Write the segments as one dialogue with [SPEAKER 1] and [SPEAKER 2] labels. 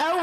[SPEAKER 1] Oh,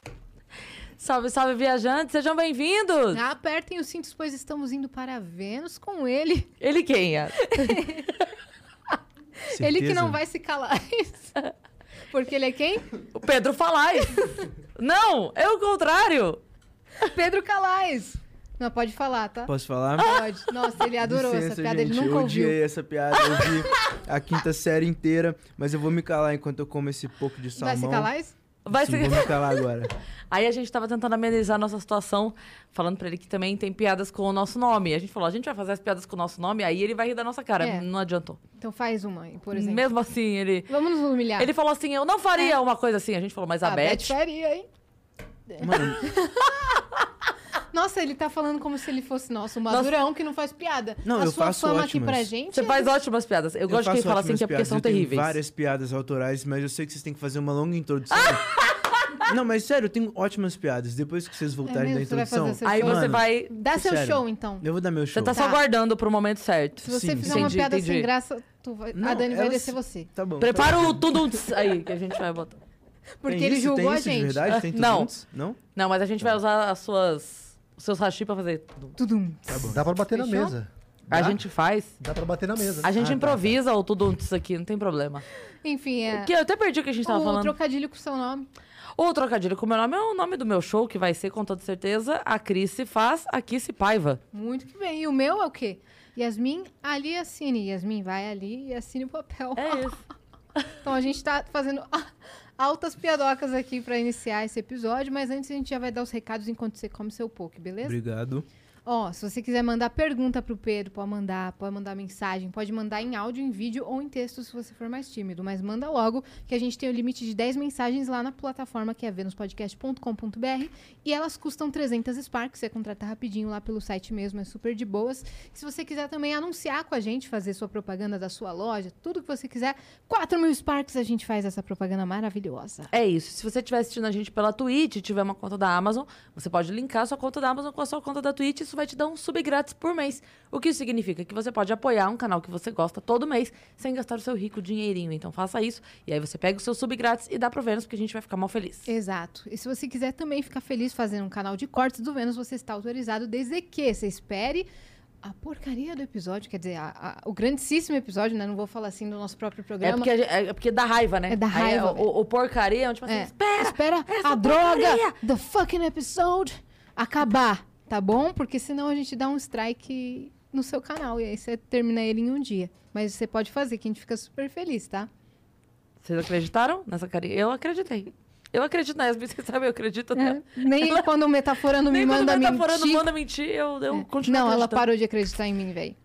[SPEAKER 2] Salve, salve, viajantes, sejam bem-vindos!
[SPEAKER 3] Ah, Apertem os cintos, pois estamos indo para Vênus com ele.
[SPEAKER 2] Ele quem é?
[SPEAKER 3] Ele que não vai se calar. Porque ele é quem?
[SPEAKER 2] O Pedro Falais. Não, é o contrário.
[SPEAKER 3] Pedro Calais. Não pode falar, tá?
[SPEAKER 4] Posso falar?
[SPEAKER 3] Pode. Nossa, ele adorou
[SPEAKER 4] Licença,
[SPEAKER 3] essa piada,
[SPEAKER 4] gente,
[SPEAKER 3] ele nunca
[SPEAKER 4] eu
[SPEAKER 3] ouviu.
[SPEAKER 4] odiei essa piada, eu vi a quinta série inteira, mas eu vou me calar enquanto eu como esse pouco de
[SPEAKER 3] Vai
[SPEAKER 4] salmão.
[SPEAKER 3] se calar é isso?
[SPEAKER 2] Vai
[SPEAKER 4] Sim,
[SPEAKER 2] ser...
[SPEAKER 4] vou me calar agora.
[SPEAKER 2] Aí a gente tava tentando amenizar a nossa situação, falando pra ele que também tem piadas com o nosso nome. A gente falou, a gente vai fazer as piadas com o nosso nome, aí ele vai rir da nossa cara.
[SPEAKER 3] É.
[SPEAKER 2] Não adiantou.
[SPEAKER 3] Então faz uma, aí, por exemplo.
[SPEAKER 2] Mesmo assim, ele...
[SPEAKER 3] Vamos nos humilhar.
[SPEAKER 2] Ele falou assim, eu não faria uma coisa assim. A gente falou, mas a,
[SPEAKER 3] Ah,
[SPEAKER 2] Beth...
[SPEAKER 3] faria, hein?
[SPEAKER 4] Mano,
[SPEAKER 3] Nossa, ele tá falando como se ele fosse nosso, um
[SPEAKER 2] Nossa.
[SPEAKER 3] madurão que não faz piada.
[SPEAKER 4] Não,
[SPEAKER 3] a
[SPEAKER 4] eu
[SPEAKER 3] sua
[SPEAKER 4] faço
[SPEAKER 3] fama aqui
[SPEAKER 4] ótimas.
[SPEAKER 3] pra gente. é
[SPEAKER 2] Você faz ótimas piadas. Eu, gosto de quem
[SPEAKER 4] faço
[SPEAKER 2] fala assim
[SPEAKER 4] ótimas
[SPEAKER 2] que é porque
[SPEAKER 4] piadas,
[SPEAKER 2] são
[SPEAKER 4] eu tenho
[SPEAKER 2] terríveis.
[SPEAKER 4] várias piadas autorais, mas eu sei que vocês têm que fazer uma longa introdução. Não, mas sério, eu tenho ótimas piadas. Depois que vocês voltarem
[SPEAKER 3] É mesmo?
[SPEAKER 4] da
[SPEAKER 3] Você vai
[SPEAKER 4] introdução...
[SPEAKER 3] fazer seu
[SPEAKER 2] Aí
[SPEAKER 3] show?
[SPEAKER 2] você
[SPEAKER 4] Mano,
[SPEAKER 2] vai...
[SPEAKER 3] Dá seu
[SPEAKER 4] sério,
[SPEAKER 3] show, então.
[SPEAKER 4] Eu vou dar meu show.
[SPEAKER 2] Você tá só
[SPEAKER 3] Tá.
[SPEAKER 2] guardando pro momento certo.
[SPEAKER 3] Se você
[SPEAKER 4] Sim,
[SPEAKER 3] fizer uma
[SPEAKER 2] entendi,
[SPEAKER 3] piada
[SPEAKER 2] entendi.
[SPEAKER 3] sem graça, tu vai-
[SPEAKER 4] Não,
[SPEAKER 3] a Dani vai
[SPEAKER 4] elas-
[SPEAKER 3] descer você.
[SPEAKER 4] Tá bom.
[SPEAKER 2] Prepara o tudo aí que a gente vai botar.
[SPEAKER 3] Porque
[SPEAKER 4] Tem
[SPEAKER 3] ele
[SPEAKER 4] isso?
[SPEAKER 3] julgou
[SPEAKER 4] Tem
[SPEAKER 3] a
[SPEAKER 4] isso de
[SPEAKER 3] gente. Ah,
[SPEAKER 4] verdade? Tem tudo
[SPEAKER 2] Não.
[SPEAKER 4] juntos? Não?
[SPEAKER 2] Não, mas a gente
[SPEAKER 5] Tá.
[SPEAKER 2] vai usar as suas, os seus hashi pra fazer tudo.
[SPEAKER 3] Tudum.
[SPEAKER 4] Tá
[SPEAKER 5] Dá pra bater na
[SPEAKER 3] Fechou?
[SPEAKER 5] mesa.
[SPEAKER 2] A gente faz.
[SPEAKER 5] Dá pra bater na mesa. né? Ah, tá,
[SPEAKER 2] A gente improvisa o tudo isso aqui, não tem problema.
[SPEAKER 3] Enfim, é.
[SPEAKER 2] Que eu até perdi o que a gente tava
[SPEAKER 3] o
[SPEAKER 2] falando.
[SPEAKER 3] trocadilho com seu nome.
[SPEAKER 2] O trocadilho com o meu nome é o nome do meu show, que vai ser, com toda certeza, A Cris se faz, aqui se paiva.
[SPEAKER 3] Muito que bem. E o meu é o quê? Yasmin ali assine. Yasmin vai ali e assine o papel.
[SPEAKER 2] É isso.
[SPEAKER 3] Então a gente tá fazendo altas piadocas aqui pra iniciar esse episódio, mas antes a gente já vai dar os recados enquanto você come seu poke, beleza?
[SPEAKER 4] Obrigado.
[SPEAKER 3] Ó, se você quiser mandar pergunta pro Pedro, pode mandar, pode mandar mensagem, pode mandar em áudio, em vídeo ou em texto se você for mais tímido. Mas manda logo, que a gente tem o limite de 10 mensagens lá na plataforma que é venuspodcast.com.br e elas custam 300 Sparks. Você contrata rapidinho lá pelo site mesmo, é super de boas. E se você quiser também anunciar com a gente, fazer sua propaganda da sua loja, tudo que você quiser, 4 mil Sparks a gente faz essa propaganda maravilhosa.
[SPEAKER 2] É isso. Se você estiver assistindo a gente pela Twitch e tiver uma conta da Amazon, você pode linkar sua conta da Amazon com a sua conta da Twitch. Isso vai te dar um sub grátis por mês. O que isso significa? Que você pode apoiar um canal que você gosta todo mês sem gastar o seu rico dinheirinho. Então faça isso. E aí você pega o seu sub grátis e dá pro Vênus, porque a gente vai ficar mal feliz.
[SPEAKER 3] Exato. E se você quiser também ficar feliz fazendo um canal de cortes do Vênus, você está autorizado desde que você espere a porcaria do episódio, quer dizer, a- a- o grandíssimo episódio, né? Não vou falar assim do nosso próprio
[SPEAKER 2] É
[SPEAKER 3] programa.
[SPEAKER 2] porque, a gente- é porque dá raiva, né?
[SPEAKER 3] É da
[SPEAKER 2] Aí
[SPEAKER 3] raiva,
[SPEAKER 2] é o, o porcaria é um tipo assim,
[SPEAKER 3] É.
[SPEAKER 2] espera!
[SPEAKER 3] Espera
[SPEAKER 2] essa
[SPEAKER 3] a droga
[SPEAKER 2] porcaria!
[SPEAKER 3] do fucking episode acabar, tá bom? Porque senão a gente dá um strike no seu canal e aí você termina ele em um dia. Mas você pode fazer, que a gente fica super feliz, tá?
[SPEAKER 2] Vocês acreditaram nessa carinha? Eu acreditei. Eu acredito na Yasmin, vocês sabem, eu acredito nela.
[SPEAKER 3] Nem quando o metaforando É.
[SPEAKER 2] É.
[SPEAKER 3] me
[SPEAKER 2] Nem quando
[SPEAKER 3] manda
[SPEAKER 2] o metaforando
[SPEAKER 3] mentir. É.
[SPEAKER 2] manda mentir, eu, eu continuo
[SPEAKER 3] Não, ela
[SPEAKER 2] acreditando. É
[SPEAKER 3] parou de acreditar em mim, velho.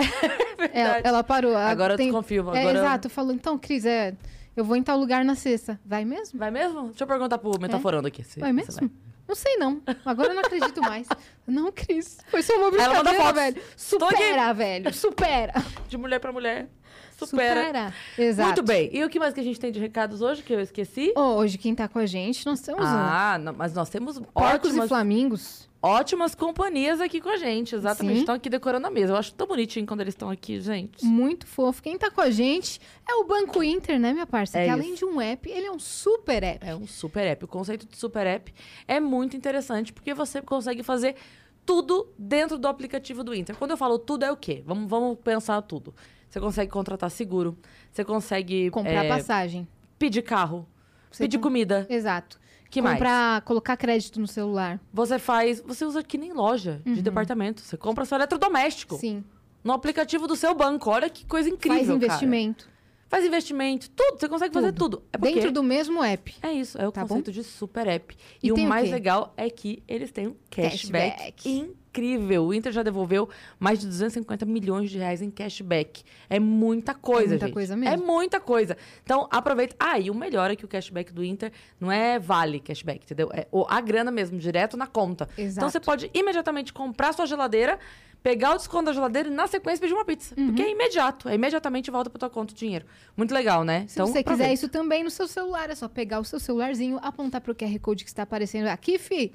[SPEAKER 3] Ela,
[SPEAKER 2] Verdade.
[SPEAKER 3] É, ela parou. ela
[SPEAKER 2] Agora eu
[SPEAKER 3] tem-
[SPEAKER 2] desconfio,
[SPEAKER 3] É,
[SPEAKER 2] agora eu-
[SPEAKER 3] exato, falou, então, Cris, é, eu vou em tal lugar na sexta. Vai mesmo?
[SPEAKER 2] Vai mesmo? Deixa eu perguntar pro metaforando aqui. se-
[SPEAKER 3] É? Vai
[SPEAKER 2] se
[SPEAKER 3] mesmo? Não sei, não. Agora eu não acredito mais. não, Cris, foi só uma brincadeira,
[SPEAKER 2] Ela manda fotos.
[SPEAKER 3] velho.
[SPEAKER 2] Tô aqui.
[SPEAKER 3] Supera, velho. Supera.
[SPEAKER 2] De mulher pra mulher. Supera.
[SPEAKER 3] Exato.
[SPEAKER 2] Muito bem. E o que mais que a gente tem de recados hoje que eu esqueci?
[SPEAKER 3] Ô, hoje, quem tá com a gente, nós temos um.
[SPEAKER 2] Ah, não, mas nós temos
[SPEAKER 3] Porcos e
[SPEAKER 2] ótimas,
[SPEAKER 3] Flamingos.
[SPEAKER 2] ótimas companhias aqui com a gente. Exatamente.
[SPEAKER 3] Sim. Hum.
[SPEAKER 2] Estão aqui decorando a mesa. Eu acho tão bonitinho quando eles estão aqui, gente.
[SPEAKER 3] Muito fofo. Quem tá com a gente é o Banco Inter, né, minha parça?
[SPEAKER 2] É
[SPEAKER 3] que
[SPEAKER 2] isso.
[SPEAKER 3] além de um app, ele é um super app.
[SPEAKER 2] É um super app. O conceito de super app é muito interessante porque você consegue fazer tudo dentro do aplicativo do Inter. Quando eu falo tudo, é o quê? Vamos, vamos pensar tudo. Você consegue contratar seguro, você consegue
[SPEAKER 3] Comprar
[SPEAKER 2] é,
[SPEAKER 3] passagem.
[SPEAKER 2] pedir carro,
[SPEAKER 3] Você
[SPEAKER 2] pedir
[SPEAKER 3] com-
[SPEAKER 2] comida.
[SPEAKER 3] Exato.
[SPEAKER 2] Que mais?
[SPEAKER 3] Comprar, colocar crédito no celular.
[SPEAKER 2] Você faz. Você usa que nem loja de departamento. Você compra seu eletrodoméstico
[SPEAKER 3] Uhum. Sim.
[SPEAKER 2] no aplicativo do seu banco. Olha que coisa incrível.
[SPEAKER 3] Faz
[SPEAKER 2] cara.
[SPEAKER 3] investimento.
[SPEAKER 2] Faz investimento, tudo. Você consegue fazer tudo. É porque
[SPEAKER 3] Dentro do mesmo app.
[SPEAKER 2] É isso, é o
[SPEAKER 3] Tá
[SPEAKER 2] conceito de super app. E,
[SPEAKER 3] E
[SPEAKER 2] o
[SPEAKER 3] tem o
[SPEAKER 2] mais
[SPEAKER 3] quê?
[SPEAKER 2] legal é que eles têm um cashback,
[SPEAKER 3] Cashback.
[SPEAKER 2] incrível. incrível. O Inter já devolveu mais de 250 milhões de reais em cashback. É muita coisa,
[SPEAKER 3] É muita
[SPEAKER 2] gente.
[SPEAKER 3] coisa mesmo.
[SPEAKER 2] É muita coisa. Então, aproveita. Ah, e o melhor é que o cashback do Inter não é vale cashback, entendeu? É o- a grana mesmo, direto na conta.
[SPEAKER 3] Exato.
[SPEAKER 2] Então, você pode imediatamente comprar sua geladeira, pegar o desconto da geladeira e, na sequência, pedir uma pizza.
[SPEAKER 3] Uhum.
[SPEAKER 2] Porque é imediato. É imediatamente volta pra tua conta o dinheiro. Muito legal, né?
[SPEAKER 3] Se você quiser isso também no seu celular, é só pegar o seu celularzinho, apontar para o QR Code que está aparecendo aqui, fi.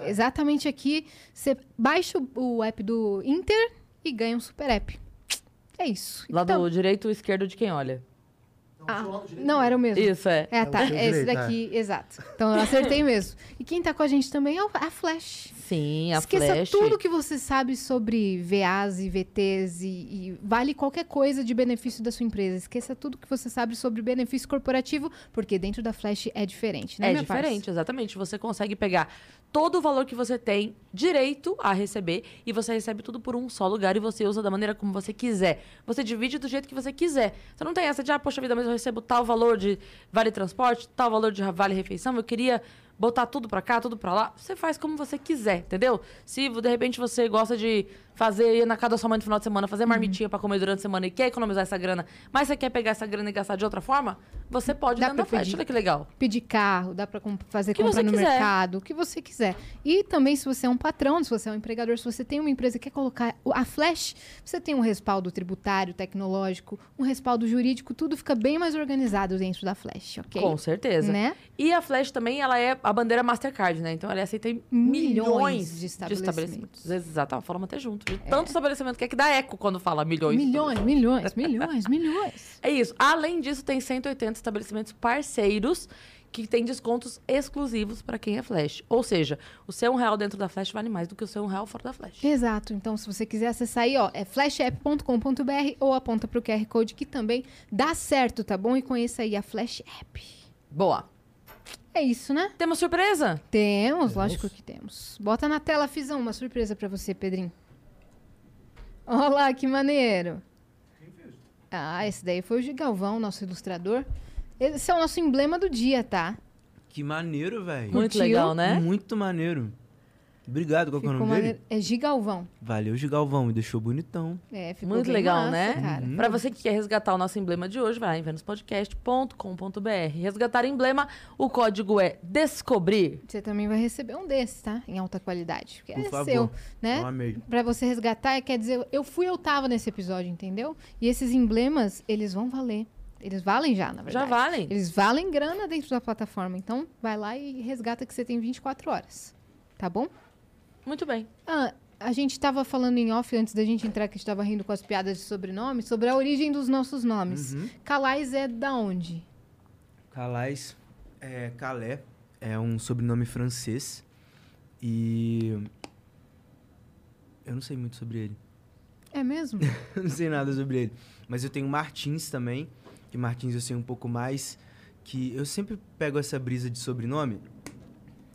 [SPEAKER 3] é. Exatamente aqui. Você baixa o o app do Inter e ganha um super app. É isso.
[SPEAKER 2] Lá
[SPEAKER 3] Então-
[SPEAKER 2] do direito ou esquerdo de quem olha.
[SPEAKER 3] Ah, não, era o mesmo.
[SPEAKER 2] Isso, é.
[SPEAKER 3] É,
[SPEAKER 4] o
[SPEAKER 3] tá.
[SPEAKER 4] seu
[SPEAKER 3] É esse
[SPEAKER 4] direito,
[SPEAKER 3] daqui, exato. Então eu acertei mesmo. E quem tá com a gente também é o- a Flash.
[SPEAKER 2] Sim, a
[SPEAKER 3] Esqueça
[SPEAKER 2] Flash.
[SPEAKER 3] tudo que você sabe sobre VAs e VTs e, e vale qualquer coisa de benefício da sua empresa. Esqueça tudo que você sabe sobre benefício corporativo, porque dentro da Flash é diferente, né,
[SPEAKER 2] É
[SPEAKER 3] minha
[SPEAKER 2] diferente, exatamente. Você consegue pegar todo o valor que você tem direito a receber e você recebe tudo por um só lugar e você usa da maneira como você quiser. Você divide do jeito que você quiser. Você não tem essa de, ah, poxa vida, mas eu recebo tal valor de vale transporte, tal valor de vale refeição, eu queria botar tudo pra cá, tudo pra lá. Você faz como você quiser, entendeu? Se de repente você gosta de fazer ir na casa da sua mãe no final de semana,
[SPEAKER 3] Uhum.
[SPEAKER 2] fazer marmitinha pra comer durante a semana e quer economizar essa grana, mas você quer pegar essa grana e gastar de outra forma, você pode
[SPEAKER 3] Dá
[SPEAKER 2] dentro da
[SPEAKER 3] pra
[SPEAKER 2] flash.
[SPEAKER 3] pedir.
[SPEAKER 2] Olha que legal.
[SPEAKER 3] pedir carro, dá pra com- fazer
[SPEAKER 2] que
[SPEAKER 3] compra
[SPEAKER 2] você
[SPEAKER 3] no
[SPEAKER 2] quiser.
[SPEAKER 3] mercado, o que você quiser. E também se você é um patrão, se você é um empregador, se você tem uma empresa que quer colocar o- a flash, você tem um respaldo tributário, tecnológico, um respaldo jurídico, tudo fica bem mais organizado dentro da flash, ok?
[SPEAKER 2] Com certeza.
[SPEAKER 3] Né?
[SPEAKER 2] E a Flash também, ela é a bandeira Mastercard, né? Então ela aceita em
[SPEAKER 3] Milhões
[SPEAKER 2] milhões,
[SPEAKER 3] de
[SPEAKER 2] de
[SPEAKER 3] estabelecimentos.
[SPEAKER 2] estabelecimentos. Exato, falamos até junto. De Tanto estabelecimento que é que dá eco quando fala milhões. de
[SPEAKER 3] Milhões, milhões, milhões, milhões.
[SPEAKER 2] é isso. Além disso, tem 180 estabelecimentos parceiros que têm descontos exclusivos para quem é Flash. Ou seja, o seu um real dentro da Flash vale mais do que o seu um real fora da Flash.
[SPEAKER 3] Exato. Então, se você quiser acessar aí, ó, é flashapp.com.br ou aponta pro QR Code que também dá certo, tá bom? E conheça aí a Flash App.
[SPEAKER 2] Boa.
[SPEAKER 3] É isso, né?
[SPEAKER 2] Temos surpresa?
[SPEAKER 3] Temos, lógico que temos. Bota na tela, Fizão, uma surpresa pra você, Pedrinho. Olá, que maneiro. Ah, esse daí foi o de Galvão, nosso ilustrador. Esse é o nosso emblema do dia, tá?
[SPEAKER 4] Que maneiro, velho.
[SPEAKER 2] Muito legal, né?
[SPEAKER 4] Muito maneiro. Obrigado, qual que é o nome
[SPEAKER 3] maneiro.
[SPEAKER 4] dele?
[SPEAKER 3] É Gigalvão.
[SPEAKER 4] Valeu, de Galvão, me deixou bonitão.
[SPEAKER 3] É, ficou
[SPEAKER 2] Muito
[SPEAKER 3] bem
[SPEAKER 2] legal,
[SPEAKER 3] massa,
[SPEAKER 2] né?
[SPEAKER 3] Cara.
[SPEAKER 4] Uhum.
[SPEAKER 2] Pra você que quer resgatar o nosso emblema de hoje, vai lá em venuspodcast.com.br. Resgatar emblema, o código é descobrir.
[SPEAKER 3] Você também vai receber um desses, tá? Em alta qualidade. Porque
[SPEAKER 4] Por
[SPEAKER 3] é
[SPEAKER 4] favor.
[SPEAKER 3] seu, né?
[SPEAKER 4] Eu amei.
[SPEAKER 3] Pra você resgatar, é, quer dizer, eu fui, eu tava nesse episódio, entendeu? E esses emblemas, eles vão valer. Eles valem já, na
[SPEAKER 2] Já
[SPEAKER 3] verdade.
[SPEAKER 2] valem.
[SPEAKER 3] Eles valem grana dentro da plataforma. Então, vai lá e resgata que você tem 24 horas. Tá bom?
[SPEAKER 2] Muito bem.
[SPEAKER 3] Ah, a gente tava falando em off antes da gente entrar, que a gente tava rindo com as piadas de sobrenome, sobre a origem dos nossos nomes.
[SPEAKER 4] Uhum.
[SPEAKER 3] Calais é da onde?
[SPEAKER 4] Calais, é, Calé, é um sobrenome francês e eu não sei muito sobre ele,
[SPEAKER 3] É mesmo?
[SPEAKER 4] eu não sei nada sobre ele, mas eu tenho Martins também, que Martins eu sei um pouco mais, que eu sempre pego essa brisa de sobrenome,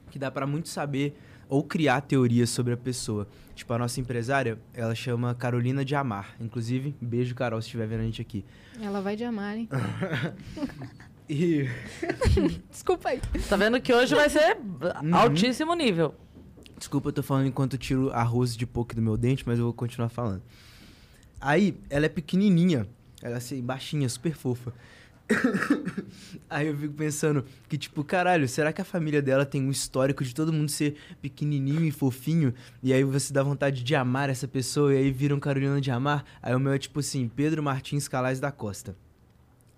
[SPEAKER 4] que dá pra muito saber ou criar teorias sobre a pessoa. Tipo, a nossa empresária, ela chama Carolina de Amar, inclusive, beijo Carol se estiver vendo a gente aqui.
[SPEAKER 3] Ela vai de amar, hein?
[SPEAKER 4] E...
[SPEAKER 3] Desculpa aí.
[SPEAKER 2] Tá vendo que hoje vai ser
[SPEAKER 4] Uhum.
[SPEAKER 2] altíssimo nível.
[SPEAKER 4] Desculpa, eu tô falando enquanto eu tiro arroz de pouco do meu dente, mas eu vou continuar falando. Aí, ela é pequenininha. Ela é assim, baixinha, super fofa. Aí eu fico pensando que, tipo, caralho, será que a família dela tem um histórico de todo mundo ser pequenininho e fofinho? E aí você dá vontade de amar essa pessoa e aí viram Carolina de Amar? Aí o meu é tipo assim, Pedro Martins Calais da Costa.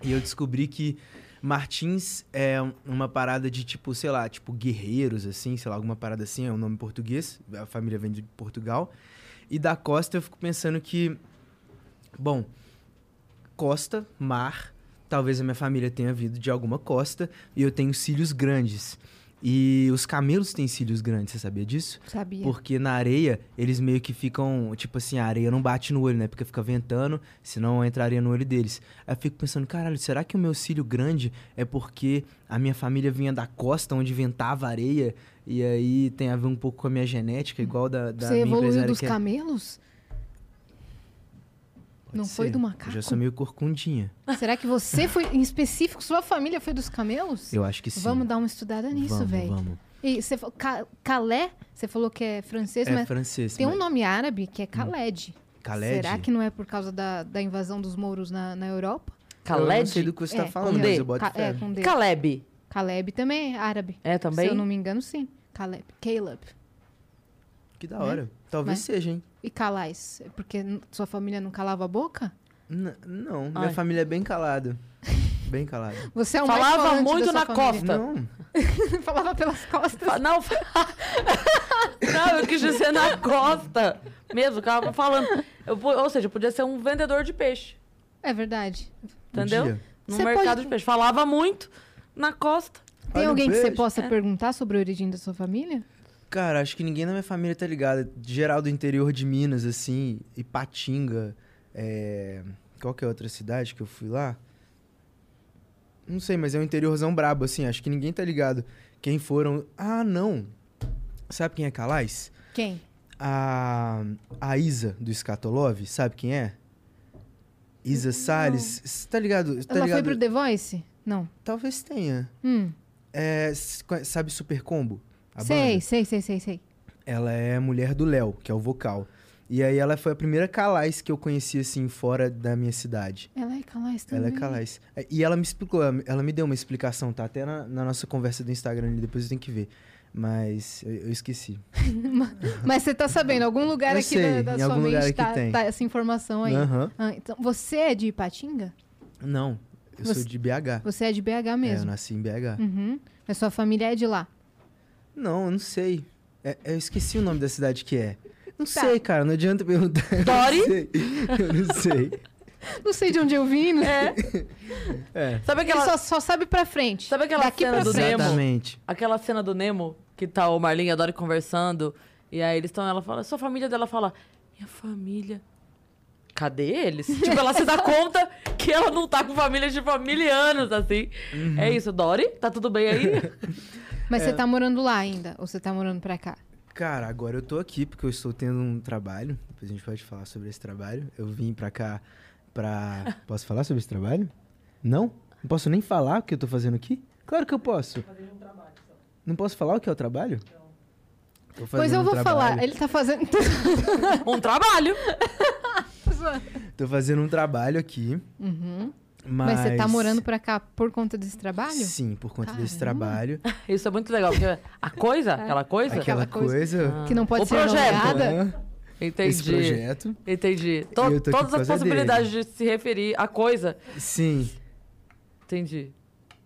[SPEAKER 4] E eu descobri que Martins é uma parada de tipo, sei lá, tipo guerreiros, assim, sei lá, alguma parada assim, é um nome português, a família vem de Portugal. E da Costa eu fico pensando que, bom, Costa, mar, talvez a minha família tenha vindo de alguma costa e eu tenho cílios grandes. E os camelos têm cílios grandes, você sabia disso?
[SPEAKER 3] Sabia.
[SPEAKER 4] Porque na areia, eles meio que ficam. Tipo assim, a areia não bate no olho, né? Porque fica ventando, senão entra areia no olho deles. Aí eu fico pensando, caralho, será que o meu cílio grande é porque a minha família vinha da costa, onde ventava areia? E aí tem a ver um pouco com a minha genética, igual da, da
[SPEAKER 3] Você
[SPEAKER 4] minha
[SPEAKER 3] evoluiu
[SPEAKER 4] empresária
[SPEAKER 3] dos
[SPEAKER 4] que é-
[SPEAKER 3] camelos?
[SPEAKER 4] Pode
[SPEAKER 3] não foi
[SPEAKER 4] ser.
[SPEAKER 3] do
[SPEAKER 4] Eu
[SPEAKER 3] macaco?
[SPEAKER 4] já sou meio corcundinha.
[SPEAKER 3] Será que você foi, em específico, sua família foi dos camelos?
[SPEAKER 4] Eu acho que sim.
[SPEAKER 3] Vamos dar uma estudada nisso,
[SPEAKER 4] Vamos,
[SPEAKER 3] velho.
[SPEAKER 4] Vamos.
[SPEAKER 3] E você fa- Ca- Calais, você falou que é francês,
[SPEAKER 4] É
[SPEAKER 3] mas
[SPEAKER 4] francês.
[SPEAKER 3] tem um
[SPEAKER 4] mas-
[SPEAKER 3] nome árabe que é Khaled.
[SPEAKER 4] Khaled?
[SPEAKER 3] Será que não é por causa da, da invasão dos mouros na, na Europa?
[SPEAKER 4] Eu não
[SPEAKER 2] Khaled?
[SPEAKER 4] sei do que você tá
[SPEAKER 3] É,
[SPEAKER 4] falando,
[SPEAKER 3] com
[SPEAKER 4] mas
[SPEAKER 2] D.
[SPEAKER 4] eu boto
[SPEAKER 3] Ca-
[SPEAKER 4] fé.
[SPEAKER 3] é, com D.
[SPEAKER 2] Caleb.
[SPEAKER 3] Caleb também é árabe.
[SPEAKER 2] É
[SPEAKER 3] Se eu
[SPEAKER 2] também?
[SPEAKER 3] não me engano, sim. Caleb. Caleb.
[SPEAKER 4] Que da hora. Talvez
[SPEAKER 3] Né?
[SPEAKER 4] seja, hein?
[SPEAKER 3] E Calais? É Porque n- sua família não calava a boca?
[SPEAKER 4] N- não, minha
[SPEAKER 2] Ai.
[SPEAKER 4] família é bem calada. Bem calada.
[SPEAKER 3] Você é o mais
[SPEAKER 2] Falava
[SPEAKER 3] falante
[SPEAKER 2] muito
[SPEAKER 3] da
[SPEAKER 2] na
[SPEAKER 3] sua família.
[SPEAKER 2] Tá.
[SPEAKER 4] Não,
[SPEAKER 3] Falava pelas costas.
[SPEAKER 2] Fa- Não, fa- não, eu quis dizer na costa. Mesmo, que eu tava falando. Eu po- ou seja, eu podia ser um vendedor de peixe.
[SPEAKER 3] É verdade.
[SPEAKER 2] Entendeu?
[SPEAKER 4] Podia.
[SPEAKER 2] No
[SPEAKER 3] Você
[SPEAKER 2] mercado
[SPEAKER 3] pode-
[SPEAKER 2] de peixe. Falava muito na costa.
[SPEAKER 3] Tem
[SPEAKER 4] Olha um o
[SPEAKER 3] alguém que você
[SPEAKER 4] peixe.
[SPEAKER 2] É.
[SPEAKER 3] possa perguntar sobre a origem da sua família?
[SPEAKER 4] Cara, acho que ninguém na minha família tá ligado. Geral do interior de Minas, assim, Ipatinga, é... qual que é a outra cidade que eu fui lá? Não sei, mas é um interiorzão brabo, assim. Acho que ninguém tá ligado. Quem foram... Ah, não. Sabe quem é Calais?
[SPEAKER 3] Quem?
[SPEAKER 4] A, a Isa, do Escatolove, sabe quem é? Isa Salles. Cê Tá ligado? Tá
[SPEAKER 3] Ela foi
[SPEAKER 4] ligado?
[SPEAKER 3] pro The Voice? Não.
[SPEAKER 4] Talvez tenha.
[SPEAKER 3] Hum.
[SPEAKER 4] É, s- conhe- sabe Super Combo? A
[SPEAKER 3] Sei,
[SPEAKER 4] banda?
[SPEAKER 3] sei, sei, sei, sei.
[SPEAKER 4] Ela é mulher do Léo, que é o vocal. E aí ela foi a primeira Calais que eu conheci, assim, fora da minha cidade.
[SPEAKER 3] Ela é Calais também.
[SPEAKER 4] Ela é Calais. É, E ela me explicou, ela- ela me deu uma explicação, tá? Até na, na nossa conversa do Instagram ali, depois eu tenho que ver. Mas eu, eu esqueci.
[SPEAKER 3] Mas você tá sabendo, algum lugar
[SPEAKER 4] Eu
[SPEAKER 3] aqui
[SPEAKER 4] sei,
[SPEAKER 3] da, da
[SPEAKER 4] em
[SPEAKER 3] sua
[SPEAKER 4] algum lugar
[SPEAKER 3] mente
[SPEAKER 4] aqui
[SPEAKER 3] tá,
[SPEAKER 4] tem.
[SPEAKER 3] tá essa informação aí.
[SPEAKER 4] Aham.
[SPEAKER 3] Ah, então, você é de Ipatinga?
[SPEAKER 4] Não, eu
[SPEAKER 3] Você-
[SPEAKER 4] sou de BH.
[SPEAKER 3] Você é de BH
[SPEAKER 4] É, eu
[SPEAKER 3] mesmo.
[SPEAKER 4] nasci em BH.
[SPEAKER 3] Uhum. Mas sua família é de lá.
[SPEAKER 4] Não, eu não sei. É- eu esqueci o nome da cidade que é. Não
[SPEAKER 3] Tá.
[SPEAKER 4] sei, cara, não adianta perguntar. Eu não
[SPEAKER 2] Dori?
[SPEAKER 4] sei. Eu não sei.
[SPEAKER 3] Não sei de onde eu vim, né?
[SPEAKER 2] É.
[SPEAKER 4] É.
[SPEAKER 2] Sabe
[SPEAKER 3] Ele
[SPEAKER 2] aquela,
[SPEAKER 3] só, só sabe pra frente.
[SPEAKER 2] sabe aquela
[SPEAKER 3] Daqui
[SPEAKER 2] cena
[SPEAKER 3] pra
[SPEAKER 2] do
[SPEAKER 3] frente.
[SPEAKER 2] Nemo?
[SPEAKER 4] Exatamente.
[SPEAKER 2] Aquela cena do Nemo, que tá o Marlin e a Dory conversando. E aí eles estão, ela fala, sua família dela fala, minha família. Cadê eles? tipo, ela se dá conta que ela não tá com família de família anos, assim.
[SPEAKER 4] Uhum.
[SPEAKER 2] É isso, Dory, tá tudo bem aí?
[SPEAKER 3] Mas
[SPEAKER 4] É.
[SPEAKER 3] você tá morando lá ainda? Ou você tá morando pra cá?
[SPEAKER 4] Cara, agora eu tô aqui porque eu estou tendo um trabalho. Depois a gente pode falar sobre esse trabalho. Eu vim pra cá pra. Posso falar sobre esse trabalho? Não? Não posso nem falar o que eu tô fazendo aqui? Claro que eu posso. Não posso falar o que é o trabalho? Tô
[SPEAKER 3] Pois
[SPEAKER 4] fazendo
[SPEAKER 3] eu
[SPEAKER 4] um
[SPEAKER 3] vou falar.
[SPEAKER 4] trabalho-
[SPEAKER 3] Ele tá fazendo.
[SPEAKER 2] um trabalho.
[SPEAKER 4] Tô fazendo um trabalho aqui.
[SPEAKER 3] Uhum. Mas
[SPEAKER 4] Mas,
[SPEAKER 3] você tá morando pra cá por conta desse trabalho?
[SPEAKER 4] Sim, por conta desse
[SPEAKER 3] Caramba.
[SPEAKER 4] trabalho.
[SPEAKER 2] Isso é muito legal, porque a coisa,
[SPEAKER 4] É.
[SPEAKER 2] aquela coisa.
[SPEAKER 4] Aquela,
[SPEAKER 3] Aquela coisa.
[SPEAKER 4] coisa.
[SPEAKER 3] Que não pode
[SPEAKER 2] O
[SPEAKER 3] ser
[SPEAKER 2] projeto.
[SPEAKER 3] nomeada.
[SPEAKER 4] né? Esse
[SPEAKER 2] Entendi.
[SPEAKER 4] projeto.
[SPEAKER 2] Entendi. To-
[SPEAKER 4] E eu tô aqui
[SPEAKER 2] todas
[SPEAKER 4] por
[SPEAKER 2] as
[SPEAKER 4] causa
[SPEAKER 2] possibilidades de se referir à coisa.
[SPEAKER 4] Sim.
[SPEAKER 2] Entendi.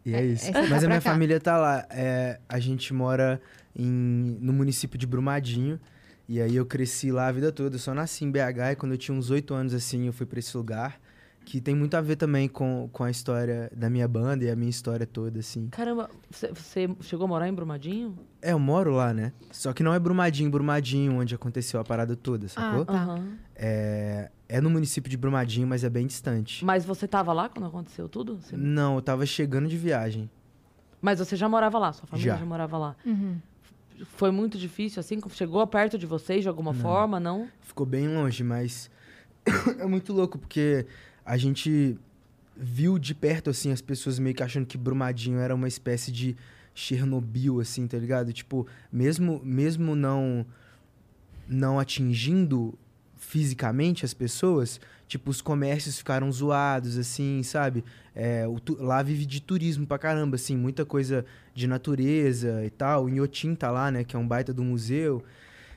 [SPEAKER 4] E é
[SPEAKER 3] É-
[SPEAKER 4] isso.
[SPEAKER 3] é ficar
[SPEAKER 4] Mas a
[SPEAKER 3] pra
[SPEAKER 4] minha
[SPEAKER 3] cá.
[SPEAKER 4] família tá lá. É, a gente mora em- no município de Brumadinho. E aí eu cresci lá a vida toda. Eu só nasci em BH e quando eu tinha uns oito anos, assim, eu fui pra esse lugar. Que tem muito a ver também com, com a história da minha banda e a minha história toda, assim.
[SPEAKER 2] Caramba, você- você chegou a morar em Brumadinho?
[SPEAKER 4] É, eu moro lá, né? Só que não é Brumadinho, Brumadinho, onde aconteceu a parada toda, sacou?
[SPEAKER 2] Ah.
[SPEAKER 3] Tá.
[SPEAKER 2] Aham.
[SPEAKER 4] É, é no município de Brumadinho, mas é bem distante.
[SPEAKER 2] Mas você tava lá quando aconteceu tudo? Você-
[SPEAKER 4] Não, eu tava chegando de viagem.
[SPEAKER 2] Mas você já morava lá, sua família
[SPEAKER 4] Já.
[SPEAKER 2] já, morava lá.
[SPEAKER 3] Uhum.
[SPEAKER 2] Foi muito difícil, assim? Chegou perto de vocês de alguma forma, não?
[SPEAKER 4] Ficou bem longe, mas é muito louco, porque a gente viu de perto, assim, as pessoas meio que achando que Brumadinho era uma espécie de Chernobyl, assim, tá ligado? Tipo, mesmo, mesmo não, não atingindo fisicamente as pessoas, tipo, os comércios ficaram zoados, assim, sabe? É, o tu- lá vive de turismo pra caramba, assim, muita coisa de natureza e tal. O Inhotim tá lá, né, que é um baita do museu.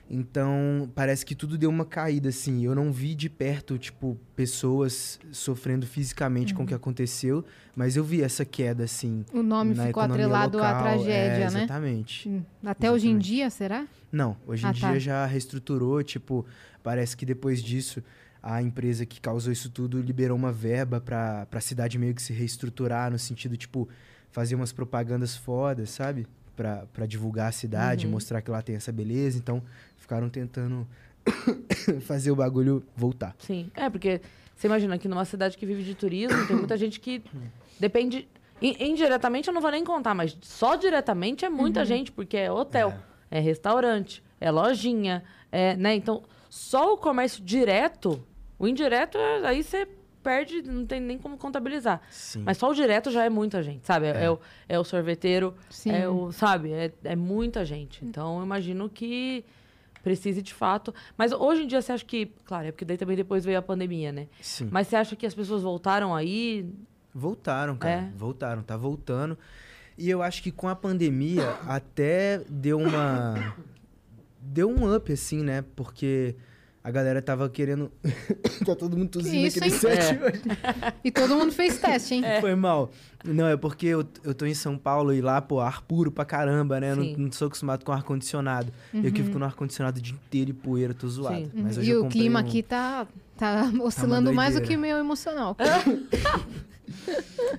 [SPEAKER 4] Então, parece que tudo deu uma caída, assim. Eu não vi de perto, tipo, pessoas sofrendo fisicamente com o que aconteceu, mas eu vi essa queda, assim.
[SPEAKER 3] Uhum. O nome
[SPEAKER 4] na
[SPEAKER 3] ficou
[SPEAKER 4] economia
[SPEAKER 3] atrelado à
[SPEAKER 4] local.
[SPEAKER 3] tragédia,
[SPEAKER 4] É,
[SPEAKER 3] né?
[SPEAKER 4] Exatamente.
[SPEAKER 3] Hum, Até hoje em
[SPEAKER 4] Exatamente.
[SPEAKER 3] dia, será?
[SPEAKER 4] Não, hoje em
[SPEAKER 3] Ah,
[SPEAKER 4] dia
[SPEAKER 3] tá.
[SPEAKER 4] já reestruturou, tipo, parece que depois disso a empresa que causou isso tudo liberou uma verba pra, pra cidade meio que se reestruturar, no sentido, tipo, fazer umas propagandas fodas, sabe? Pra, pra divulgar a cidade,
[SPEAKER 3] Uhum.
[SPEAKER 4] mostrar que lá tem essa beleza. Então, ficaram tentando fazer o bagulho voltar.
[SPEAKER 2] Sim. É, porque você imagina que numa cidade que vive de turismo, tem muita gente que depende. in- Indiretamente eu não vou nem contar, mas só diretamente é
[SPEAKER 3] Uhum.
[SPEAKER 2] muita gente, porque é hotel, é. restaurante, é lojinha, é, né? Então, só o comércio direto, o indireto, é- aí você perde, não tem nem como contabilizar.
[SPEAKER 4] Sim.
[SPEAKER 2] Mas só o direto já é muita gente, sabe? É, é o, é o sorveteiro,
[SPEAKER 3] Sim.
[SPEAKER 2] é o, sabe? É, é muita gente. Então, eu imagino que precise de fato. Mas hoje em dia, você acha que... Claro, é porque daí também depois veio a pandemia, né?
[SPEAKER 4] Sim.
[SPEAKER 2] Mas você acha que as pessoas voltaram aí?
[SPEAKER 4] Voltaram, cara.
[SPEAKER 2] É.
[SPEAKER 4] Voltaram, tá voltando. E eu acho que com a pandemia até deu uma. Deu um up, assim, né? Porque a galera tava querendo. tá todo mundo tossindo
[SPEAKER 3] isso,
[SPEAKER 4] aquele
[SPEAKER 3] hein? é.
[SPEAKER 4] set
[SPEAKER 2] É.
[SPEAKER 4] hoje.
[SPEAKER 3] E todo mundo fez teste, hein?
[SPEAKER 4] Foi mal. Não, é porque eu, eu tô em São Paulo e lá, pô, ar puro pra caramba, né? Eu
[SPEAKER 2] Sim.
[SPEAKER 4] Não, não sou acostumado com ar-condicionado. Eu que fico no ar-condicionado o dia inteiro e poeira, tô zoado.
[SPEAKER 2] Sim.
[SPEAKER 4] Mas hoje
[SPEAKER 3] Uhum. e
[SPEAKER 4] eu
[SPEAKER 3] o
[SPEAKER 4] comprei
[SPEAKER 3] clima
[SPEAKER 4] um-
[SPEAKER 3] aqui tá, tá oscilando mais do
[SPEAKER 4] doideira.
[SPEAKER 3] que o meu emocional.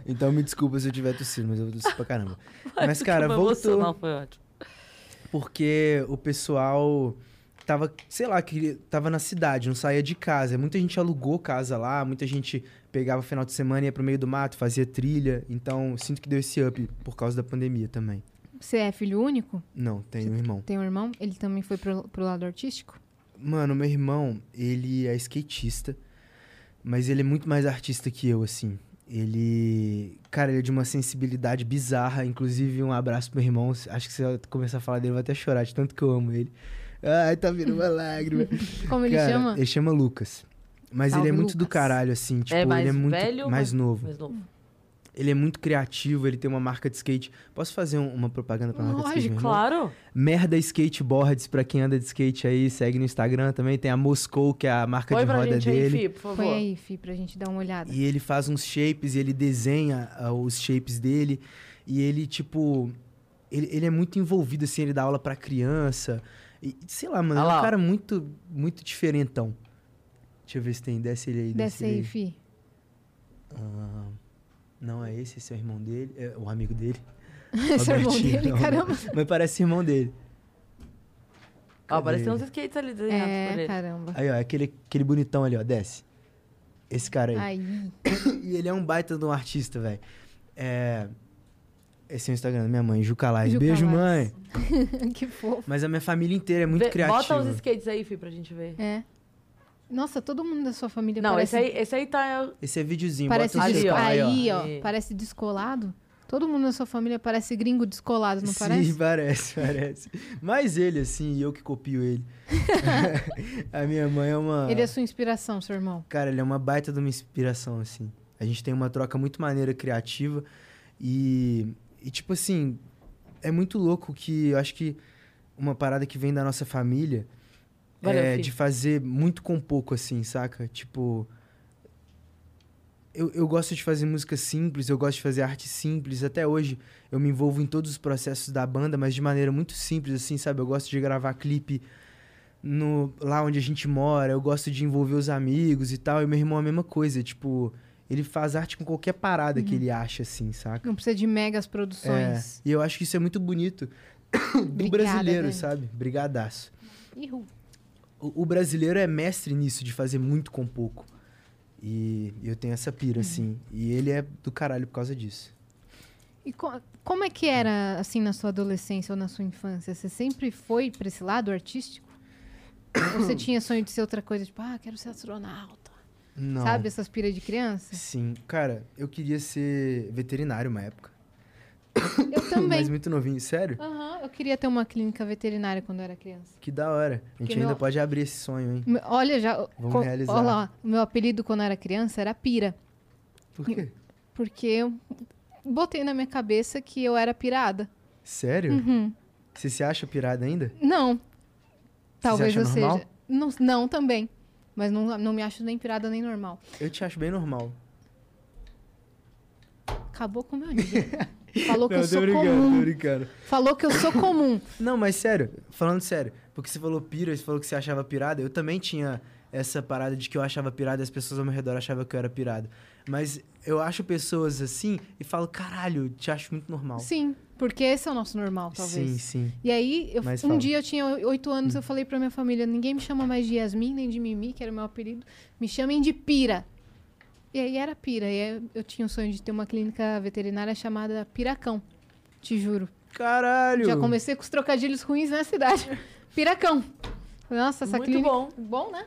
[SPEAKER 4] Então me desculpa se eu tiver tossindo, mas eu vou tossir pra caramba. mas, cara,
[SPEAKER 2] Foi
[SPEAKER 4] voltou.
[SPEAKER 2] emocional, Foi ótimo.
[SPEAKER 4] porque o pessoal tava, sei lá, queria, tava na cidade, não saía de casa. Muita gente alugou casa lá, muita gente pegava final de semana, ia pro meio do mato, fazia trilha. Então, sinto que deu esse up por causa da pandemia também.
[SPEAKER 3] Você é filho único?
[SPEAKER 4] Não, tenho um irmão.
[SPEAKER 3] Tem um irmão? Ele também foi pro, pro lado artístico?
[SPEAKER 4] Mano, meu irmão, ele é skatista, mas ele é muito mais artista que eu, assim. Ele. Cara, ele é de uma sensibilidade bizarra. Inclusive, um abraço pro meu irmão. Acho que se eu começar a falar dele, eu vou até chorar, de tanto que eu amo ele. Ai, tá vindo uma lágrima.
[SPEAKER 3] Como ele
[SPEAKER 4] Cara,
[SPEAKER 3] chama?
[SPEAKER 4] Ele chama Lucas. Mas
[SPEAKER 3] Salve,
[SPEAKER 4] ele é muito do
[SPEAKER 3] Lucas.
[SPEAKER 4] caralho, assim. Tipo,
[SPEAKER 2] é mais
[SPEAKER 4] ele é muito
[SPEAKER 2] velho? ou
[SPEAKER 4] mais novo.
[SPEAKER 2] Mais novo.
[SPEAKER 4] Ele é muito criativo, ele tem uma marca de skate. Posso fazer um- uma propaganda pra marca um de
[SPEAKER 3] Lógico,
[SPEAKER 4] skate? meu irmão?
[SPEAKER 2] Claro.
[SPEAKER 4] Merda Skateboards, pra quem anda de skate aí, segue no Instagram também. Tem a Moscou, que é a marca
[SPEAKER 2] Põe
[SPEAKER 4] de
[SPEAKER 2] pra
[SPEAKER 4] roda
[SPEAKER 2] gente
[SPEAKER 4] dele.
[SPEAKER 2] aí, Fih, por favor.
[SPEAKER 3] Foi aí, Fi, pra gente dar uma olhada.
[SPEAKER 4] E ele faz uns shapes, e ele desenha ah, os shapes dele. E ele, tipo. Ele, ele é muito envolvido, assim, ele dá aula pra criança. E, sei lá, mano,
[SPEAKER 2] Ah
[SPEAKER 4] ele é
[SPEAKER 2] lá,
[SPEAKER 4] um
[SPEAKER 2] ó.
[SPEAKER 4] cara muito, muito diferentão. Deixa eu ver se tem. Desce ele aí.
[SPEAKER 3] Desce
[SPEAKER 4] ele
[SPEAKER 3] aí, Fi.
[SPEAKER 4] Ah, não é esse, esse é o irmão dele. É o amigo dele.
[SPEAKER 3] Esse é o irmão
[SPEAKER 4] Albertinho,
[SPEAKER 3] dele,
[SPEAKER 4] não.
[SPEAKER 3] caramba.
[SPEAKER 4] Mas parece irmão dele.
[SPEAKER 2] Ó,
[SPEAKER 4] Cadê
[SPEAKER 2] apareceu uns
[SPEAKER 4] ele?
[SPEAKER 2] skates ali desenhados por
[SPEAKER 3] É,
[SPEAKER 2] ele.
[SPEAKER 3] caramba.
[SPEAKER 4] Aí, ó, é aquele, aquele bonitão ali, ó. Desce. Esse cara aí.
[SPEAKER 3] Aí.
[SPEAKER 4] E ele é um baita de um artista, velho. É. Esse é o Instagram da minha mãe, Jucalais.
[SPEAKER 3] Juca
[SPEAKER 4] Beijo,
[SPEAKER 3] Lais.
[SPEAKER 4] mãe.
[SPEAKER 3] que fofo.
[SPEAKER 4] Mas a minha família inteira é muito
[SPEAKER 2] Vê-
[SPEAKER 4] criativa.
[SPEAKER 2] Bota os skates aí, Fih, pra gente ver.
[SPEAKER 3] É. Nossa, todo mundo da sua família
[SPEAKER 2] Não,
[SPEAKER 3] parece...
[SPEAKER 2] esse aí, esse aí tá.
[SPEAKER 4] Esse é videozinho,
[SPEAKER 3] Parece
[SPEAKER 4] bota o
[SPEAKER 2] ali,
[SPEAKER 4] seu
[SPEAKER 2] ó.
[SPEAKER 4] pai, ó.
[SPEAKER 3] Aí, ó.
[SPEAKER 2] Aí.
[SPEAKER 3] Parece descolado. Todo mundo da sua família parece gringo descolado, não
[SPEAKER 4] Sim,
[SPEAKER 3] parece?
[SPEAKER 4] parece, parece. Mas ele, assim, e eu que copio ele. a minha mãe é uma.
[SPEAKER 3] Ele é sua inspiração, seu irmão.
[SPEAKER 4] Cara, ele é uma baita de uma inspiração, assim. A gente tem uma troca muito maneira criativa e, e tipo assim, é muito louco que eu acho que uma parada que vem da nossa família
[SPEAKER 2] Valeu,
[SPEAKER 4] é
[SPEAKER 2] Fih.
[SPEAKER 4] de fazer muito com pouco, assim, saca? Tipo. Eu, eu gosto de fazer música simples, eu gosto de fazer arte simples. Até hoje eu me envolvo em todos os processos da banda, mas de maneira muito simples, assim, sabe? Eu gosto de gravar clipe no, lá onde a gente mora, eu gosto de envolver os amigos e tal. E meu irmão é a mesma coisa, tipo, ele faz arte com qualquer parada
[SPEAKER 3] Uhum.
[SPEAKER 4] que ele acha, assim, saca?
[SPEAKER 3] Não precisa de megas produções.
[SPEAKER 4] E eu acho que isso é muito bonito do
[SPEAKER 3] Obrigada,
[SPEAKER 4] brasileiro,
[SPEAKER 3] Dani.
[SPEAKER 4] sabe? Brigadaço.
[SPEAKER 3] É. Ihu.
[SPEAKER 4] O, o brasileiro é mestre nisso, de fazer muito com pouco. E eu tenho essa
[SPEAKER 3] Uhum.
[SPEAKER 4] pira, assim. E ele é do caralho por causa disso.
[SPEAKER 3] E co- como é que era, assim, na sua adolescência ou na sua infância? Você sempre foi pra esse lado artístico? ou você tinha sonho de ser outra coisa? Tipo, ah, quero ser astronauta.
[SPEAKER 4] Não.
[SPEAKER 3] Sabe essas piras de criança?
[SPEAKER 4] Sim. Cara, eu queria ser veterinário uma época.
[SPEAKER 3] Eu também.
[SPEAKER 4] Mas muito novinho. Sério?
[SPEAKER 3] Aham, eu queria ter uma clínica veterinária quando eu era criança.
[SPEAKER 4] Que da hora. A gente
[SPEAKER 3] Porque
[SPEAKER 4] ainda
[SPEAKER 3] meu-
[SPEAKER 4] pode abrir esse sonho, hein?
[SPEAKER 3] Me- Olha já,
[SPEAKER 4] Vamos
[SPEAKER 3] co-
[SPEAKER 4] realizar.
[SPEAKER 3] olha lá, o meu apelido quando eu era criança era Pira,
[SPEAKER 4] Por quê?
[SPEAKER 3] porque eu botei na minha cabeça que eu era pirada.
[SPEAKER 4] Sério?
[SPEAKER 3] Uhum.
[SPEAKER 4] Você se acha pirada ainda?
[SPEAKER 3] Não. Talvez
[SPEAKER 4] acha
[SPEAKER 3] eu seja.
[SPEAKER 4] normal?
[SPEAKER 3] Não, não também. Mas não, não me acho nem pirada nem normal.
[SPEAKER 4] Eu te acho bem normal.
[SPEAKER 3] Acabou com o meu dia. Falou que
[SPEAKER 4] Não,
[SPEAKER 3] eu sou
[SPEAKER 4] brincando, tô
[SPEAKER 3] comum.
[SPEAKER 4] brincando.
[SPEAKER 3] Falou que eu sou comum.
[SPEAKER 4] Não, mas sério, falando sério, porque você falou pira, você falou que você achava pirada, eu também tinha essa parada de que eu achava pirada e as pessoas ao meu redor achavam que eu era pirada. Mas eu acho pessoas assim e falo, caralho, te acho muito normal.
[SPEAKER 3] Sim, porque esse é o nosso normal, talvez.
[SPEAKER 4] sim, sim.
[SPEAKER 3] E aí, eu-
[SPEAKER 4] Mas
[SPEAKER 3] um
[SPEAKER 4] fala. Hum.
[SPEAKER 3] dia eu tinha oi- oito anos, eu falei pra minha família: ninguém me chama mais de Yasmin, nem de Mimi, que era o meu apelido, me chamem de Pira. E aí era Pira. E aí eu tinha o sonho de ter uma clínica veterinária chamada Piracão. Te juro.
[SPEAKER 4] Caralho!
[SPEAKER 3] Já comecei com os trocadilhos ruins na cidade. Piracão. Nossa, essa
[SPEAKER 2] Muito
[SPEAKER 3] clínica.
[SPEAKER 2] bom.
[SPEAKER 3] Bom, né?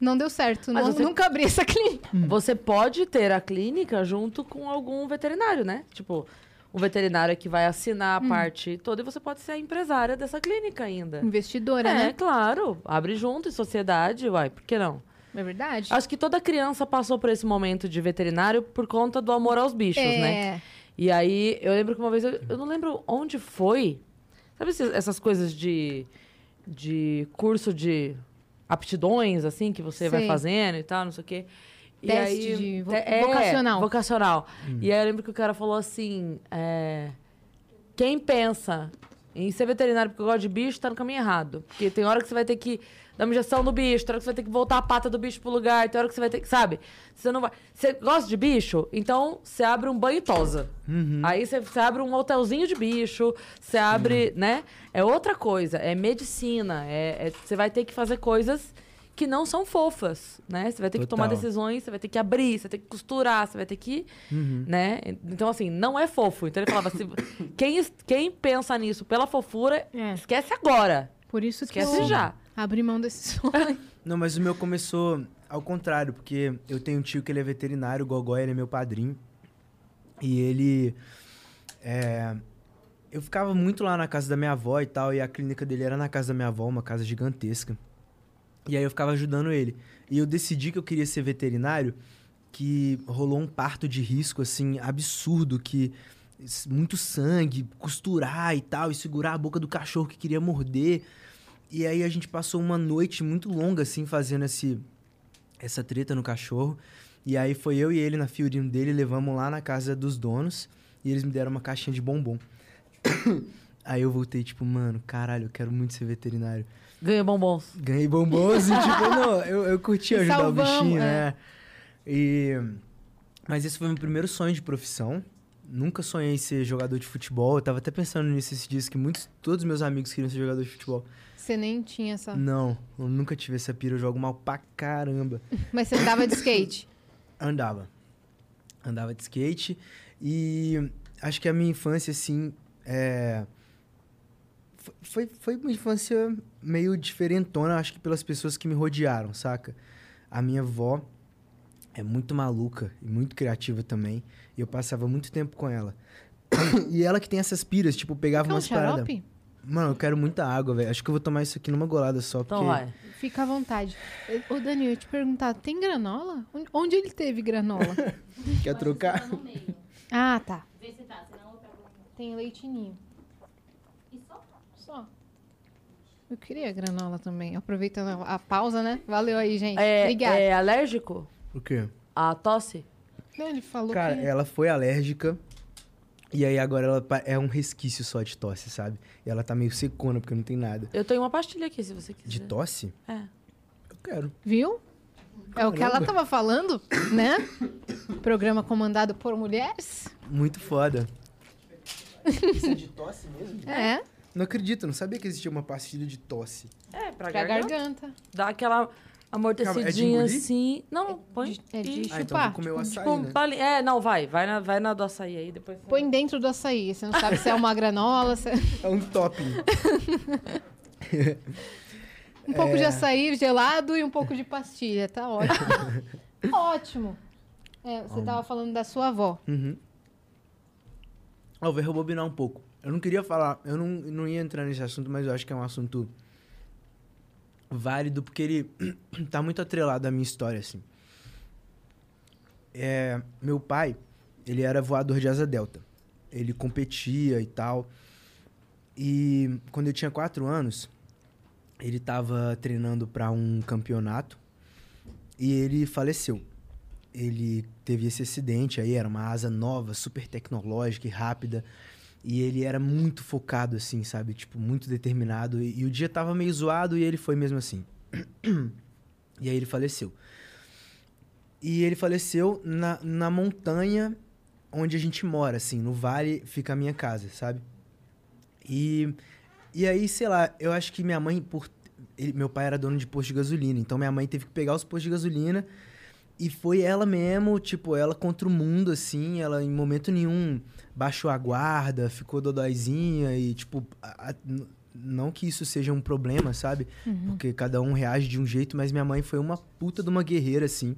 [SPEAKER 3] Não deu certo.
[SPEAKER 2] Mas
[SPEAKER 3] Não,
[SPEAKER 2] você- Hum.
[SPEAKER 3] Nunca abri essa clínica.
[SPEAKER 2] Você pode ter a clínica junto com algum veterinário, né? Tipo, o veterinário é que vai
[SPEAKER 3] Hum.
[SPEAKER 2] assinar a parte toda e você pode ser a empresária dessa clínica ainda.
[SPEAKER 3] Investidora,
[SPEAKER 2] é,
[SPEAKER 3] né?
[SPEAKER 2] claro. Abre junto em sociedade, uai, por que não?
[SPEAKER 3] É verdade.
[SPEAKER 2] Acho que toda criança passou por esse momento de veterinário por conta do amor aos bichos,
[SPEAKER 3] é...
[SPEAKER 2] né? E aí, eu lembro que uma vez, eu, eu não lembro onde foi. Sabe esses- essas coisas de, de curso de aptidões, assim, que você vai
[SPEAKER 3] Sei.
[SPEAKER 2] fazendo e tal, não sei o quê. E
[SPEAKER 3] Teste
[SPEAKER 2] aí-
[SPEAKER 3] de vo-
[SPEAKER 2] Te- é,
[SPEAKER 3] vocacional.
[SPEAKER 2] vocacional. E aí eu lembro que o cara falou assim: é, quem pensa em ser veterinário porque gosta de bicho tá no caminho errado. Porque tem hora que você vai ter que dar uma injeção no bicho, tem hora que você vai ter que voltar a pata do bicho pro lugar, tem hora que você vai ter que. Sabe? Você não vai. Você gosta de bicho? Então você abre um banho e tosa. Aí você, você abre um hotelzinho de bicho, você abre, né? É outra coisa, é medicina. é- é- você vai ter que fazer coisas que não são fofas, né? Você vai ter que tomar
[SPEAKER 4] Total.
[SPEAKER 2] decisões decisões, você vai ter que abrir, você vai ter que costurar, você vai ter que.
[SPEAKER 4] Uhum.
[SPEAKER 2] Né? Então, assim, não é fofo. Então ele falava assim: quem, es- quem pensa nisso pela fofura,
[SPEAKER 3] É.
[SPEAKER 2] esquece agora.
[SPEAKER 3] Por isso que
[SPEAKER 2] Esquece
[SPEAKER 3] eu
[SPEAKER 2] já.
[SPEAKER 3] abri mão desse sonho.
[SPEAKER 4] Não, mas o meu começou ao contrário, porque eu tenho um tio que ele é veterinário, o Gogói, ele é meu padrinho. E ele. é, eu ficava muito lá na casa da minha avó e tal, e a clínica dele era na casa da minha avó, uma casa gigantesca. E aí eu ficava ajudando ele. E eu decidi que eu queria ser veterinário, que rolou um parto de risco, assim, absurdo, que s- muito sangue, costurar e tal, e segurar a boca do cachorro que queria morder. E aí a gente passou uma noite muito longa, assim, fazendo esse, essa treta no cachorro. E aí foi eu e ele na fiorinho dele, levamos lá na casa dos donos e eles me deram uma caixinha de bombom. aí eu voltei, tipo, mano, caralho, eu quero muito ser veterinário.
[SPEAKER 2] Ganha bombons.
[SPEAKER 4] Ganhei bombons e, tipo, não, eu, eu curti
[SPEAKER 3] E
[SPEAKER 4] ajudar o
[SPEAKER 3] salvamos,
[SPEAKER 4] bichinho,
[SPEAKER 3] é.
[SPEAKER 4] né? E... Mas esse foi meu primeiro sonho de profissão. Nunca sonhei em ser jogador de futebol. Eu tava até pensando nisso esses dias, que muitos, todos meus amigos queriam ser jogador de futebol.
[SPEAKER 3] Você nem tinha essa.
[SPEAKER 4] Não, eu nunca tive essa pira, eu jogo mal pra caramba.
[SPEAKER 3] Mas você andava de skate.
[SPEAKER 4] Andava. Andava de skate e acho que a minha infância, assim, é... fo- Foi, foi uma infância meio diferentona, acho que pelas pessoas que me rodearam, saca? A minha avó é muito maluca e muito criativa também. E eu passava muito tempo com ela. e ela que tem essas piras, tipo, pegava
[SPEAKER 3] Quer um
[SPEAKER 4] umas paradas.
[SPEAKER 3] xarope?
[SPEAKER 4] Mano, eu quero muita água, velho. Acho que eu vou tomar isso aqui numa golada só,
[SPEAKER 2] Então
[SPEAKER 4] porque...
[SPEAKER 2] vai.
[SPEAKER 3] Fica à vontade. Eu- Ô, Dani, eu ia te perguntar, tem granola? On- Onde ele teve granola?
[SPEAKER 4] Quer trocar?
[SPEAKER 1] No meio.
[SPEAKER 3] ah, tá.
[SPEAKER 1] Vê se tá, senão eu pego um.
[SPEAKER 3] Tem leitinho.
[SPEAKER 1] E só
[SPEAKER 3] Só. Eu queria granola também. Aproveitando a a pausa, né? Valeu aí, gente.
[SPEAKER 2] É,
[SPEAKER 3] Obrigada.
[SPEAKER 2] é alérgico
[SPEAKER 4] O quê?
[SPEAKER 2] à tosse?
[SPEAKER 3] Não, ele falou
[SPEAKER 4] Cara,
[SPEAKER 2] é.
[SPEAKER 3] que...
[SPEAKER 4] ela foi alérgica. E aí agora ela pa- é um resquício só de tosse, sabe? E ela tá meio secona porque não tem nada.
[SPEAKER 2] Eu tenho uma pastilha aqui, se você quiser.
[SPEAKER 3] Uhum.
[SPEAKER 4] De tosse?
[SPEAKER 2] É.
[SPEAKER 4] Eu quero.
[SPEAKER 3] Viu? É o que ela tava falando, né? Programa comandado por mulheres.
[SPEAKER 4] Muito foda. Isso é de tosse mesmo?
[SPEAKER 1] Né?
[SPEAKER 3] É.
[SPEAKER 4] Não acredito, não sabia que existia uma pastilha de tosse.
[SPEAKER 2] É, pra,
[SPEAKER 3] Pra
[SPEAKER 2] garganta.
[SPEAKER 3] garganta.
[SPEAKER 2] Dá aquela amortecidinha
[SPEAKER 4] Calma, é de engolir?
[SPEAKER 2] assim. Não, põe.
[SPEAKER 3] de- é de-
[SPEAKER 2] e-
[SPEAKER 4] Ah, então
[SPEAKER 3] Chupar,
[SPEAKER 4] vou comer o açaí,
[SPEAKER 2] tipo,
[SPEAKER 4] né?
[SPEAKER 2] pali- É, não, vai. Vai na, vai na do açaí aí, depois. você-
[SPEAKER 3] Põe dentro do açaí. Você não sabe se é uma granola, se é...
[SPEAKER 4] É um topping.
[SPEAKER 3] Um pouco
[SPEAKER 4] É.
[SPEAKER 3] de açaí gelado e um pouco de pastilha. Tá ótimo. ótimo. É,
[SPEAKER 2] Hum.
[SPEAKER 3] você tava falando da sua avó.
[SPEAKER 4] Uhum. Ó, vou rebobinar um pouco. Eu não queria falar, eu não, não ia entrar nesse assunto, mas eu acho que é um assunto válido, porque ele tá muito atrelado à minha história, assim. É, meu pai, ele era voador de asa delta. Ele competia e tal. E quando eu tinha quatro anos, ele tava treinando para um campeonato e ele faleceu ele teve esse acidente aí, era uma asa nova, super tecnológica e rápida. E ele era muito focado, assim, sabe? Tipo, muito determinado. E, e o dia tava meio zoado e ele foi mesmo assim. e aí ele faleceu. E ele faleceu na, na montanha onde a gente mora, assim, no vale fica a minha casa, sabe? E, e aí, sei lá, eu acho que minha mãe, por. ele- meu pai era dono de posto de gasolina, então minha mãe teve que pegar os postos de gasolina e foi ela mesmo, tipo, ela contra o mundo, assim, ela em momento nenhum baixou a guarda, ficou dodóizinha e, tipo, a- a- n- Não que isso seja um problema, sabe? Porque cada um reage de um jeito, mas minha mãe foi uma puta de uma guerreira, assim.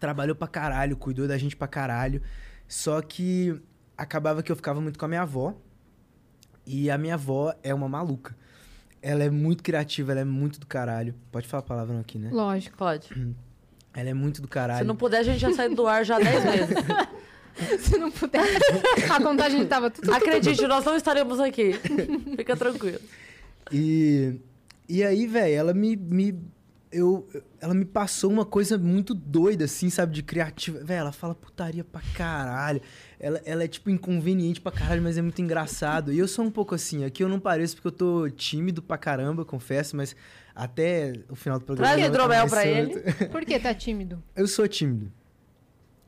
[SPEAKER 4] Trabalhou pra caralho, cuidou da gente pra caralho. Só que acabava que eu ficava muito com a minha avó. E a minha avó é uma maluca. Ela é muito criativa, ela é muito do caralho. Pode falar palavrão aqui, né?
[SPEAKER 3] Lógico.
[SPEAKER 2] Pode.
[SPEAKER 4] Ela é muito do
[SPEAKER 2] Se
[SPEAKER 4] caralho.
[SPEAKER 2] não puder, a gente já saiu do ar já 10 vezes.
[SPEAKER 3] Se não puder. A contagem tava tudo.
[SPEAKER 2] Acredite, nós não estaremos aqui. Fica tranquilo.
[SPEAKER 4] E, e aí, velho, ela me, me. Eu. Ela me passou uma coisa muito doida, assim, sabe? De criativa. Velho, ela fala putaria pra caralho. Ela, ela é, tipo, inconveniente pra caralho, mas é muito engraçado. E eu sou um pouco assim. Aqui eu não pareço porque eu tô tímido pra caramba, confesso, mas até o final do programa.
[SPEAKER 2] Traz
[SPEAKER 4] eu vou
[SPEAKER 2] hidromel
[SPEAKER 4] estar
[SPEAKER 2] pra
[SPEAKER 4] mais
[SPEAKER 2] ele.
[SPEAKER 4] solto.
[SPEAKER 3] Por que tá tímido?
[SPEAKER 4] Eu sou tímido.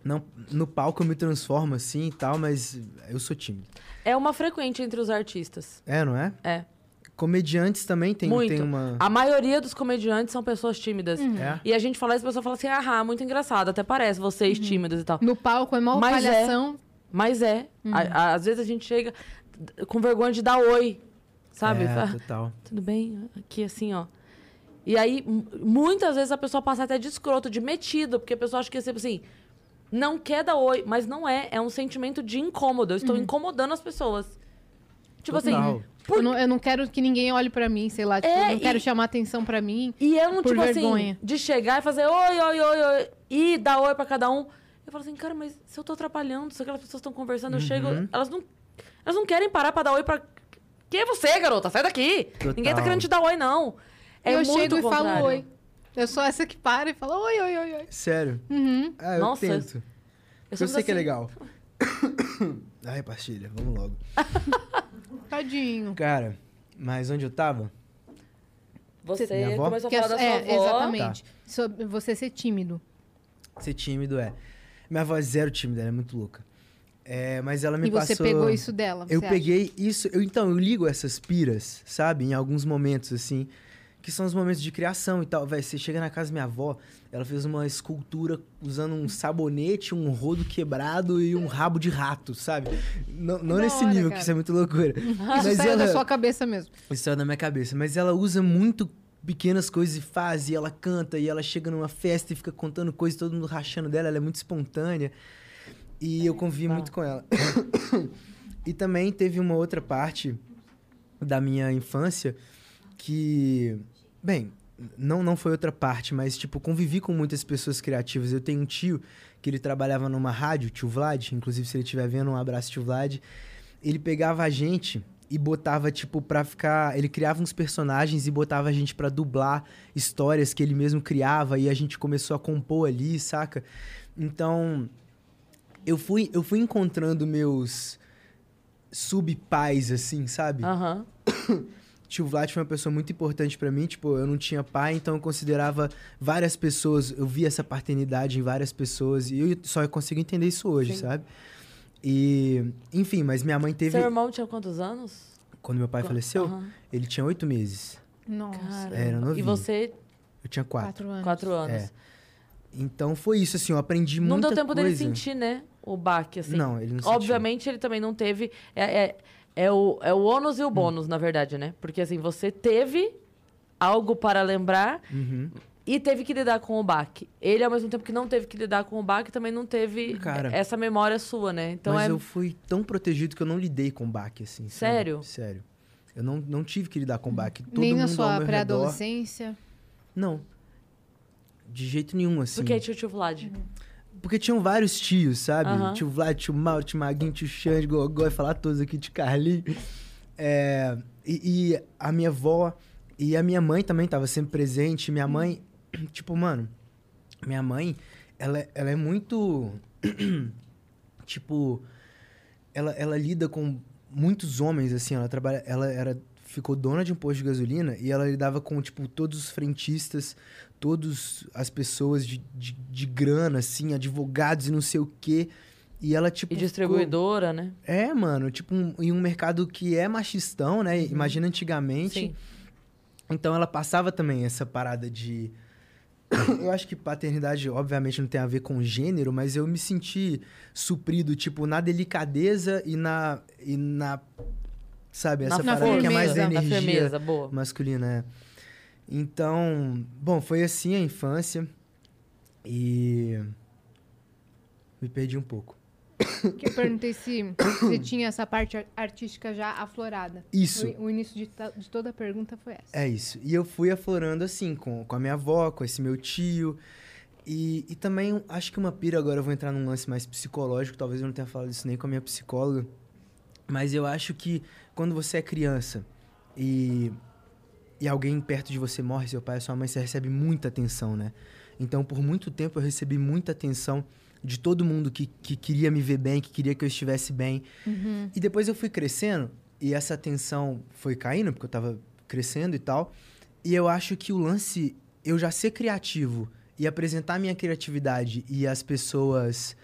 [SPEAKER 4] Não, no palco eu me transformo assim e tal, mas eu sou tímido.
[SPEAKER 2] É uma frequente entre os artistas.
[SPEAKER 4] É, não é?
[SPEAKER 2] É.
[SPEAKER 4] Comediantes também tem,
[SPEAKER 2] muito. Ah,
[SPEAKER 4] tem uma.
[SPEAKER 2] A maioria dos comediantes são pessoas tímidas.
[SPEAKER 4] Hum. É?
[SPEAKER 2] E a gente fala isso, a pessoa fala assim, ah, muito engraçado, até parece vocês tímidas e tal.
[SPEAKER 3] No palco é mó
[SPEAKER 2] Mas é.
[SPEAKER 3] palhação.
[SPEAKER 2] Mas é. A- a- às vezes a gente chega com vergonha de dar oi, sabe?
[SPEAKER 4] É,
[SPEAKER 2] Fala,
[SPEAKER 4] total.
[SPEAKER 2] Tudo bem? Aqui assim, ó. E aí, mu- muitas vezes a pessoa passa até de escroto, de metido, porque a pessoa acha que é sempre assim, não quer dar oi, mas não é. É um sentimento de incômodo. Eu estou incomodando as pessoas. Tipo
[SPEAKER 4] Total.
[SPEAKER 2] assim. Por-
[SPEAKER 3] Uhum. Eu, não, eu não quero que ninguém olhe pra mim, sei lá. Tipo,
[SPEAKER 2] É,
[SPEAKER 3] eu não
[SPEAKER 2] e-
[SPEAKER 3] quero chamar atenção pra mim.
[SPEAKER 2] E é um
[SPEAKER 3] Por
[SPEAKER 2] tipo
[SPEAKER 3] vergonha.
[SPEAKER 2] assim, de chegar e fazer oi, oi, oi, oi, e dar oi pra cada um. Eu falo assim, cara, mas se eu tô atrapalhando, se aquelas pessoas estão conversando,
[SPEAKER 4] Uhum.
[SPEAKER 2] eu chego, elas não, elas não querem parar pra dar oi pra. Quem é você, garota? Sai daqui!
[SPEAKER 4] Total.
[SPEAKER 2] Ninguém tá querendo te dar oi, não. É
[SPEAKER 3] eu
[SPEAKER 2] muito
[SPEAKER 3] chego e falo
[SPEAKER 2] contrário.
[SPEAKER 3] oi. Eu sou essa que para e fala oi, oi, oi, oi.
[SPEAKER 4] Sério?
[SPEAKER 3] Uhum.
[SPEAKER 4] Ah, eu
[SPEAKER 2] Nossa.
[SPEAKER 4] tento. Eu,
[SPEAKER 2] sou
[SPEAKER 4] sei que é
[SPEAKER 2] assim.
[SPEAKER 4] legal. Ai, pastilha, vamos logo.
[SPEAKER 3] Tadinho.
[SPEAKER 4] Cara, mas onde eu tava?
[SPEAKER 2] Você
[SPEAKER 4] Minha avó?
[SPEAKER 2] começou a
[SPEAKER 3] Que
[SPEAKER 2] falar
[SPEAKER 3] é,
[SPEAKER 2] da sua
[SPEAKER 3] é,
[SPEAKER 2] avó.
[SPEAKER 3] exatamente.
[SPEAKER 2] Tá.
[SPEAKER 3] Sobre você ser tímido.
[SPEAKER 4] Ser tímido é. Minha avó é zero tímida, ela é muito louca. É, mas ela me
[SPEAKER 3] e você
[SPEAKER 4] passou...
[SPEAKER 3] pegou isso dela.
[SPEAKER 4] Eu
[SPEAKER 3] você acha?
[SPEAKER 4] peguei isso. Eu, então, eu ligo essas piras, sabe? Em alguns momentos, assim. Que são os momentos de criação e tal. Véi, você chega na casa da minha avó, ela fez uma escultura usando um sabonete, um rodo quebrado e um rabo de rato, sabe? Não, não
[SPEAKER 3] Da
[SPEAKER 4] nesse
[SPEAKER 3] hora,
[SPEAKER 4] nível,
[SPEAKER 3] cara.
[SPEAKER 4] que isso é muito loucura.
[SPEAKER 3] Isso saiu da sua cabeça mesmo.
[SPEAKER 4] Isso é da minha cabeça. Mas ela usa muito pequenas coisas e faz, e ela canta, e ela chega numa festa e fica contando coisas, todo mundo rachando dela, ela é muito espontânea. E eu convivi muito com ela. e também teve uma outra parte da minha infância que. Bem, não, não foi outra parte, mas, tipo, convivi com muitas pessoas criativas. Eu tenho um tio que ele trabalhava numa rádio, tio Vlad, inclusive se ele estiver vendo, um abraço, tio Vlad. Ele pegava a gente e botava, tipo, pra ficar. Ele criava uns personagens e botava a gente pra dublar histórias que ele mesmo criava e a gente começou a compor ali, saca? Então, eu fui, eu fui encontrando meus subpais, assim, sabe?
[SPEAKER 2] Aham.
[SPEAKER 4] tio Vlad foi uma pessoa muito importante pra mim. Tipo, eu não tinha pai, então eu considerava várias pessoas. Eu via essa paternidade em várias pessoas. E eu só consigo entender isso hoje, sabe? E, enfim, mas minha mãe teve.
[SPEAKER 2] Seu irmão tinha quantos anos?
[SPEAKER 4] Quando meu pai faleceu,
[SPEAKER 2] Aham.
[SPEAKER 4] ele tinha oito meses.
[SPEAKER 3] Nossa.
[SPEAKER 2] Caramba.
[SPEAKER 4] Era
[SPEAKER 2] E
[SPEAKER 4] novinho.
[SPEAKER 2] você,
[SPEAKER 4] Eu tinha quatro.
[SPEAKER 3] Quatro anos.
[SPEAKER 2] quatro anos.
[SPEAKER 4] É. Então foi isso, assim, eu aprendi
[SPEAKER 2] Não
[SPEAKER 4] muita
[SPEAKER 2] deu tempo
[SPEAKER 4] coisa.
[SPEAKER 2] dele sentir, né? O baque, assim.
[SPEAKER 4] Não, ele não sentiu.
[SPEAKER 2] Obviamente, ele também não teve. É, é, é o, é o ônus e o bônus,
[SPEAKER 4] Hum.
[SPEAKER 2] na verdade, né? Porque assim, você teve algo para lembrar
[SPEAKER 4] Uhum.
[SPEAKER 2] e teve que lidar com o baque. Ele, ao mesmo tempo que não teve que lidar com o baque, também não teve
[SPEAKER 4] Cara.
[SPEAKER 2] essa memória sua, né? Então
[SPEAKER 4] Mas
[SPEAKER 2] é.
[SPEAKER 4] eu fui tão protegido que eu não lidei com baque, assim. sabe?
[SPEAKER 2] Sério?
[SPEAKER 4] Sério. Eu não, não tive que lidar com baque. Todo
[SPEAKER 3] Nem
[SPEAKER 4] mundo
[SPEAKER 3] na
[SPEAKER 4] ao
[SPEAKER 3] sua
[SPEAKER 4] meu redor...
[SPEAKER 3] pré-adolescência.
[SPEAKER 4] Não. De jeito nenhum, assim.
[SPEAKER 2] Porque é tio tio Vlad.
[SPEAKER 4] Porque tinham vários tios, sabe?
[SPEAKER 2] Aham.
[SPEAKER 4] Tio Vlad, tio Mauro, tio Maguinho, tio Xande, Gogó, e falar todos aqui de Carlinhos. É, e, e a minha avó e a minha mãe também tava sempre presente. Minha mãe, tipo, mano, minha mãe, ela, ela é muito. tipo, ela, ela lida com muitos homens, assim, ela trabalha. Ela era, ficou dona de um posto de gasolina e ela lidava com, tipo, todos os frentistas, todas as pessoas de, de, de grana, assim, advogados e não sei o quê. E ela, tipo.
[SPEAKER 2] E
[SPEAKER 4] ficou-
[SPEAKER 2] distribuidora, né?
[SPEAKER 4] é, mano, tipo, um- em um mercado que é machistão,
[SPEAKER 3] Uhum.
[SPEAKER 4] né? Imagina antigamente.
[SPEAKER 2] Sim.
[SPEAKER 4] Então ela passava também essa parada de. Eu acho que paternidade, obviamente, não tem a ver com gênero, mas eu me senti suprido, tipo, na delicadeza e na, e na Sabe?
[SPEAKER 2] Na
[SPEAKER 4] Essa
[SPEAKER 3] Na
[SPEAKER 4] parada que é mais
[SPEAKER 3] firmeza, na
[SPEAKER 2] na
[SPEAKER 4] energia
[SPEAKER 2] firmeza, boa.
[SPEAKER 4] masculina. é. Então, bom, foi assim a infância. E. Me perdi um pouco.
[SPEAKER 3] Que eu perguntei se você tinha essa parte ar- artística já aflorada.
[SPEAKER 4] Isso.
[SPEAKER 3] O, o início de, ta- de toda a pergunta foi essa.
[SPEAKER 4] É isso. E eu fui aflorando assim, com, com a minha avó, com esse meu tio. E, e também um- acho que uma pira agora eu vou entrar num lance mais psicológico, talvez eu não tenha falado isso nem com a minha psicóloga. Mas eu acho que quando você é criança e, e alguém perto de você morre, seu pai, sua mãe, você recebe muita atenção, né? Então, por muito tempo, eu recebi muita atenção de todo mundo que, que queria me ver bem, que queria que eu estivesse bem. E depois eu fui crescendo e essa atenção foi caindo, porque eu tava crescendo e tal. E eu acho que o lance, eu já ser criativo e apresentar minha criatividade e as pessoas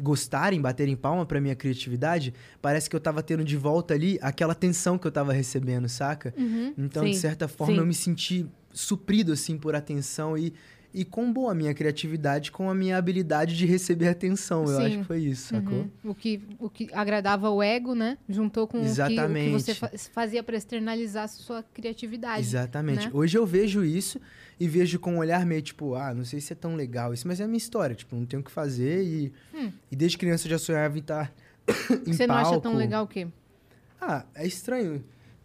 [SPEAKER 4] gostarem, baterem palma pra minha criatividade, parece que eu tava tendo de volta ali aquela atenção que eu tava recebendo, saca?
[SPEAKER 3] Uhum.
[SPEAKER 4] Então, de
[SPEAKER 2] Sim,
[SPEAKER 4] certa forma,
[SPEAKER 2] sim.
[SPEAKER 4] eu me senti suprido, assim, por atenção e, e combou a minha criatividade com a minha habilidade de receber atenção. Eu
[SPEAKER 3] Sim.
[SPEAKER 4] acho que foi isso, sacou?
[SPEAKER 3] Uhum. O, que, o que agradava o ego, né? Juntou com o que- o que,
[SPEAKER 4] Exatamente.
[SPEAKER 3] você fa- fazia para externalizar sua criatividade.
[SPEAKER 4] Exatamente.
[SPEAKER 3] né?
[SPEAKER 4] Hoje eu vejo isso e vejo com um olhar meio tipo, ah, não sei se é tão legal isso, mas é a minha história, tipo, não tenho o que fazer e, e desde criança eu já sonhava em estar em
[SPEAKER 3] Hum. Você não
[SPEAKER 4] palco.
[SPEAKER 3] acha tão legal o quê?
[SPEAKER 4] Ah, é estranho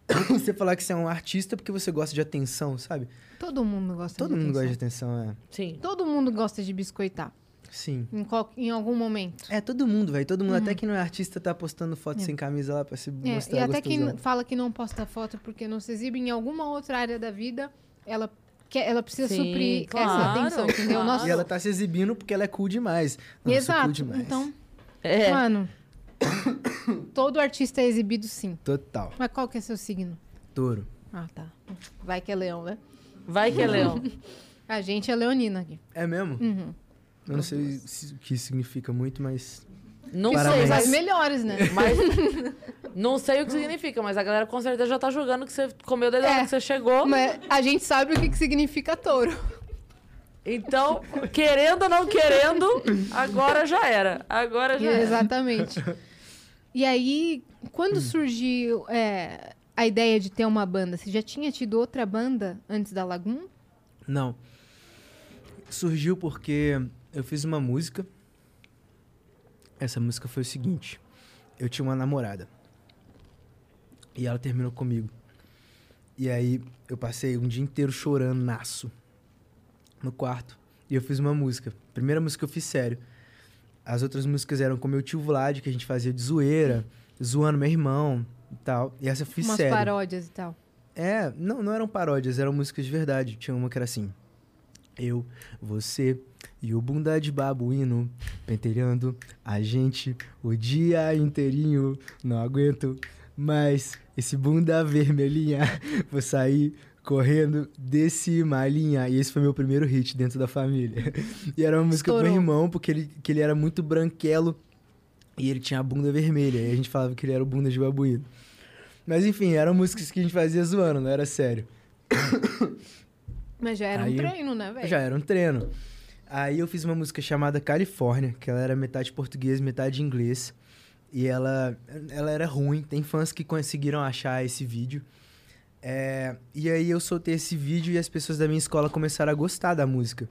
[SPEAKER 4] você falar que você é um artista porque você gosta de atenção, sabe?
[SPEAKER 3] Todo mundo gosta
[SPEAKER 4] Todo
[SPEAKER 3] de
[SPEAKER 4] mundo gosta de
[SPEAKER 3] atenção.
[SPEAKER 4] atenção, é.
[SPEAKER 2] Sim.
[SPEAKER 3] Todo mundo gosta de biscoitar.
[SPEAKER 4] Sim.
[SPEAKER 3] Em, qual- em algum momento.
[SPEAKER 4] É, todo mundo, velho. Todo mundo, até quem não é artista, tá postando foto sem camisa lá pra se
[SPEAKER 3] Uhum. É,
[SPEAKER 4] mostrar
[SPEAKER 3] e até
[SPEAKER 4] gostosão.
[SPEAKER 3] quem fala que não posta foto porque não se exibe em alguma outra área da vida, ela, quer, ela precisa
[SPEAKER 2] Sim,
[SPEAKER 3] suprir essa
[SPEAKER 2] claro,
[SPEAKER 3] atenção, entendeu?
[SPEAKER 2] claro.
[SPEAKER 3] Nossa,
[SPEAKER 4] E ela tá se exibindo porque ela é cool demais. Não, eu sou cool
[SPEAKER 3] Exato.
[SPEAKER 4] demais.
[SPEAKER 3] Então,
[SPEAKER 2] É.
[SPEAKER 3] mano, todo artista é exibido sim.
[SPEAKER 4] Total.
[SPEAKER 3] Mas qual que é seu signo?
[SPEAKER 4] Touro.
[SPEAKER 3] Ah, tá. Vai que é leão, né?
[SPEAKER 2] Vai que é leão.
[SPEAKER 3] A gente é leonina aqui.
[SPEAKER 4] É mesmo?
[SPEAKER 3] Uhum.
[SPEAKER 4] Eu não sei se- o que isso significa muito, mas.
[SPEAKER 2] Não sei,
[SPEAKER 4] Parabéns.
[SPEAKER 3] Somos as
[SPEAKER 2] mas,
[SPEAKER 3] melhores, né?
[SPEAKER 2] mas- Não sei o que significa, mas a galera com certeza já tá julgando que você comeu desde a hora
[SPEAKER 3] É.
[SPEAKER 2] que você chegou.
[SPEAKER 3] Mas a gente sabe o que, que significa touro.
[SPEAKER 2] Então, querendo ou não querendo, agora já era.
[SPEAKER 4] É.
[SPEAKER 2] Agora já era.
[SPEAKER 3] Exatamente. E aí,
[SPEAKER 4] Hum.
[SPEAKER 3] quando surgiu é, a ideia de ter uma banda? Você já tinha tido outra banda antes da Lagoon?
[SPEAKER 4] Não. Surgiu porque eu fiz uma música. Essa música foi o seguinte: eu tinha uma namorada. E ela terminou comigo. E aí eu passei um dia inteiro chorando, naço, no quarto. E eu fiz uma música. Primeira música que eu fiz sério. As outras músicas eram com meu tio Vlad, que a gente fazia de zoeira, zoando meu irmão e tal. E essa eu fiz
[SPEAKER 3] Umas
[SPEAKER 4] sério.
[SPEAKER 3] paródias e tal.
[SPEAKER 4] É, não, não eram paródias, eram músicas de verdade. Tinha uma que era assim. Eu, você e o bunda de babuíno pentelhando a gente o dia inteirinho. Não aguento mais esse bunda vermelhinha. Vou sair correndo desse malinha. E esse foi meu primeiro hit dentro da família. E era uma música do meu
[SPEAKER 3] Estourou.
[SPEAKER 4] irmão, porque ele, que ele era muito branquelo e ele tinha a bunda vermelha. E a gente falava que ele era o bunda de babuíno. Mas enfim, eram músicas que a gente fazia zoando, não era sério.
[SPEAKER 3] Mas já era
[SPEAKER 4] Aí-
[SPEAKER 3] um treino, né, velho?
[SPEAKER 4] Já era um treino. Aí eu fiz uma música chamada Califórnia, que ela era metade português, metade inglês. E ela, ela era ruim. Tem fãs que conseguiram achar esse vídeo. É, e aí eu soltei esse vídeo e as pessoas da minha escola começaram a gostar da música.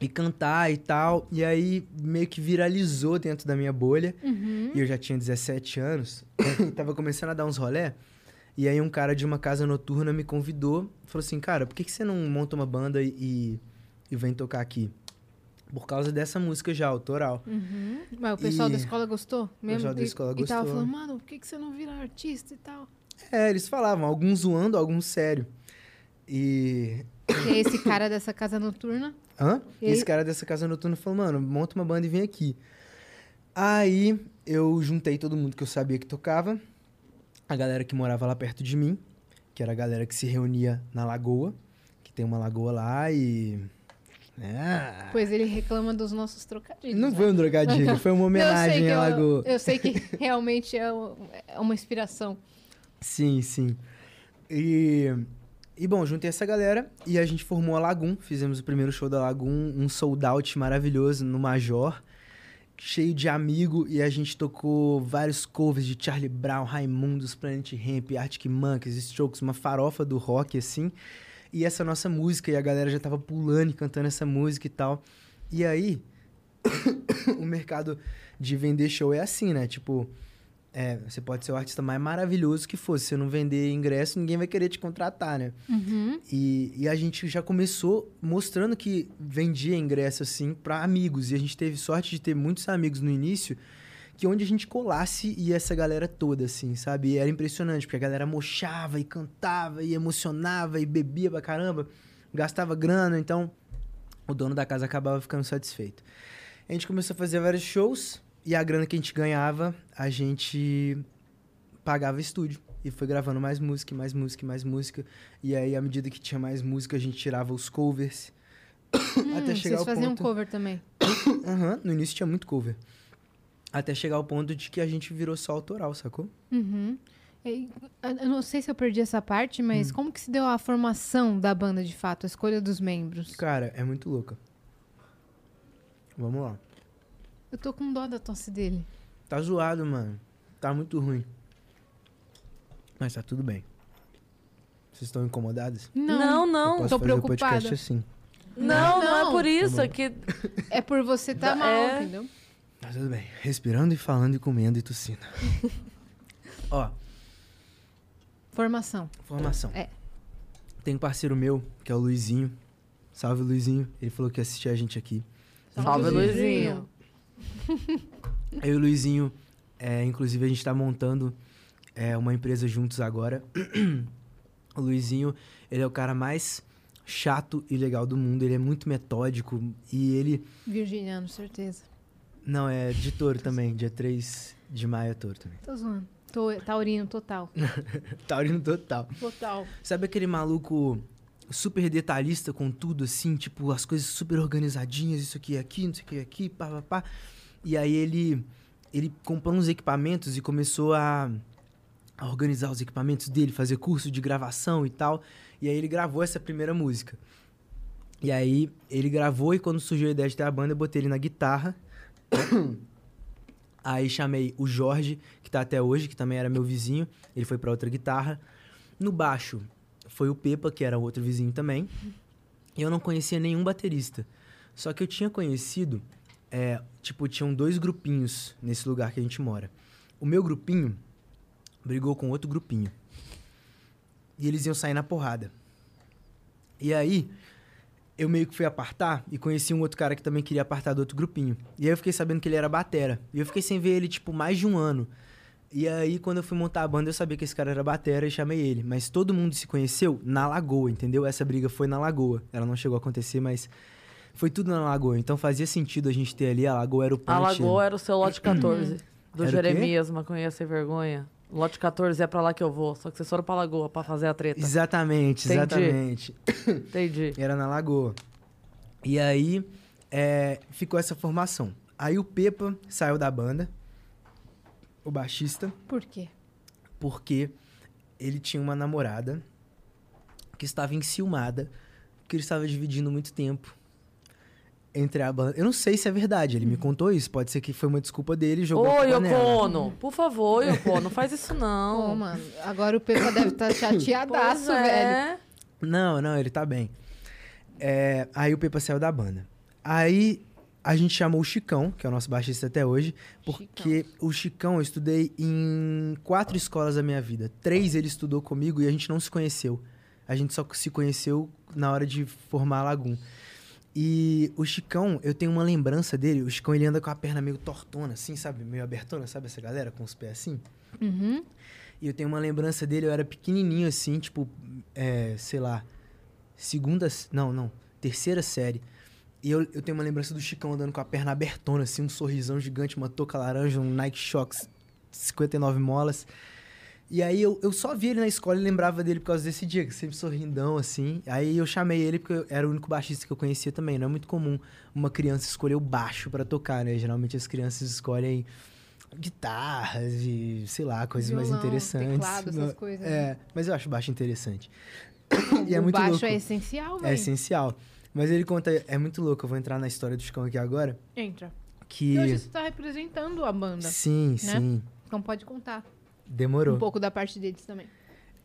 [SPEAKER 4] E cantar e tal. E aí meio que viralizou dentro da minha bolha. E eu já tinha 17 anos. tava começando a dar uns rolé. E aí um cara de uma casa noturna me convidou, falou assim, cara, por que, que você não monta uma banda e, e, e vem tocar aqui? Por causa dessa música já, autoral.
[SPEAKER 3] Uhum. Mas o pessoal
[SPEAKER 4] E-
[SPEAKER 3] da escola gostou? Mesmo?
[SPEAKER 4] pessoal da
[SPEAKER 3] E-
[SPEAKER 4] escola
[SPEAKER 3] E tava
[SPEAKER 4] gostou.
[SPEAKER 3] falando, mano, por que, que você não vira artista e tal?
[SPEAKER 4] É, eles falavam, alguns zoando, alguns sério. E.
[SPEAKER 3] Que é esse cara dessa casa noturna.
[SPEAKER 4] Hã?
[SPEAKER 3] E
[SPEAKER 4] E esse
[SPEAKER 3] aí?
[SPEAKER 4] cara dessa casa noturna falou, mano, monta uma banda e vem aqui. Aí eu juntei todo mundo que eu sabia que tocava, a galera que morava lá perto de mim, que era a galera que se reunia na lagoa, que tem uma lagoa lá e. Ah,
[SPEAKER 3] Pois ele reclama dos nossos trocadilhos.
[SPEAKER 4] Não
[SPEAKER 3] né?
[SPEAKER 4] foi um trocadilho, foi uma
[SPEAKER 3] eu sei
[SPEAKER 4] homenagem
[SPEAKER 3] que
[SPEAKER 4] à
[SPEAKER 3] eu-
[SPEAKER 4] Lagoa.
[SPEAKER 3] Eu sei que realmente é o- é uma inspiração.
[SPEAKER 4] Sim, sim. E, e bom, juntei essa galera e a gente formou a Lagoon. Fizemos o primeiro show da Lagoon, um sold out maravilhoso no Major. cheio de amigo e a gente tocou vários covers de Charlie Brown, Raimundos, Planet Hemp, Arctic Monkeys, Strokes, uma farofa do rock assim. E essa nossa música e a galera já tava pulando e cantando essa música e tal. E aí o mercado de vender show é assim, né? Tipo, é, você pode ser o artista mais maravilhoso que for. Se você não vender ingresso, ninguém vai querer te contratar, né?
[SPEAKER 3] Uhum.
[SPEAKER 4] E, e a gente já começou mostrando que vendia ingresso assim para amigos. E a gente teve sorte de ter muitos amigos no início, que onde a gente colasse e essa galera toda, assim, sabe? E era impressionante, porque a galera mochava e cantava e emocionava e bebia pra caramba, gastava grana, então o dono da casa acabava ficando satisfeito. A gente começou a fazer vários shows e a grana que a gente ganhava, a gente pagava estúdio. E foi gravando mais música, mais música, mais música. E aí, à medida que tinha mais música, a gente tirava os covers. até
[SPEAKER 3] Hum,
[SPEAKER 4] chegar
[SPEAKER 3] Vocês
[SPEAKER 4] ao
[SPEAKER 3] faziam
[SPEAKER 4] ponto...
[SPEAKER 3] cover também.
[SPEAKER 4] Aham, no início tinha muito cover. Até chegar ao ponto de que a gente virou só autoral, sacou?
[SPEAKER 3] Uhum. E, eu eu não sei se eu perdi essa parte,
[SPEAKER 4] Hum.
[SPEAKER 3] mas como que se deu a formação da banda de fato, a escolha dos membros?
[SPEAKER 4] Cara, é muito louca. Vamos lá.
[SPEAKER 3] Eu tô com dó da tosse dele.
[SPEAKER 4] Tá zoado, mano. Tá muito ruim. Mas tá tudo bem. Vocês estão incomodados?
[SPEAKER 3] Não,
[SPEAKER 2] Não,
[SPEAKER 4] eu
[SPEAKER 2] não.
[SPEAKER 4] posso
[SPEAKER 3] tô
[SPEAKER 4] fazer o
[SPEAKER 3] preocupada.
[SPEAKER 4] podcast assim.
[SPEAKER 2] Não, não
[SPEAKER 3] Não.
[SPEAKER 2] é por isso.
[SPEAKER 4] Tá
[SPEAKER 2] é
[SPEAKER 4] bom.
[SPEAKER 2] que
[SPEAKER 3] é por você tá mal,
[SPEAKER 2] É.
[SPEAKER 3] entendeu?
[SPEAKER 4] Tá tudo bem. Respirando e falando e comendo e tossindo. Ó,
[SPEAKER 3] Formação.
[SPEAKER 4] formação.
[SPEAKER 3] É.
[SPEAKER 4] Tem um parceiro meu, que é o Luizinho. Salve, Luizinho. Ele falou que ia assistir a gente aqui.
[SPEAKER 2] Salve,
[SPEAKER 4] Tá
[SPEAKER 2] Luizinho.
[SPEAKER 4] Eu e o Luizinho, é, inclusive, a gente tá montando é, uma empresa juntos agora. o Luizinho, ele é o cara mais chato e legal do mundo. Ele é muito metódico e ele...
[SPEAKER 3] Virginiano, certeza.
[SPEAKER 4] Não, é de touro também. Dia 3 de maio é touro também.
[SPEAKER 3] Tô zoando. Tô, taurino total.
[SPEAKER 4] Taurino total.
[SPEAKER 3] Total.
[SPEAKER 4] Sabe aquele maluco super detalhista com tudo, assim? Tipo, as coisas super organizadinhas, isso aqui, aqui, não sei o que, aqui, pá, pá, pá. E aí ele, ele comprou uns equipamentos e começou a, a organizar os equipamentos dele, fazer curso de gravação e tal. E aí ele gravou essa primeira música. E aí ele gravou e quando surgiu a ideia de ter a banda, eu botei ele na guitarra. Aí chamei o Jorge, que tá até hoje, que também era meu vizinho. Ele foi pra outra guitarra. No baixo foi o Pepa, que era outro vizinho também. E eu não conhecia nenhum baterista. Só que eu tinha conhecido, é, tipo, tinham dois grupinhos nesse lugar que a gente mora. O meu grupinho brigou com outro grupinho. E eles iam sair na porrada. E aí, eu meio que fui apartar e conheci um outro cara que também queria apartar do outro grupinho. E aí eu fiquei sabendo que ele era batera. E eu fiquei sem ver ele, tipo, mais de um ano. E aí, quando eu fui montar a banda, eu sabia que esse cara era batera e chamei ele. Mas todo mundo se conheceu na lagoa, entendeu? Essa briga foi na lagoa. Ela não chegou a acontecer, mas foi tudo na lagoa. Então fazia sentido a gente ter ali. A lagoa era o
[SPEAKER 2] a
[SPEAKER 4] ponte.
[SPEAKER 2] Lagoa era o seu lote 14. Do
[SPEAKER 4] Era o quê?
[SPEAKER 2] Jeremias, maconha sem vergonha. Lote 14 é pra lá que eu vou. Só que vocês foram pra Lagoa pra fazer a treta.
[SPEAKER 4] Exatamente,
[SPEAKER 2] Entendi.
[SPEAKER 4] exatamente.
[SPEAKER 2] Entendi.
[SPEAKER 4] Era na Lagoa. E aí é, ficou essa formação. Aí o Pepa saiu da banda, o baixista,
[SPEAKER 3] Por quê?
[SPEAKER 4] porque ele tinha uma namorada que estava enciumada, porque ele estava dividindo muito tempo entre a banda. Eu não sei se é verdade, ele me contou isso. Pode ser que foi uma desculpa dele,
[SPEAKER 2] Ô,
[SPEAKER 4] jogou a culpa nela.
[SPEAKER 2] Yoko Ono, por favor, Yoko Ono, faz isso
[SPEAKER 3] Pô,
[SPEAKER 2] não.
[SPEAKER 3] mano, agora o Pepa deve estar tá
[SPEAKER 2] Pois
[SPEAKER 3] chateadaço, velho.
[SPEAKER 2] é.
[SPEAKER 4] Não, não, ele tá bem. É, aí o Pepa saiu da banda. Aí a gente chamou o Chicão, que é o nosso baixista até hoje, porque o Chicão eu estudei em quatro escolas da minha vida. Três ele estudou comigo e a gente não se conheceu. A gente só se conheceu na hora de formar a Lagum. E o Chicão, eu tenho uma lembrança dele. O Chicão, ele anda com a perna meio tortona, assim, sabe? Meio abertona, sabe essa galera com os pés assim?
[SPEAKER 3] Uhum.
[SPEAKER 4] E eu tenho uma lembrança dele, eu era pequenininho assim, tipo, é, sei lá, segunda. Não, não, terceira série. E eu, eu tenho uma lembrança do Chicão andando com a perna abertona, assim, um sorrisão gigante, uma touca laranja, um Nike Shox 59 molas. E aí eu, eu só vi ele na escola e lembrava dele por causa desse dia, que sempre sorrindão, assim. Aí eu chamei ele porque eu era o único baixista que eu conhecia também. Não é muito comum uma criança escolher o baixo pra tocar, né? Geralmente as crianças escolhem guitarras e, sei lá, coisas mais
[SPEAKER 3] Violão,
[SPEAKER 4] interessantes.
[SPEAKER 3] teclado, essas
[SPEAKER 4] Não-
[SPEAKER 3] coisas, né?
[SPEAKER 4] É, mas eu acho baixo interessante. e é
[SPEAKER 3] o
[SPEAKER 4] muito
[SPEAKER 3] baixo
[SPEAKER 4] louco.
[SPEAKER 3] é essencial,
[SPEAKER 4] É
[SPEAKER 3] velho.
[SPEAKER 4] essencial. Mas ele conta, é muito louco, eu vou entrar na história do Chicão aqui agora,
[SPEAKER 3] Entra.
[SPEAKER 4] que.
[SPEAKER 3] E hoje você tá representando a banda.
[SPEAKER 4] Sim, sim.
[SPEAKER 3] Então pode contar
[SPEAKER 4] Demorou.
[SPEAKER 3] um pouco da parte deles também.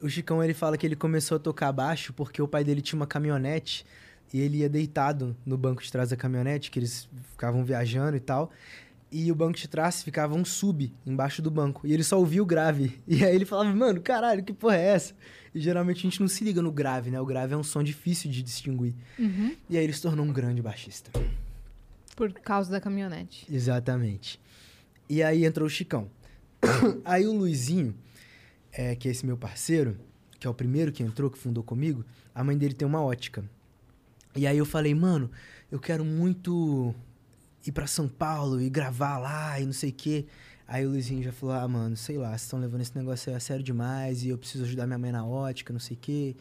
[SPEAKER 4] O Chicão, ele fala que ele começou a tocar baixo porque o pai dele tinha uma caminhonete e ele ia deitado no banco de trás da caminhonete, que eles ficavam viajando e tal. E o banco de trás ficava um sub embaixo do banco. E ele só ouvia o grave. E aí ele falava, mano, caralho, que porra é essa? E geralmente a gente não se liga no grave, né? O grave é um som difícil de distinguir.
[SPEAKER 3] Uhum.
[SPEAKER 4] E aí ele se tornou um grande baixista.
[SPEAKER 3] Por causa da caminhonete.
[SPEAKER 4] Exatamente. E aí entrou o Chicão. aí o Luizinho, é, que é esse meu parceiro, que é o primeiro que entrou, que fundou comigo, a mãe dele tem uma ótica. E aí eu falei, mano, eu quero muito ir pra São Paulo e gravar lá e não sei o quê. Aí o Luizinho já falou, ah, mano, sei lá, vocês estão levando esse negócio aí a sério demais e eu preciso ajudar minha mãe na ótica, não sei o quê.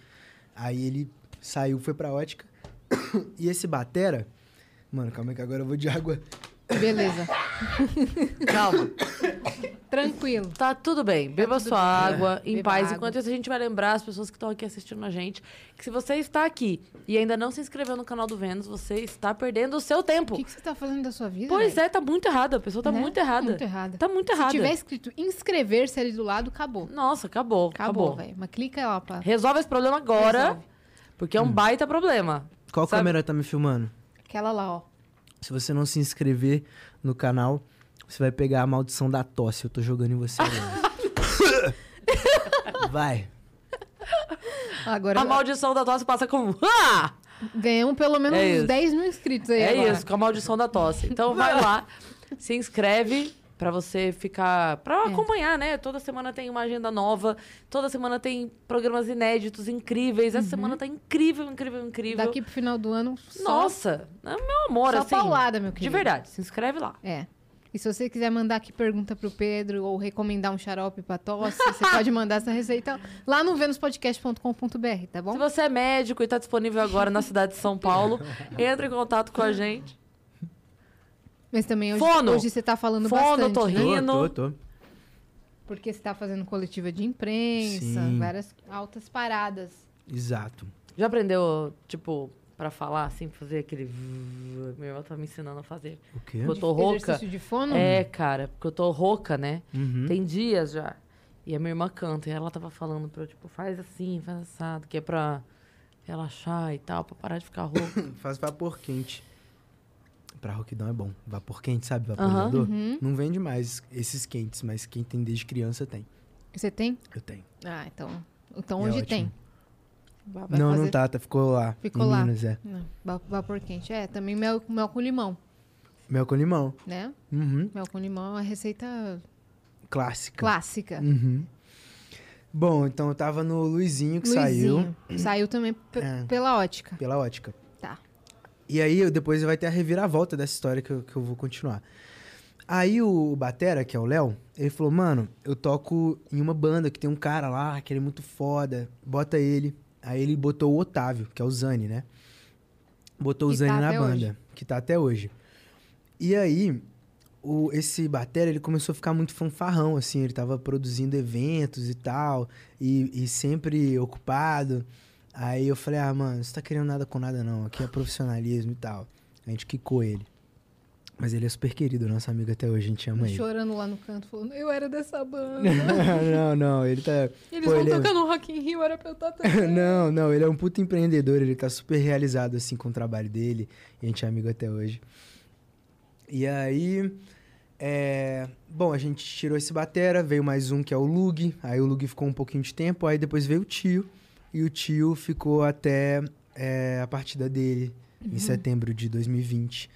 [SPEAKER 4] Aí ele saiu, foi pra ótica. e esse batera... Mano, calma aí que agora eu vou de água...
[SPEAKER 3] Beleza.
[SPEAKER 2] Calma.
[SPEAKER 3] Tranquilo.
[SPEAKER 2] Tá tudo bem. Beba
[SPEAKER 3] tudo
[SPEAKER 2] sua
[SPEAKER 3] bem.
[SPEAKER 2] água em
[SPEAKER 3] Beba
[SPEAKER 2] paz.
[SPEAKER 3] água.
[SPEAKER 2] Enquanto isso, a gente vai lembrar as pessoas que estão aqui assistindo a gente que se você está aqui e ainda não se inscreveu no canal do Vênus, você está perdendo o seu tempo.
[SPEAKER 3] O que, que você tá fazendo da sua vida?
[SPEAKER 2] Tipo, Pois
[SPEAKER 3] velho?
[SPEAKER 2] é, tá muito errada. A pessoa tá
[SPEAKER 3] Né?
[SPEAKER 2] muito errada.
[SPEAKER 3] Muito errada.
[SPEAKER 2] Tá muito errada.
[SPEAKER 3] Se tiver escrito inscrever-se ali do lado, acabou.
[SPEAKER 2] Nossa, acabou. Acabou,
[SPEAKER 3] Acabou, velho. Mas clica lá pra...
[SPEAKER 2] Resolve esse problema agora,
[SPEAKER 3] Resolve. Hum.
[SPEAKER 2] porque é um baita problema.
[SPEAKER 4] Qual
[SPEAKER 2] Sabe-
[SPEAKER 4] câmera tá me filmando?
[SPEAKER 3] Aquela lá, ó.
[SPEAKER 4] Se você não se inscrever no canal, você vai pegar a maldição da tosse. Eu tô jogando em você agora. vai.
[SPEAKER 3] Agora
[SPEAKER 2] A maldição da tosse passa como. Ah!
[SPEAKER 3] ganhamos pelo menos
[SPEAKER 2] É isso.
[SPEAKER 3] uns 10 mil inscritos aí
[SPEAKER 2] É
[SPEAKER 3] agora.
[SPEAKER 2] isso, com a maldição da tosse. Então vai lá, se inscreve pra você ficar.
[SPEAKER 3] É.
[SPEAKER 2] pra acompanhar, né? Toda semana tem uma agenda nova, toda semana tem programas inéditos, incríveis. Essa semana tá incrível, incrível, incrível.
[SPEAKER 3] Uhum. Daqui pro final do ano, só-
[SPEAKER 2] Nossa, né, meu amor,
[SPEAKER 3] só
[SPEAKER 2] assim.
[SPEAKER 3] paulada, meu
[SPEAKER 2] De
[SPEAKER 3] querido.
[SPEAKER 2] verdade, se inscreve lá.
[SPEAKER 3] É. E se você quiser mandar aqui pergunta pro Pedro ou recomendar um xarope pra tosse, você pode mandar essa receita lá no venuspodcast.com.br, tá
[SPEAKER 2] Se
[SPEAKER 3] bom?
[SPEAKER 2] você é médico e tá disponível agora na cidade de São Paulo, entre em contato com a gente.
[SPEAKER 3] Mas também hoje,
[SPEAKER 2] Fono.
[SPEAKER 3] hoje você tá falando
[SPEAKER 2] Fono,
[SPEAKER 3] bastante,
[SPEAKER 2] torrinho.
[SPEAKER 3] né?
[SPEAKER 4] Tô,
[SPEAKER 2] Menino.
[SPEAKER 4] tô, tô.
[SPEAKER 3] Porque você tá fazendo coletiva de imprensa,
[SPEAKER 4] Sim.
[SPEAKER 3] várias altas paradas.
[SPEAKER 4] Exato.
[SPEAKER 2] Já aprendeu, tipo, pra falar, assim, fazer aquele... vzz? Meu irmão tá me ensinando a fazer.
[SPEAKER 4] O quê?
[SPEAKER 2] Eu tô
[SPEAKER 3] De-
[SPEAKER 2] rouca.
[SPEAKER 3] Exercício de fono?
[SPEAKER 2] É, cara, porque eu tô rouca, né?
[SPEAKER 4] Hum. Uhum.
[SPEAKER 2] Tem dias já. E a minha irmã canta, e ela tava falando pra eu, tipo, faz assim, faz assado, que é pra relaxar e tal, pra parar de ficar rouca.
[SPEAKER 4] Hum, Faz vapor quente. Pra roquidão é bom. Vapor quente, sabe?
[SPEAKER 2] Aham.
[SPEAKER 4] Vaporizador.
[SPEAKER 3] Uhum.
[SPEAKER 4] Não vende mais esses quentes, mas quem tem desde criança tem.
[SPEAKER 3] Você tem?
[SPEAKER 4] Eu tenho.
[SPEAKER 3] Ah, então. Então
[SPEAKER 4] É
[SPEAKER 3] hoje
[SPEAKER 4] ótimo.
[SPEAKER 3] tem. Vai- vai
[SPEAKER 4] não,
[SPEAKER 3] fazer-
[SPEAKER 4] não tá, tá. Ficou lá.
[SPEAKER 3] Ficou
[SPEAKER 4] em
[SPEAKER 3] lá.
[SPEAKER 4] Minas, é.
[SPEAKER 3] Não, va- Vapor quente. É, também mel, mel com limão,
[SPEAKER 4] Mel é com limão.
[SPEAKER 3] né?
[SPEAKER 4] Uhum.
[SPEAKER 3] Mel com limão é uma receita
[SPEAKER 4] Clássica.
[SPEAKER 3] clássica.
[SPEAKER 4] Uhum. Bom, então eu tava no Luizinho que saiu.
[SPEAKER 3] Luizinho. Saiu também pe-
[SPEAKER 4] É.
[SPEAKER 3] pela ótica.
[SPEAKER 4] Pela ótica.
[SPEAKER 3] Tá.
[SPEAKER 4] E aí eu- depois vai ter a reviravolta dessa história que eu, que eu vou continuar. Aí o Batera, que é o Léo, ele falou, mano, eu toco em uma banda que tem um cara lá, que ele é muito foda, bota ele. Aí ele botou o Otávio, que é o Zani, né? Botou o
[SPEAKER 3] Que
[SPEAKER 4] Zani
[SPEAKER 3] tá
[SPEAKER 4] na
[SPEAKER 3] até
[SPEAKER 4] banda,
[SPEAKER 3] hoje.
[SPEAKER 4] que tá até hoje. E aí, o, esse Batera, ele começou a ficar muito fanfarrão, assim, ele tava produzindo eventos e tal, e, e sempre ocupado. Aí eu falei, ah, mano, você tá querendo nada com nada, não. Aqui é profissionalismo e tal. A gente quicou ele. Mas ele é super querido, nosso amigo até hoje, a gente ama ele.
[SPEAKER 3] Chorando lá no canto, falando, eu era dessa banda.
[SPEAKER 4] não, não, ele tá.
[SPEAKER 3] Eles
[SPEAKER 4] Pô,
[SPEAKER 3] vão
[SPEAKER 4] ele é-
[SPEAKER 3] tocando Rock in Rio, era pra eu tá estar tocando.
[SPEAKER 4] não, não, ele é um puto empreendedor, ele tá super realizado assim com o trabalho dele, e a gente é amigo até hoje. E aí, é, bom, a gente tirou esse batera, veio mais um que é o Lug, aí o Lug ficou um pouquinho de tempo, aí depois veio o tio, e o tio ficou até é, a partida dele em setembro de 2020.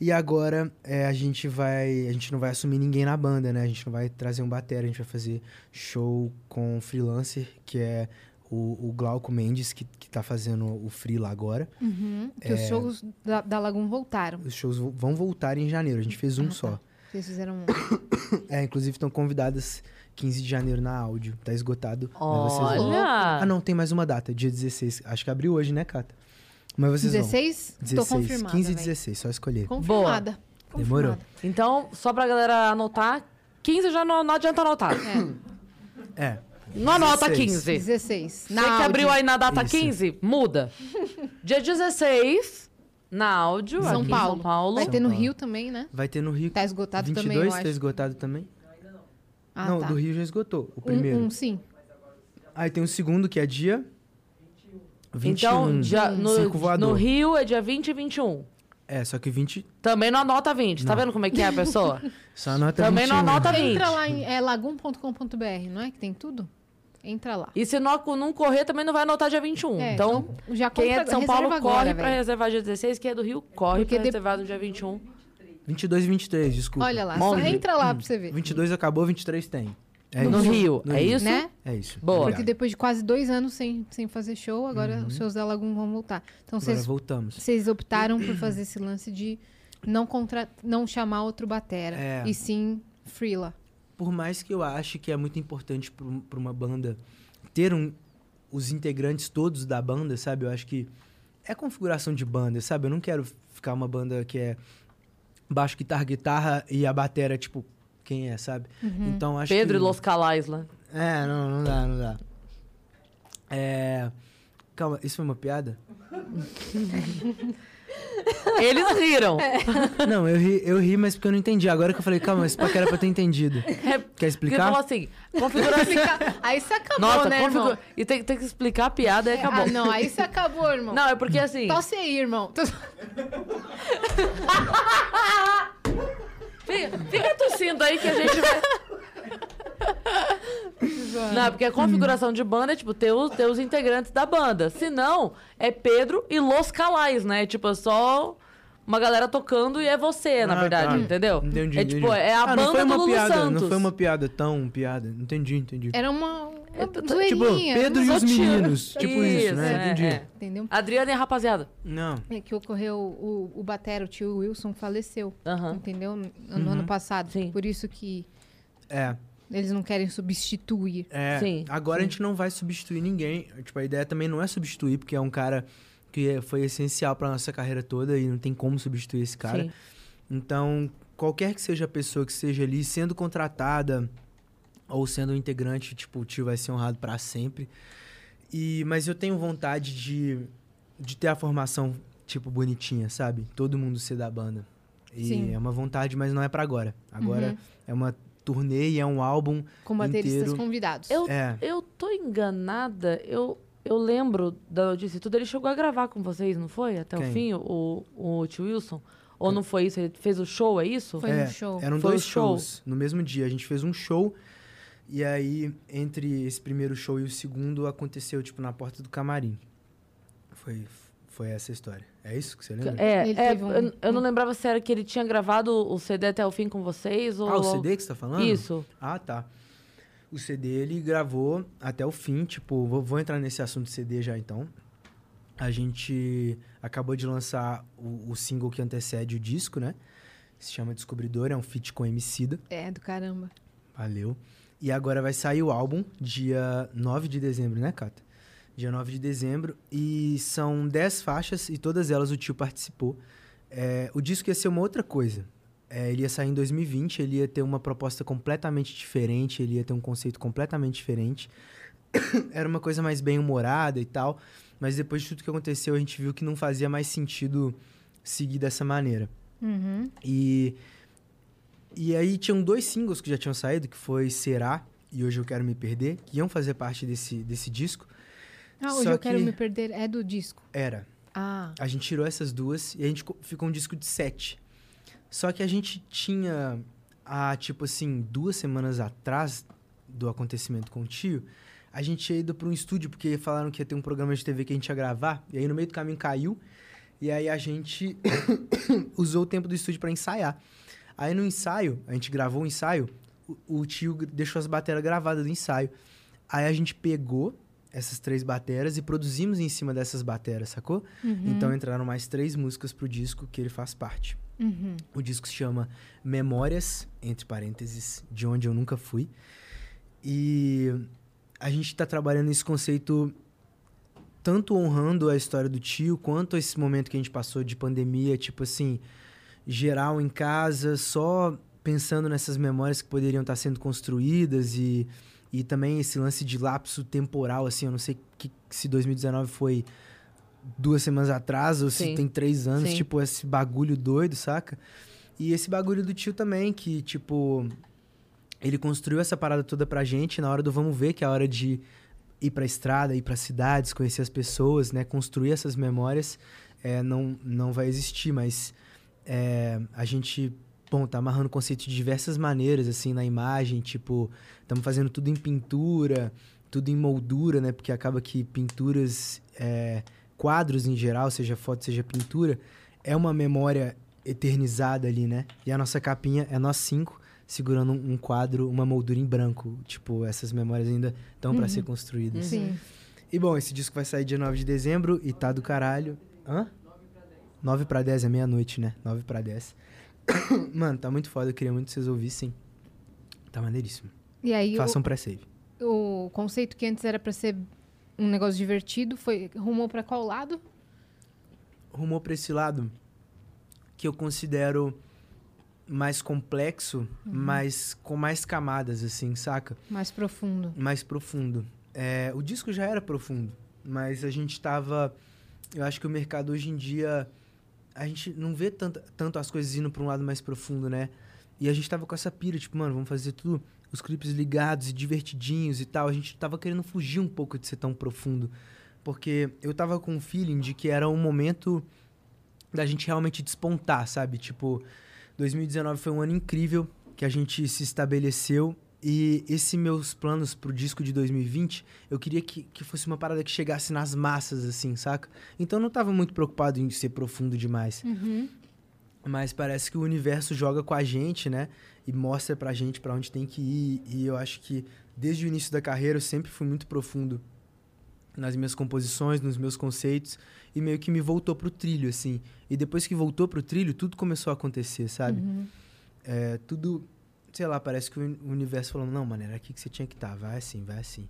[SPEAKER 4] E agora é, a gente vai. A gente não vai assumir ninguém na banda, né? A gente não vai trazer um batera, a gente vai fazer show com freelancer, que é o, o Glauco Mendes, que, que tá fazendo o free lá agora.
[SPEAKER 3] Uhum,
[SPEAKER 4] É.
[SPEAKER 3] que os shows da, da Lagoon voltaram.
[SPEAKER 4] Os shows vo- vão voltar em janeiro, a gente fez um
[SPEAKER 3] Ah, tá.
[SPEAKER 4] só.
[SPEAKER 3] Vocês fizeram um...
[SPEAKER 4] É, inclusive estão convidadas 15 de janeiro na áudio, tá esgotado. mas vocês vão. Ah,
[SPEAKER 2] Olha!
[SPEAKER 4] não, tem mais uma data, dia 16. Acho que abriu hoje, né, Cata? Mas vocês
[SPEAKER 3] 16?
[SPEAKER 4] vão.
[SPEAKER 3] Tô confirmada,
[SPEAKER 4] 15 e
[SPEAKER 3] véi.
[SPEAKER 4] 16, só escolher.
[SPEAKER 3] Confirmada.
[SPEAKER 4] Demorou.
[SPEAKER 3] Confirmada.
[SPEAKER 2] Então, só pra galera anotar, 15 já não, não adianta anotar.
[SPEAKER 3] É,
[SPEAKER 4] É,
[SPEAKER 2] Não anota
[SPEAKER 4] 16.
[SPEAKER 2] 15.
[SPEAKER 3] 16.
[SPEAKER 2] Você que abriu aí na data
[SPEAKER 4] Isso.
[SPEAKER 2] 15, muda. Dia 16, Na áudio,
[SPEAKER 3] São
[SPEAKER 2] aqui
[SPEAKER 3] Paulo.
[SPEAKER 2] em São Paulo.
[SPEAKER 3] Vai ter no
[SPEAKER 4] Paulo.
[SPEAKER 3] Rio também, né?
[SPEAKER 4] Vai ter no Rio.
[SPEAKER 3] Tá esgotado
[SPEAKER 4] 22,
[SPEAKER 3] também, eu
[SPEAKER 4] tá
[SPEAKER 3] acho.
[SPEAKER 4] esgotado também?
[SPEAKER 3] Ah,
[SPEAKER 4] não,
[SPEAKER 3] tá.
[SPEAKER 4] do Rio já esgotou, o
[SPEAKER 3] Um-
[SPEAKER 4] primeiro.
[SPEAKER 3] Um, sim.
[SPEAKER 4] Aí tem o segundo, que é dia... 21.
[SPEAKER 2] Então, dia-
[SPEAKER 4] Circo
[SPEAKER 2] no,
[SPEAKER 4] voador.
[SPEAKER 2] no Rio é dia 20 e 21.
[SPEAKER 4] É, só que 20...
[SPEAKER 2] Também não anota 20. Tá
[SPEAKER 4] Não.
[SPEAKER 2] vendo como é que é a pessoa?
[SPEAKER 4] Só anota
[SPEAKER 2] Também
[SPEAKER 4] 21.
[SPEAKER 2] não anota 20.
[SPEAKER 3] Entra lá em é, lagum.com.br, não é? Que tem tudo? Entra lá.
[SPEAKER 2] E se não, não correr, também não vai anotar dia 21.
[SPEAKER 3] É,
[SPEAKER 2] então,
[SPEAKER 3] já
[SPEAKER 2] quem é
[SPEAKER 3] compra-
[SPEAKER 2] de São
[SPEAKER 3] reserva
[SPEAKER 2] Paulo
[SPEAKER 3] agora,
[SPEAKER 2] corre pra
[SPEAKER 3] velho.
[SPEAKER 2] reservar dia 16, quem é do Rio corre
[SPEAKER 3] Porque
[SPEAKER 2] pra
[SPEAKER 3] de-
[SPEAKER 2] reservar no dia 21.
[SPEAKER 4] 22 e 23, desculpa.
[SPEAKER 3] Olha lá, só
[SPEAKER 4] Molde.
[SPEAKER 3] entra lá pra você ver.
[SPEAKER 4] 22 acabou, 23 tem. É
[SPEAKER 2] No Rio, é isso?
[SPEAKER 3] Né?
[SPEAKER 4] É isso.
[SPEAKER 2] Boa.
[SPEAKER 3] Porque depois de quase dois anos sem, sem fazer show, agora os shows da Lagum vão voltar. Então
[SPEAKER 4] Uhum. Agora
[SPEAKER 3] vocês
[SPEAKER 4] voltamos.
[SPEAKER 3] vocês optaram por fazer esse lance de não, contra... não chamar outro batera.
[SPEAKER 4] É.
[SPEAKER 3] E sim Freela.
[SPEAKER 4] Por mais que eu ache que é muito importante para uma banda ter um, os integrantes todos da banda, sabe? Eu acho que é configuração de banda, sabe? Eu não quero ficar uma banda que é baixo, guitarra, guitarra e a batera, tipo, quem é, sabe?
[SPEAKER 3] Uhum.
[SPEAKER 4] Então acho
[SPEAKER 2] Pedro
[SPEAKER 4] que...
[SPEAKER 2] e Los Calais lá.
[SPEAKER 4] É, não, não dá, não dá. É... Calma, isso foi uma piada?
[SPEAKER 2] Eles riram. É,
[SPEAKER 4] Não, eu ri, eu ri, mas porque eu não entendi. Agora que eu falei, calma, esse papo era pra eu ter entendido. Quer
[SPEAKER 2] É, porque falou
[SPEAKER 4] explicar?
[SPEAKER 2] assim, configuração...
[SPEAKER 3] Aí você acabou,
[SPEAKER 2] Nossa,
[SPEAKER 3] né,
[SPEAKER 2] configura-
[SPEAKER 3] irmão?
[SPEAKER 2] E tem, tem que explicar a piada e acabou.
[SPEAKER 3] Ah, não, Tá aí você acabou, irmão.
[SPEAKER 2] Não, é porque assim...
[SPEAKER 3] Tosse aí, irmão.
[SPEAKER 2] Fica, fica tossindo aí que a gente vai. Não, porque a configuração de banda é tipo ter os, ter os integrantes da banda. Se não, é Pedro e Los Calais, né? Tipo, é só uma galera tocando e é você, na
[SPEAKER 4] Ah,
[SPEAKER 2] verdade,
[SPEAKER 4] tá.
[SPEAKER 2] entendeu?
[SPEAKER 4] Entendi,
[SPEAKER 2] é
[SPEAKER 4] entendi.
[SPEAKER 2] tipo, é a
[SPEAKER 4] Ah, não foi
[SPEAKER 2] banda do
[SPEAKER 4] uma
[SPEAKER 2] Lulu
[SPEAKER 4] piada,
[SPEAKER 2] Santos.
[SPEAKER 4] Não foi uma piada tão piada. Entendi, entendi.
[SPEAKER 3] Era uma, uma
[SPEAKER 4] tipo,
[SPEAKER 3] zoeirinha,
[SPEAKER 4] Pedro e
[SPEAKER 3] né?
[SPEAKER 4] os meninos.
[SPEAKER 2] É, Isso,
[SPEAKER 4] Tipo isso, né?
[SPEAKER 2] é,
[SPEAKER 4] entendi.
[SPEAKER 2] é.
[SPEAKER 3] Entendeu?
[SPEAKER 2] Adriana e a rapaziada.
[SPEAKER 4] Não.
[SPEAKER 3] É que ocorreu o, o batera, o tio Wilson, faleceu.
[SPEAKER 2] Aham.
[SPEAKER 3] Entendeu? No
[SPEAKER 4] Uhum.
[SPEAKER 3] ano passado.
[SPEAKER 2] Sim.
[SPEAKER 3] Por isso que
[SPEAKER 4] É.
[SPEAKER 3] eles não querem substituir.
[SPEAKER 4] é.
[SPEAKER 2] Sim,
[SPEAKER 4] Agora a gente não vai substituir ninguém. Tipo, a ideia também não é substituir, porque é um cara que é- foi essencial pra nossa carreira toda e não tem como substituir esse cara.
[SPEAKER 2] Sim.
[SPEAKER 4] Então, qualquer que seja a pessoa que seja ali sendo contratada ou sendo um integrante, tipo, o tio vai ser honrado pra sempre. E mas eu tenho vontade de, de ter a formação tipo bonitinha, sabe? Todo mundo ser da banda. E
[SPEAKER 3] Sim.
[SPEAKER 4] é uma vontade, mas não é pra agora. Agora
[SPEAKER 2] Uhum.
[SPEAKER 4] é uma turnê e é um álbum.
[SPEAKER 3] Com bateristas
[SPEAKER 4] Inteiro.
[SPEAKER 3] convidados.
[SPEAKER 2] Eu,
[SPEAKER 4] É.
[SPEAKER 2] eu tô enganada, eu, eu lembro da notícia e tudo. Ele chegou a gravar com vocês, não foi? Até
[SPEAKER 4] Quem?
[SPEAKER 2] o fim, o, o tio Wilson? Ou não foi isso? Ele fez o show, é isso?
[SPEAKER 3] Foi
[SPEAKER 4] é,
[SPEAKER 3] no show.
[SPEAKER 4] Eram
[SPEAKER 2] Foi
[SPEAKER 4] dois
[SPEAKER 2] o show.
[SPEAKER 4] shows no mesmo dia. A gente fez um show e aí entre esse primeiro show e o segundo aconteceu tipo na porta do camarim. Foi foi essa a história. É isso que você lembra?
[SPEAKER 2] É,
[SPEAKER 3] Ele
[SPEAKER 2] é,
[SPEAKER 3] teve um-
[SPEAKER 2] eu, eu não lembrava se era que ele tinha gravado o CD até o fim com vocês ou...
[SPEAKER 4] Ah, o CD que você tá falando?
[SPEAKER 2] Isso.
[SPEAKER 4] Ah, tá. O CD ele gravou até o fim, tipo, vou, vou entrar nesse assunto do CD já então. A gente acabou de lançar o, o single que antecede o disco, né? Se chama Descobridor, é um feat com Emicida.
[SPEAKER 3] É, do caramba.
[SPEAKER 4] Valeu. E agora vai sair o álbum dia 9 de dezembro, né, Cata? Dia 9 de dezembro. E são 10 faixas e todas elas o tio participou. É, o disco ia ser uma outra coisa. É, ele ia sair em 2020, ele ia ter uma proposta completamente diferente, ele ia ter um conceito completamente diferente. Era uma coisa mais bem humorada e tal. Mas depois de tudo que aconteceu, a gente viu que não fazia mais sentido seguir dessa maneira.
[SPEAKER 3] Uhum.
[SPEAKER 4] E, e aí tinham dois singles que já tinham saído, que foi Será e Hoje Eu Quero Me Perder, que iam fazer parte desse, desse disco.
[SPEAKER 3] Ah, hoje
[SPEAKER 4] Só
[SPEAKER 3] eu quero
[SPEAKER 4] que-
[SPEAKER 3] me perder. É do disco.
[SPEAKER 4] Era.
[SPEAKER 3] Ah.
[SPEAKER 4] A gente tirou essas duas e a gente co- ficou um disco de sete. Só que a gente tinha, há, tipo assim, duas semanas atrás do acontecimento com o tio, a gente tinha ido para um estúdio, porque falaram que ia ter um programa de TV que a gente ia gravar, e aí no meio do caminho caiu, e aí a gente usou o tempo do estúdio para ensaiar. Aí no ensaio, a gente gravou o ensaio, o, o tio gr- deixou as bateras gravadas do ensaio. Aí a gente pegou essas três bateras e produzimos em cima dessas bateras, sacou? Então entraram mais três músicas pro disco que ele faz parte.
[SPEAKER 3] Uhum.
[SPEAKER 4] O disco se chama Memórias, entre parênteses, de onde eu nunca fui. E a gente tá trabalhando esse conceito tanto honrando a história do tio, quanto esse momento que a gente passou de pandemia, tipo assim, geral em casa, só pensando nessas memórias que poderiam estar sendo construídas e, e também esse lance de lapso temporal, assim, eu não sei que, se 2019 foi duas semanas atrás, ou
[SPEAKER 2] Sim.
[SPEAKER 4] se tem três anos,
[SPEAKER 2] Sim.
[SPEAKER 4] tipo, esse bagulho doido, saca? E esse bagulho do tio também, que, tipo, ele construiu essa parada toda pra gente na hora do vamos ver, que é a hora de ir pra estrada, ir pra cidades, conhecer as pessoas, né? Construir essas memórias é, não, não vai existir, mas é, a gente, bom, tá amarrando o conceito de diversas maneiras, assim, na imagem, tipo, estamos fazendo tudo em pintura, tudo em moldura, né? Porque acaba que pinturas, é, quadros em geral, seja foto, seja pintura, é uma memória eternizada ali, né? E a nossa capinha é nós cinco segurando um um quadro, uma moldura em branco. Tipo, essas memórias ainda estão pra ser construídas.
[SPEAKER 3] Sim.
[SPEAKER 4] E bom, esse disco vai sair dia 9 de dezembro e tá do caralho. Hã? 9 pra 10 é meia-noite, né? 9 pra 10. Mano, tá muito foda, eu queria muito que vocês ouvissem. Tá maneiríssimo.
[SPEAKER 3] E aí, o-
[SPEAKER 4] Façam pré-save.
[SPEAKER 3] o, conceito que antes era pra ser um negócio divertido foi rumou pra qual lado?
[SPEAKER 4] Rumou pra esse lado que eu considero mais
[SPEAKER 3] Uhum.
[SPEAKER 4] complexo, mas com mais camadas, assim, saca?
[SPEAKER 3] Mais profundo.
[SPEAKER 4] mais profundo. É, o disco já era profundo, mas a gente tava. Eu acho que o mercado hoje em dia. A gente não vê tanto, tanto as coisas indo para um lado mais profundo, né? E a gente tava com essa pira, tipo, mano, vamos fazer tudo. Os clipes ligados e divertidinhos e tal. A gente tava querendo fugir um pouco de ser tão profundo. Porque eu tava com o feeling de que era um momento da gente realmente despontar, sabe? Tipo, 2019 foi um ano incrível que a gente se estabeleceu e esses meus planos pro disco de 2020, eu queria que, que fosse uma parada que chegasse nas massas, assim, saca? Então eu não tava muito preocupado em ser profundo demais. Mas parece que o universo joga com a gente, né? E mostra pra gente pra onde tem que ir. E eu acho que desde o início da carreira eu sempre fui muito profundo nas minhas composições, nos meus conceitos. E meio que me voltou pro trilho, assim. E depois que voltou pro trilho, tudo começou a acontecer, sabe?
[SPEAKER 3] Uhum.
[SPEAKER 4] É, tudo, sei lá, parece que o uni- o universo falando, não, mano, era aqui que você tinha que estar, vai assim, vai assim.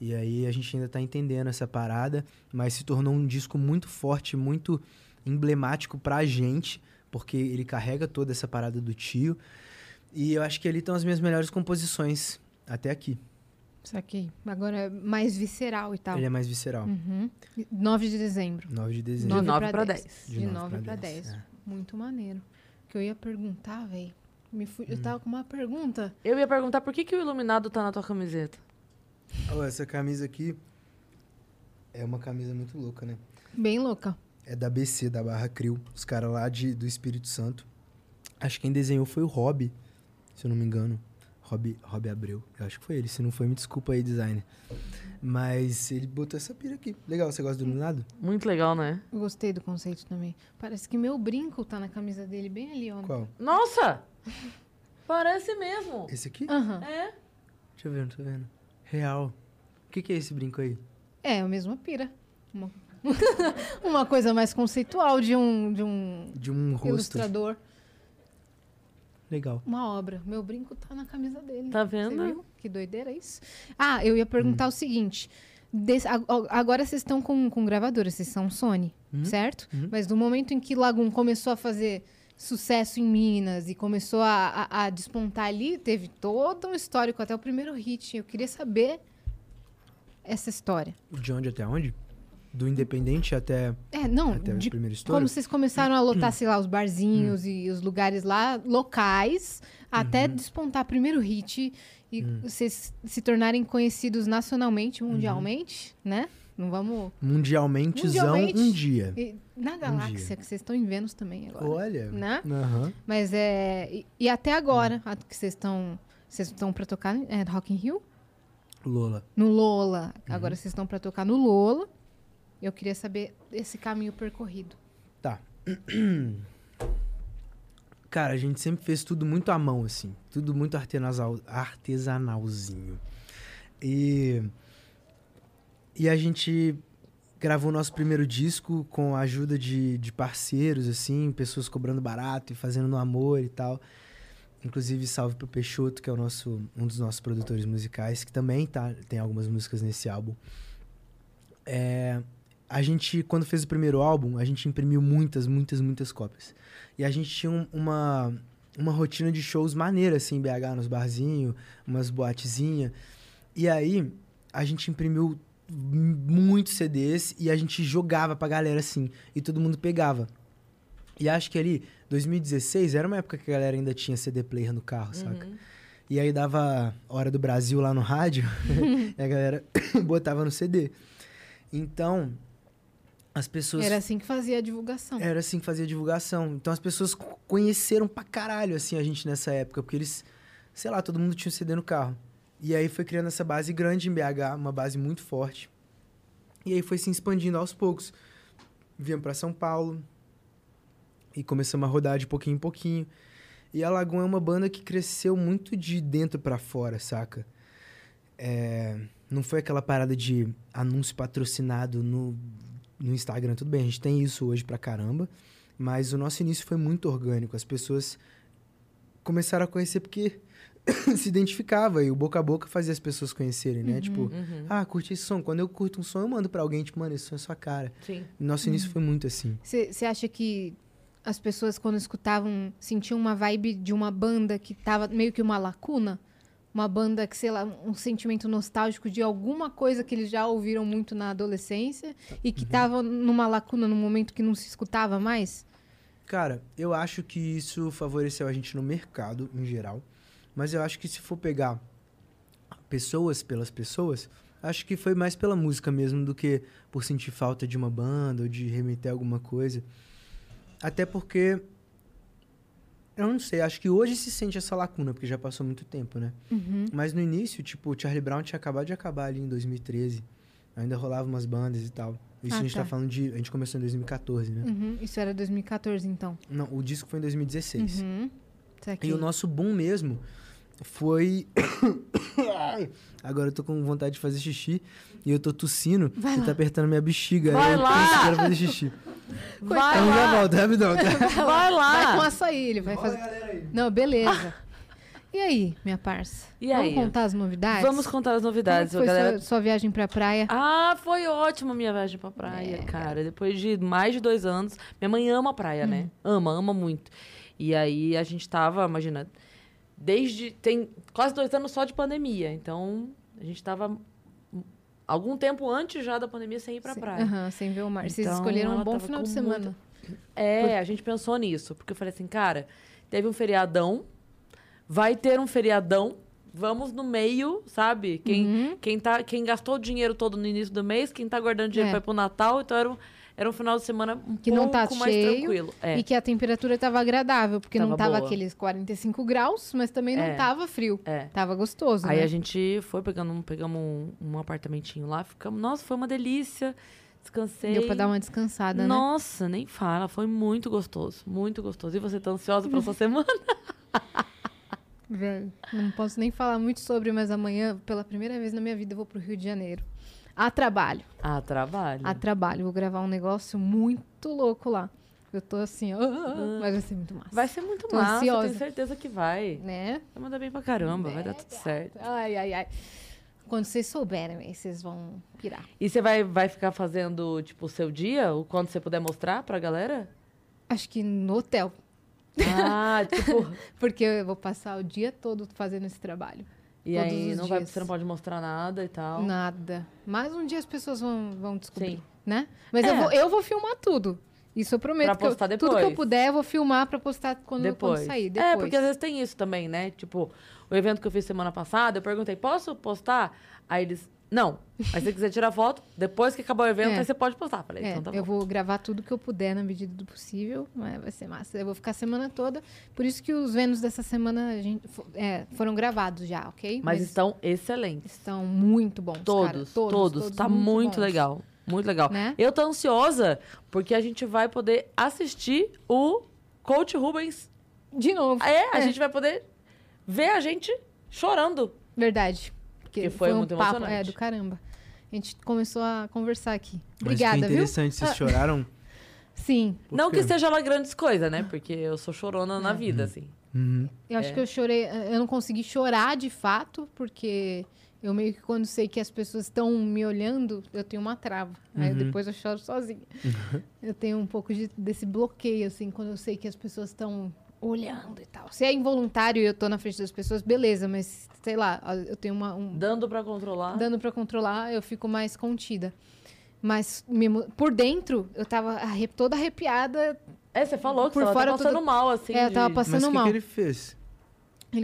[SPEAKER 4] E aí a gente ainda tá entendendo essa parada, mas se tornou um disco muito forte, muito emblemático pra gente, porque ele carrega toda essa parada do tio. E eu acho que ali estão as minhas melhores composições até aqui.
[SPEAKER 3] Saquei. Agora é mais visceral e tal.
[SPEAKER 4] Ele é mais visceral.
[SPEAKER 3] Uhum. 9 de dezembro.
[SPEAKER 4] 9 de
[SPEAKER 2] De
[SPEAKER 4] dezembro.
[SPEAKER 2] 9,
[SPEAKER 3] Nove
[SPEAKER 2] pra
[SPEAKER 3] pra
[SPEAKER 2] 10.
[SPEAKER 3] De 9 pra 10.
[SPEAKER 4] é.
[SPEAKER 3] Muito maneiro. O Que eu ia perguntar, velho. Eu tava com uma pergunta.
[SPEAKER 2] Eu ia perguntar por que, que o iluminado tá na tua camiseta.
[SPEAKER 4] Ó, É. essa camisa aqui é uma camisa muito louca, né?
[SPEAKER 3] Bem louca.
[SPEAKER 4] É da BC, da Barra Crio. Os caras lá de, do Espírito Santo. Acho que quem desenhou foi o Rob, se eu não me engano. Rob, Rob Abreu. Eu acho que foi ele. Se não foi, me desculpa aí, designer. Mas ele botou essa pira aqui. Legal, você gosta do iluminado?
[SPEAKER 2] Muito legal, né?
[SPEAKER 3] Eu gostei do conceito também. Parece que meu brinco tá na camisa dele, bem ali, ó.
[SPEAKER 4] Qual?
[SPEAKER 2] Nossa! Parece mesmo.
[SPEAKER 4] Esse aqui?
[SPEAKER 3] Aham.
[SPEAKER 2] É.
[SPEAKER 4] Deixa eu ver, não tô vendo. Real. O que, que é esse brinco aí?
[SPEAKER 3] É, a mesma pira. Uma, uma coisa mais conceitual de um, de um
[SPEAKER 4] De um rosto.
[SPEAKER 3] ilustrador.
[SPEAKER 4] Legal.
[SPEAKER 3] Uma obra. Meu brinco tá na camisa dele.
[SPEAKER 2] Tá
[SPEAKER 3] Você
[SPEAKER 2] vendo? Hum.
[SPEAKER 3] viu? Que doideira isso. Ah, eu ia perguntar o seguinte. Des- a- a- agora vocês estão com, com gravadora, vocês são Sony,
[SPEAKER 2] Uhum.
[SPEAKER 3] certo? Mas do momento em que Lagoon começou a fazer sucesso em Minas e começou a, a- a despontar ali, teve todo um histórico até o primeiro hit. Eu queria saber essa história.
[SPEAKER 4] De onde até onde? Do independente até,
[SPEAKER 3] É, não,
[SPEAKER 4] até
[SPEAKER 3] de
[SPEAKER 4] o primeiro estouro?
[SPEAKER 3] como vocês começaram a lotar, sei lá, os barzinhos e os lugares lá, locais, até
[SPEAKER 4] Uhum.
[SPEAKER 3] despontar primeiro hit e
[SPEAKER 4] Hum.
[SPEAKER 3] vocês se tornarem conhecidos nacionalmente,
[SPEAKER 4] Uhum.
[SPEAKER 3] mundialmente, né? Não vamos.
[SPEAKER 4] Mundialmente,
[SPEAKER 3] Mundialmente.
[SPEAKER 4] um dia.
[SPEAKER 3] e na galáxia,
[SPEAKER 4] dia.
[SPEAKER 3] que vocês estão em Vênus também agora.
[SPEAKER 4] Olha.
[SPEAKER 3] Né?
[SPEAKER 4] Aham.
[SPEAKER 3] Mas é. E, e até agora,
[SPEAKER 4] Hum.
[SPEAKER 3] a- que vocês estão. Vocês estão pra tocar é, Rock in Rio?
[SPEAKER 4] Lola.
[SPEAKER 3] No Lola.
[SPEAKER 4] Uhum.
[SPEAKER 3] Agora vocês estão pra tocar no Lola. Eu queria saber esse caminho percorrido.
[SPEAKER 4] Tá. Cara, a gente sempre fez tudo muito à mão, assim. Tudo muito artesanal, artesanalzinho. E. E a gente gravou nosso primeiro disco com a ajuda de, de parceiros, assim, pessoas cobrando barato e fazendo no amor e tal. Inclusive, salve pro Peixoto, que é o nosso, um dos nossos produtores musicais, que também tá, tem algumas músicas nesse álbum. a gente, quando fez o primeiro álbum, a gente imprimiu muitas, muitas, muitas cópias. E a gente tinha um- uma, uma rotina de shows maneira, assim, em BH, nos barzinhos, umas boatezinhas. E aí, a gente imprimiu muitos CDs e a gente jogava pra galera assim. E todo mundo pegava. E acho que ali, 2016, era uma época que a galera ainda tinha CD player no carro, saca? E aí dava Hora do Brasil lá no rádio e a galera botava no CD. Então, as pessoas.
[SPEAKER 3] Era assim que fazia a divulgação.
[SPEAKER 4] Era assim que fazia divulgação. Então as pessoas co- conheceram pra caralho assim, a gente nessa época, porque eles, sei lá, todo mundo tinha um CD no carro. E aí foi criando essa base grande em BH, uma base muito forte. E aí foi se expandindo aos poucos. Viemos pra São Paulo e começamos a rodar de pouquinho em pouquinho. E a Lagoon é uma banda que cresceu muito de dentro pra fora, saca? É, não foi aquela parada de anúncio patrocinado no no Instagram, tudo bem, a gente tem isso hoje pra caramba, mas o nosso início foi muito orgânico. As pessoas começaram a conhecer porque se identificava e o boca a boca fazia as pessoas conhecerem, né? Tipo, ah, curti esse som. Quando eu curto um som, eu mando pra alguém, tipo, mano, esse som é sua cara.
[SPEAKER 2] Sim.
[SPEAKER 4] Nosso início foi muito assim.
[SPEAKER 3] Você acha que as pessoas, quando escutavam, sentiam uma vibe de uma banda que tava meio que uma lacuna? Uma banda que, sei lá, um sentimento nostálgico de alguma coisa que eles já ouviram muito na adolescência e
[SPEAKER 2] Uhum.
[SPEAKER 3] que tava numa lacuna num momento que não se escutava mais?
[SPEAKER 4] Cara, eu acho que isso favoreceu a gente no mercado em geral, mas eu acho que se for pegar pessoas pelas pessoas, acho que foi mais pela música mesmo do que por sentir falta de uma banda ou de remeter a alguma coisa. Até porque eu não sei, acho que hoje se sente essa lacuna, porque já passou muito tempo, né? Mas no início, tipo, o Charlie Brown tinha acabado de acabar ali em 2013. Ainda rolava umas bandas e tal. Isso
[SPEAKER 3] Ah,
[SPEAKER 4] a gente tá.
[SPEAKER 3] tá.
[SPEAKER 4] falando de. A gente começou em 2014,
[SPEAKER 2] É.
[SPEAKER 4] né?
[SPEAKER 3] Uhum, Isso era 2014, então.
[SPEAKER 4] Não, o disco foi em 2016.
[SPEAKER 3] Uhum. Isso aqui.
[SPEAKER 4] E o nosso boom mesmo foi. Ai, Agora eu tô com vontade de fazer xixi e eu tô tossindo
[SPEAKER 3] Vai
[SPEAKER 4] e
[SPEAKER 3] lá.
[SPEAKER 4] tá apertando minha bexiga.
[SPEAKER 2] Vai
[SPEAKER 4] aí eu
[SPEAKER 2] lá.
[SPEAKER 4] penso que quero fazer xixi.
[SPEAKER 2] Vai
[SPEAKER 4] Então já
[SPEAKER 2] lá,
[SPEAKER 4] volto, rapidão. Tá?
[SPEAKER 2] vai
[SPEAKER 3] Vai com
[SPEAKER 2] lá.
[SPEAKER 3] açaí, ele vai fazer. Não, beleza. E aí, minha parça?
[SPEAKER 2] Ah! E aí?
[SPEAKER 3] Vamos contar as novidades?
[SPEAKER 2] Vamos contar as novidades,
[SPEAKER 3] Como é que foi
[SPEAKER 2] galera.
[SPEAKER 3] sua, sua viagem pra praia?
[SPEAKER 2] Ah, foi ótimo minha viagem pra praia, cara. Depois de mais de dois anos, minha mãe ama a praia, né? Ama, ama muito. E aí a gente tava, imagina, desde. Tem quase dois anos só de pandemia. Então, a gente tava hum, algum tempo antes já da pandemia sem ir pra praia.
[SPEAKER 3] Aham, sem ver o mar. Vocês
[SPEAKER 2] Então,
[SPEAKER 3] escolheram um
[SPEAKER 2] ela
[SPEAKER 3] bom
[SPEAKER 2] tava
[SPEAKER 3] final de
[SPEAKER 2] com
[SPEAKER 3] semana.
[SPEAKER 2] muita- É, a gente pensou nisso, porque eu falei assim, cara, teve um feriadão, vai ter um feriadão, vamos no meio, sabe? Quem,
[SPEAKER 3] Uhum.
[SPEAKER 2] quem, tá, quem gastou o dinheiro todo no início do mês, quem tá guardando dinheiro
[SPEAKER 3] É.
[SPEAKER 2] pra ir pro Natal, então era um, era um final de semana um
[SPEAKER 3] Que
[SPEAKER 2] pouco
[SPEAKER 3] não tá
[SPEAKER 2] mais
[SPEAKER 3] cheio
[SPEAKER 2] tranquilo. É.
[SPEAKER 3] E que a temperatura estava agradável, porque não
[SPEAKER 2] Tava
[SPEAKER 3] tava
[SPEAKER 2] boa.
[SPEAKER 3] aqueles 45 graus, mas também não
[SPEAKER 2] É.
[SPEAKER 3] tava frio.
[SPEAKER 2] É.
[SPEAKER 3] Tava gostoso,
[SPEAKER 2] Aí
[SPEAKER 3] né?
[SPEAKER 2] a gente foi pegando um, pegamos um, um apartamentinho lá, ficamos, nossa, foi uma delícia. Descansei.
[SPEAKER 3] Deu pra dar uma descansada, né?
[SPEAKER 2] Nossa, nem fala, foi muito gostoso, muito gostoso. E você tá ansiosa pra sua semana?
[SPEAKER 3] Velho, Não posso nem falar muito sobre, mas amanhã, pela primeira vez na minha vida, eu vou pro Rio de Janeiro. A trabalho.
[SPEAKER 2] Ah, trabalho.
[SPEAKER 3] A trabalho. Vou gravar um negócio muito louco lá. Eu tô assim, ó, mas vai ser muito massa.
[SPEAKER 2] Hum. Vai ser muito
[SPEAKER 3] Tô
[SPEAKER 2] massa,
[SPEAKER 3] ansiosa.
[SPEAKER 2] tenho certeza que vai.
[SPEAKER 3] Né?
[SPEAKER 2] Vai mandar bem pra caramba, vai dar tudo certo.
[SPEAKER 3] Ai, ai, ai. Quando vocês souberem, aí vocês vão pirar.
[SPEAKER 2] E você vai, vai ficar fazendo, tipo, o seu dia? O quanto você puder mostrar pra galera?
[SPEAKER 3] Acho que no hotel.
[SPEAKER 2] Ah, tipo...
[SPEAKER 3] Porque eu vou passar o dia todo fazendo esse trabalho.
[SPEAKER 2] E
[SPEAKER 3] Todos
[SPEAKER 2] aí
[SPEAKER 3] os
[SPEAKER 2] não vai,
[SPEAKER 3] dias.
[SPEAKER 2] você não pode mostrar nada e tal.
[SPEAKER 3] Nada. Mas um dia as pessoas vão, vão descobrir,
[SPEAKER 2] Sim.
[SPEAKER 3] né? Mas eu,
[SPEAKER 2] É.
[SPEAKER 3] vou, eu vou filmar tudo. Isso eu prometo.
[SPEAKER 2] Pra
[SPEAKER 3] que eu-
[SPEAKER 2] postar
[SPEAKER 3] Tudo que eu
[SPEAKER 2] depois.
[SPEAKER 3] puder, eu vou filmar pra postar quando,
[SPEAKER 2] Depois.
[SPEAKER 3] quando sair. Depois.
[SPEAKER 2] É, porque às vezes tem isso também, né? Tipo, o evento que eu fiz semana passada, eu perguntei, posso postar? Aí eles, não. Aí se você quiser tirar foto, depois que acabar o evento,
[SPEAKER 3] É.
[SPEAKER 2] aí você pode postar. Falei,
[SPEAKER 3] É,
[SPEAKER 2] então tá bom.
[SPEAKER 3] eu vou gravar tudo que eu puder na medida do possível, mas vai ser massa. Eu vou ficar a semana toda. Por isso que os Vênus dessa semana a gente, fo- é, foram gravados já, ok?
[SPEAKER 2] Mas estão excelentes.
[SPEAKER 3] estão muito bons.
[SPEAKER 2] Todos,
[SPEAKER 3] cara.
[SPEAKER 2] todos, Tá muito,
[SPEAKER 3] bons.
[SPEAKER 2] legal. Muito legal.
[SPEAKER 3] Né?
[SPEAKER 2] Eu tô ansiosa porque a gente vai poder assistir o Coach Rubens.
[SPEAKER 3] De novo.
[SPEAKER 2] É, a gente vai poder ver a gente chorando.
[SPEAKER 3] Verdade. Porque
[SPEAKER 2] Que foi
[SPEAKER 3] um
[SPEAKER 2] muito
[SPEAKER 3] papo,
[SPEAKER 2] emocionante.
[SPEAKER 3] É, do caramba. A gente começou a conversar aqui.
[SPEAKER 4] Mas
[SPEAKER 3] Obrigada,
[SPEAKER 4] que
[SPEAKER 3] viu? Ah, tá
[SPEAKER 4] interessante, vocês choraram?
[SPEAKER 3] Sim.
[SPEAKER 4] Por
[SPEAKER 2] Não
[SPEAKER 4] quê?
[SPEAKER 2] que seja lá grandes coisas, né? Porque eu sou chorona
[SPEAKER 3] É.
[SPEAKER 2] na vida, assim.
[SPEAKER 4] Uhum.
[SPEAKER 3] Eu acho que eu chorei. Eu não consegui chorar de fato, porque eu meio que quando sei que as pessoas estão me olhando, eu tenho uma trava.
[SPEAKER 4] Uhum.
[SPEAKER 3] Aí depois eu choro sozinha. Eu tenho um pouco de- desse bloqueio, assim, quando eu sei que as pessoas estão olhando e tal. Se é involuntário e eu tô na frente das pessoas, beleza, mas sei lá, eu tenho uma, um
[SPEAKER 2] Dando pra controlar.
[SPEAKER 3] dando pra controlar, eu fico mais contida. Mas me emo- por dentro, eu tava arre- toda arrepiada.
[SPEAKER 2] É, você falou que
[SPEAKER 3] Por
[SPEAKER 2] você
[SPEAKER 3] fora
[SPEAKER 2] tava passando
[SPEAKER 3] tudo-
[SPEAKER 2] mal, assim.
[SPEAKER 3] é, eu
[SPEAKER 2] de-
[SPEAKER 3] tava
[SPEAKER 4] Mas
[SPEAKER 3] passando
[SPEAKER 4] o que,
[SPEAKER 3] mal.
[SPEAKER 4] que
[SPEAKER 3] ele...
[SPEAKER 4] ele fez?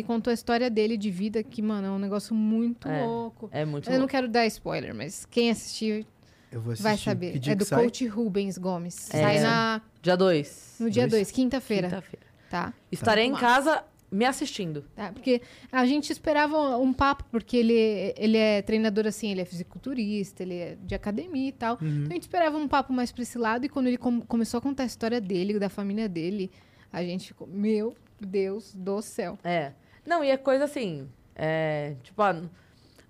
[SPEAKER 3] contou a história dele de vida, que, mano, é um negócio muito
[SPEAKER 2] É.
[SPEAKER 3] louco.
[SPEAKER 2] É muito
[SPEAKER 3] eu não
[SPEAKER 2] louco.
[SPEAKER 3] quero dar spoiler, mas quem assistir
[SPEAKER 4] Eu vou assistir.
[SPEAKER 3] vai
[SPEAKER 4] Que
[SPEAKER 3] saber.
[SPEAKER 4] dia
[SPEAKER 3] É do
[SPEAKER 4] que sai?
[SPEAKER 3] coach Rubens Gomes.
[SPEAKER 2] É.
[SPEAKER 3] Sai na,
[SPEAKER 2] Dia 2.
[SPEAKER 3] no dia
[SPEAKER 4] Dois?
[SPEAKER 3] 2, quinta-feira.
[SPEAKER 2] Quinta-feira.
[SPEAKER 3] tá?
[SPEAKER 2] Estarei em
[SPEAKER 3] Muito
[SPEAKER 2] casa me assistindo.
[SPEAKER 3] Tá, porque a gente esperava um papo, porque ele, ele é treinador assim, ele é fisiculturista, ele é de academia e tal. Então a gente esperava um papo mais pra esse lado, e quando ele com- começou a contar a história dele, da família dele, a gente ficou, meu Deus do céu.
[SPEAKER 2] É. Não, e é coisa assim. É, tipo, ah, n-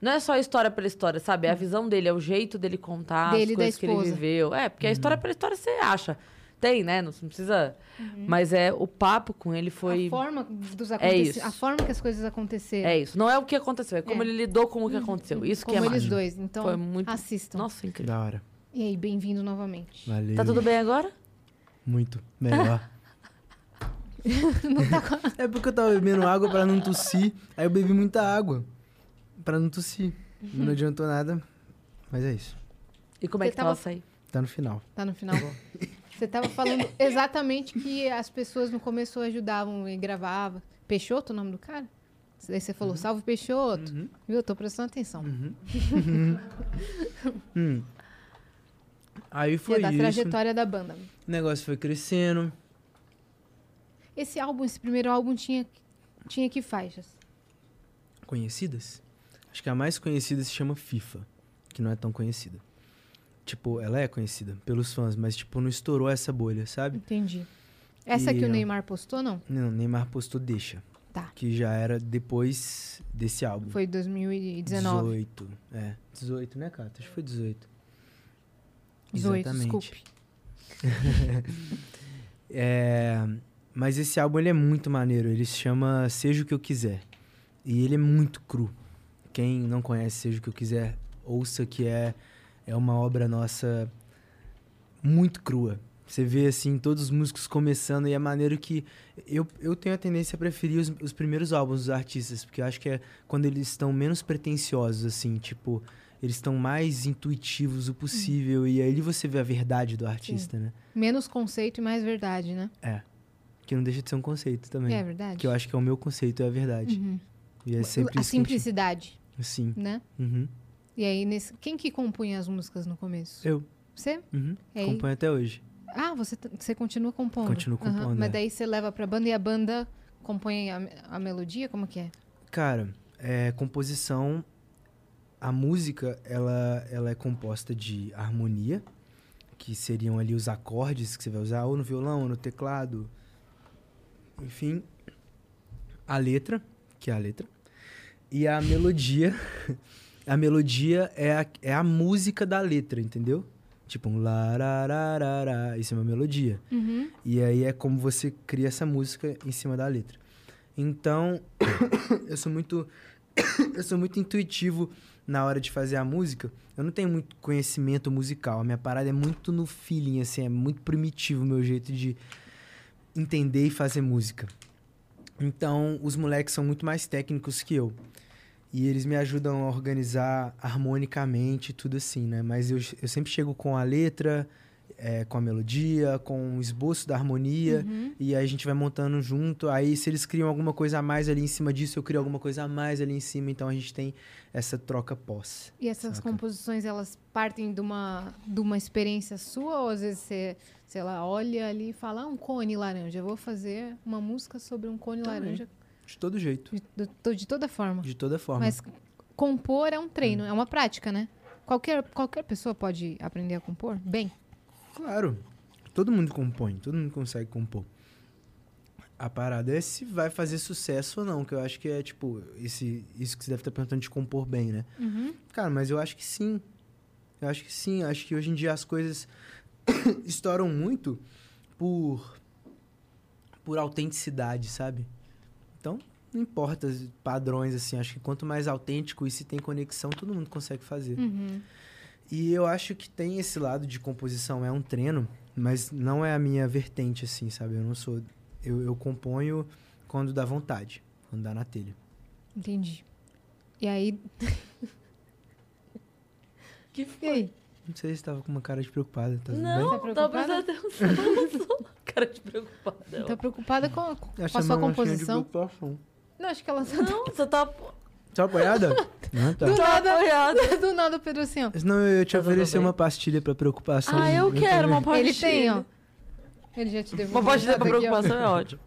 [SPEAKER 2] não é só a história pela história, sabe? É a visão dele, é o jeito dele contar
[SPEAKER 3] Uhum. Dele e
[SPEAKER 2] as
[SPEAKER 3] da
[SPEAKER 2] coisas que ele
[SPEAKER 3] esposa. Uhum.
[SPEAKER 2] viveu. É, porque a história pela história você acha. Tem, né? Não, não precisa. Mas é o papo com ele foi.
[SPEAKER 3] Uhum. A forma dos
[SPEAKER 2] É isso.
[SPEAKER 3] acontecimentos, a forma que as coisas aconteceram.
[SPEAKER 2] É isso. Não é o que aconteceu, é como
[SPEAKER 3] É. Uhum.
[SPEAKER 2] ele lidou com o que aconteceu. Isso
[SPEAKER 3] como
[SPEAKER 2] que é
[SPEAKER 3] eles
[SPEAKER 2] mágico.
[SPEAKER 3] dois. Então,
[SPEAKER 2] Foi muito-
[SPEAKER 3] assistam.
[SPEAKER 2] Nossa, incrível.
[SPEAKER 4] Da hora.
[SPEAKER 3] E aí, bem-vindo novamente.
[SPEAKER 4] Valeu.
[SPEAKER 2] Tá tudo bem agora?
[SPEAKER 4] Muito melhor.
[SPEAKER 3] tá
[SPEAKER 4] É porque eu tava bebendo água pra não tossir, aí eu bebi muita água pra não tossir.
[SPEAKER 3] Uhum.
[SPEAKER 4] Não adiantou nada, mas é isso.
[SPEAKER 2] E como é
[SPEAKER 3] Você
[SPEAKER 2] que
[SPEAKER 3] tava-
[SPEAKER 2] tava essa aí?
[SPEAKER 4] Tá no final.
[SPEAKER 3] Tá no final. Você tava falando exatamente que as pessoas no começo ajudavam e gravavam. Peixoto, o nome do cara? Daí você
[SPEAKER 4] Uhum.
[SPEAKER 3] falou, salve Peixoto. Viu? Eu tô prestando atenção.
[SPEAKER 4] Hum. Aí
[SPEAKER 3] Foi
[SPEAKER 4] foi
[SPEAKER 3] da
[SPEAKER 4] isso.
[SPEAKER 3] trajetória da banda.
[SPEAKER 4] O negócio foi crescendo.
[SPEAKER 3] Esse álbum, esse primeiro álbum, tinha, tinha que faixas?
[SPEAKER 4] Conhecidas? Acho que a mais conhecida se chama FIFA, que não é tão conhecida. Tipo, ela é conhecida pelos fãs, mas tipo, não estourou essa bolha, sabe?
[SPEAKER 3] Entendi. Essa que
[SPEAKER 4] E-
[SPEAKER 3] o Neymar postou, não?
[SPEAKER 4] Não, Neymar postou Deixa.
[SPEAKER 3] Tá.
[SPEAKER 4] Que já era depois desse álbum.
[SPEAKER 3] Foi 2019.
[SPEAKER 4] 18. É. 18, né, Cata? Acho que foi 18.
[SPEAKER 3] 18,
[SPEAKER 4] Exatamente.
[SPEAKER 3] desculpe.
[SPEAKER 4] É, mas esse álbum ele é muito maneiro. Ele se chama Seja o que eu quiser. E ele é muito cru. Quem não conhece Seja o que eu quiser, ouça que é é uma obra nossa muito crua. Você vê assim todos os músicos começando e é maneiro que eu, eu tenho a tendência a preferir os, os primeiros álbuns dos artistas, porque eu acho que é quando eles estão menos pretensiosos assim, tipo, eles estão mais intuitivos o possível e aí você vê a verdade do artista, né?
[SPEAKER 3] Menos conceito e mais verdade, né?
[SPEAKER 4] Que não deixa de ser um conceito também.
[SPEAKER 3] É verdade.
[SPEAKER 4] Que eu acho que é o meu conceito, é a verdade.
[SPEAKER 3] Uhum.
[SPEAKER 4] E é sempre
[SPEAKER 3] A
[SPEAKER 4] isso que eu te-
[SPEAKER 3] simplicidade,
[SPEAKER 4] Sim.
[SPEAKER 3] né?
[SPEAKER 4] Uhum.
[SPEAKER 3] E aí, nesse... quem que compunha as músicas no começo?
[SPEAKER 4] Eu.
[SPEAKER 3] Você?
[SPEAKER 4] Uhum.
[SPEAKER 3] É,
[SPEAKER 4] Componho até hoje.
[SPEAKER 3] Ah, você, t- você continua compondo?
[SPEAKER 4] Continuo
[SPEAKER 3] Aham,
[SPEAKER 4] compondo,
[SPEAKER 3] Mas
[SPEAKER 4] é.
[SPEAKER 3] daí você leva pra banda e a banda compõe a, a melodia? Como que é?
[SPEAKER 4] Cara, é, composição. A música, ela, ela é composta de harmonia, que seriam ali os acordes que você vai usar, ou no violão, ou no teclado. Enfim. A letra, que é a letra. E a melodia. A melodia é a, é a música da letra, entendeu? Tipo um larararará. Isso é uma melodia.
[SPEAKER 3] Uhum.
[SPEAKER 4] E aí é como você cria essa música em cima da letra. Então, eu sou muito eu sou muito intuitivo na hora de fazer a música. Eu não tenho muito conhecimento musical, a minha parada é muito no feeling assim, é muito primitivo o meu jeito de entender e fazer música. Então, os moleques são muito mais técnicos que eu. E eles me ajudam a organizar harmonicamente tudo assim, né? Mas eu, eu sempre chego com a letra, eh, com a melodia, com o esboço da harmonia. E aí a gente vai montando junto. Aí se eles criam alguma coisa a mais ali em cima disso, eu crio alguma coisa a mais ali em cima. Então a gente tem essa troca pós.
[SPEAKER 3] E essas
[SPEAKER 4] Saca.
[SPEAKER 3] composições, elas partem de uma, de uma experiência sua? Ou às vezes você, sei lá, olha ali e fala, ah, um cone laranja. Eu vou fazer uma música sobre um cone
[SPEAKER 4] Também.
[SPEAKER 3] laranja
[SPEAKER 4] De todo jeito.
[SPEAKER 3] de, do- to- de toda forma.
[SPEAKER 4] De toda forma. Hum.
[SPEAKER 3] Mas compor é um treino, é uma prática, né? Qualquer, qualquer pessoa pode aprender a compor? Bem,
[SPEAKER 4] Claro. Todo mundo compõe, todo mundo consegue compor. A parada é se vai fazer sucesso ou não, que eu acho que é tipo, esse, isso que você deve estar perguntando de compor bem, né? Cara, mas eu acho que sim. Eu acho que sim. Eu Acho que hoje em dia as coisas estouram muito por, por autenticidade, sabe? Então, não importa os padrões, assim. Acho que quanto mais autêntico e se tem conexão, todo mundo consegue fazer. E eu acho que tem esse lado de composição, é um treino, mas não é a minha vertente, assim, sabe? Eu não sou Eu, eu componho quando dá vontade, quando dá na telha.
[SPEAKER 3] Entendi. E aí.
[SPEAKER 2] Que
[SPEAKER 3] E aí?
[SPEAKER 4] Não sei se estava com uma cara de preocupada, tá tudo
[SPEAKER 2] Não, tô
[SPEAKER 3] bem? Tá
[SPEAKER 2] prestando
[SPEAKER 3] preocupada?
[SPEAKER 2] atenção. Cara de preocupada.
[SPEAKER 3] Tá preocupada com, a-
[SPEAKER 4] bem? Eu
[SPEAKER 3] com a
[SPEAKER 4] chamava
[SPEAKER 3] sua
[SPEAKER 4] uma caixinha de
[SPEAKER 3] composição?
[SPEAKER 4] preocupação.
[SPEAKER 3] Não, acho que ela só
[SPEAKER 2] Não, você tá, tá
[SPEAKER 4] Tá apoiada? Não, tá.
[SPEAKER 2] apoiado.
[SPEAKER 3] Do nada, o Pedro assim, ó.
[SPEAKER 4] Senão eu ia te
[SPEAKER 2] Tá tudo
[SPEAKER 4] oferecer
[SPEAKER 2] bem.
[SPEAKER 4] uma pastilha pra preocupação.
[SPEAKER 2] Ah, eu quero uma
[SPEAKER 3] Ele
[SPEAKER 2] pastilha.
[SPEAKER 3] tem, ó. Ele já te devolveu.
[SPEAKER 2] Uma pastilha
[SPEAKER 3] Tá
[SPEAKER 2] pra
[SPEAKER 3] daqui, ó.
[SPEAKER 2] preocupação é ótimo.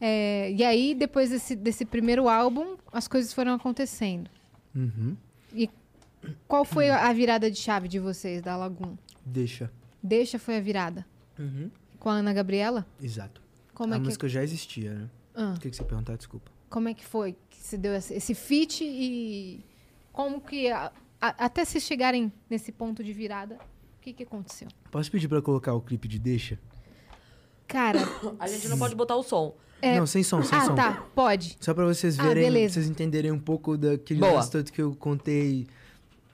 [SPEAKER 3] É, e aí, depois desse, desse primeiro álbum, as coisas foram acontecendo.
[SPEAKER 4] Uhum.
[SPEAKER 3] Qual foi a virada de chave de vocês, da Lagoon?
[SPEAKER 4] Deixa.
[SPEAKER 3] Deixa foi a virada.
[SPEAKER 4] Uhum.
[SPEAKER 3] Com a Ana Gabriela?
[SPEAKER 4] Exato.
[SPEAKER 3] Como,
[SPEAKER 4] a
[SPEAKER 3] é que,
[SPEAKER 4] música já existia, né?
[SPEAKER 3] Ah,
[SPEAKER 4] O que, que você ia perguntar? Desculpa.
[SPEAKER 3] como é que foi que se deu esse, esse feat e como que... a- a- até vocês chegarem nesse ponto de virada, o que, que aconteceu?
[SPEAKER 4] Posso pedir pra colocar o clipe de Deixa?
[SPEAKER 3] Cara,
[SPEAKER 2] A gente não pode botar o som.
[SPEAKER 3] É.
[SPEAKER 4] Não, sem som, sem
[SPEAKER 3] ah,
[SPEAKER 4] som.
[SPEAKER 3] tá, pode.
[SPEAKER 4] Só pra vocês
[SPEAKER 3] Ah,
[SPEAKER 4] verem, pra
[SPEAKER 3] beleza.
[SPEAKER 4] vocês entenderem um pouco daquele
[SPEAKER 2] Boa.
[SPEAKER 4] lance todo que eu contei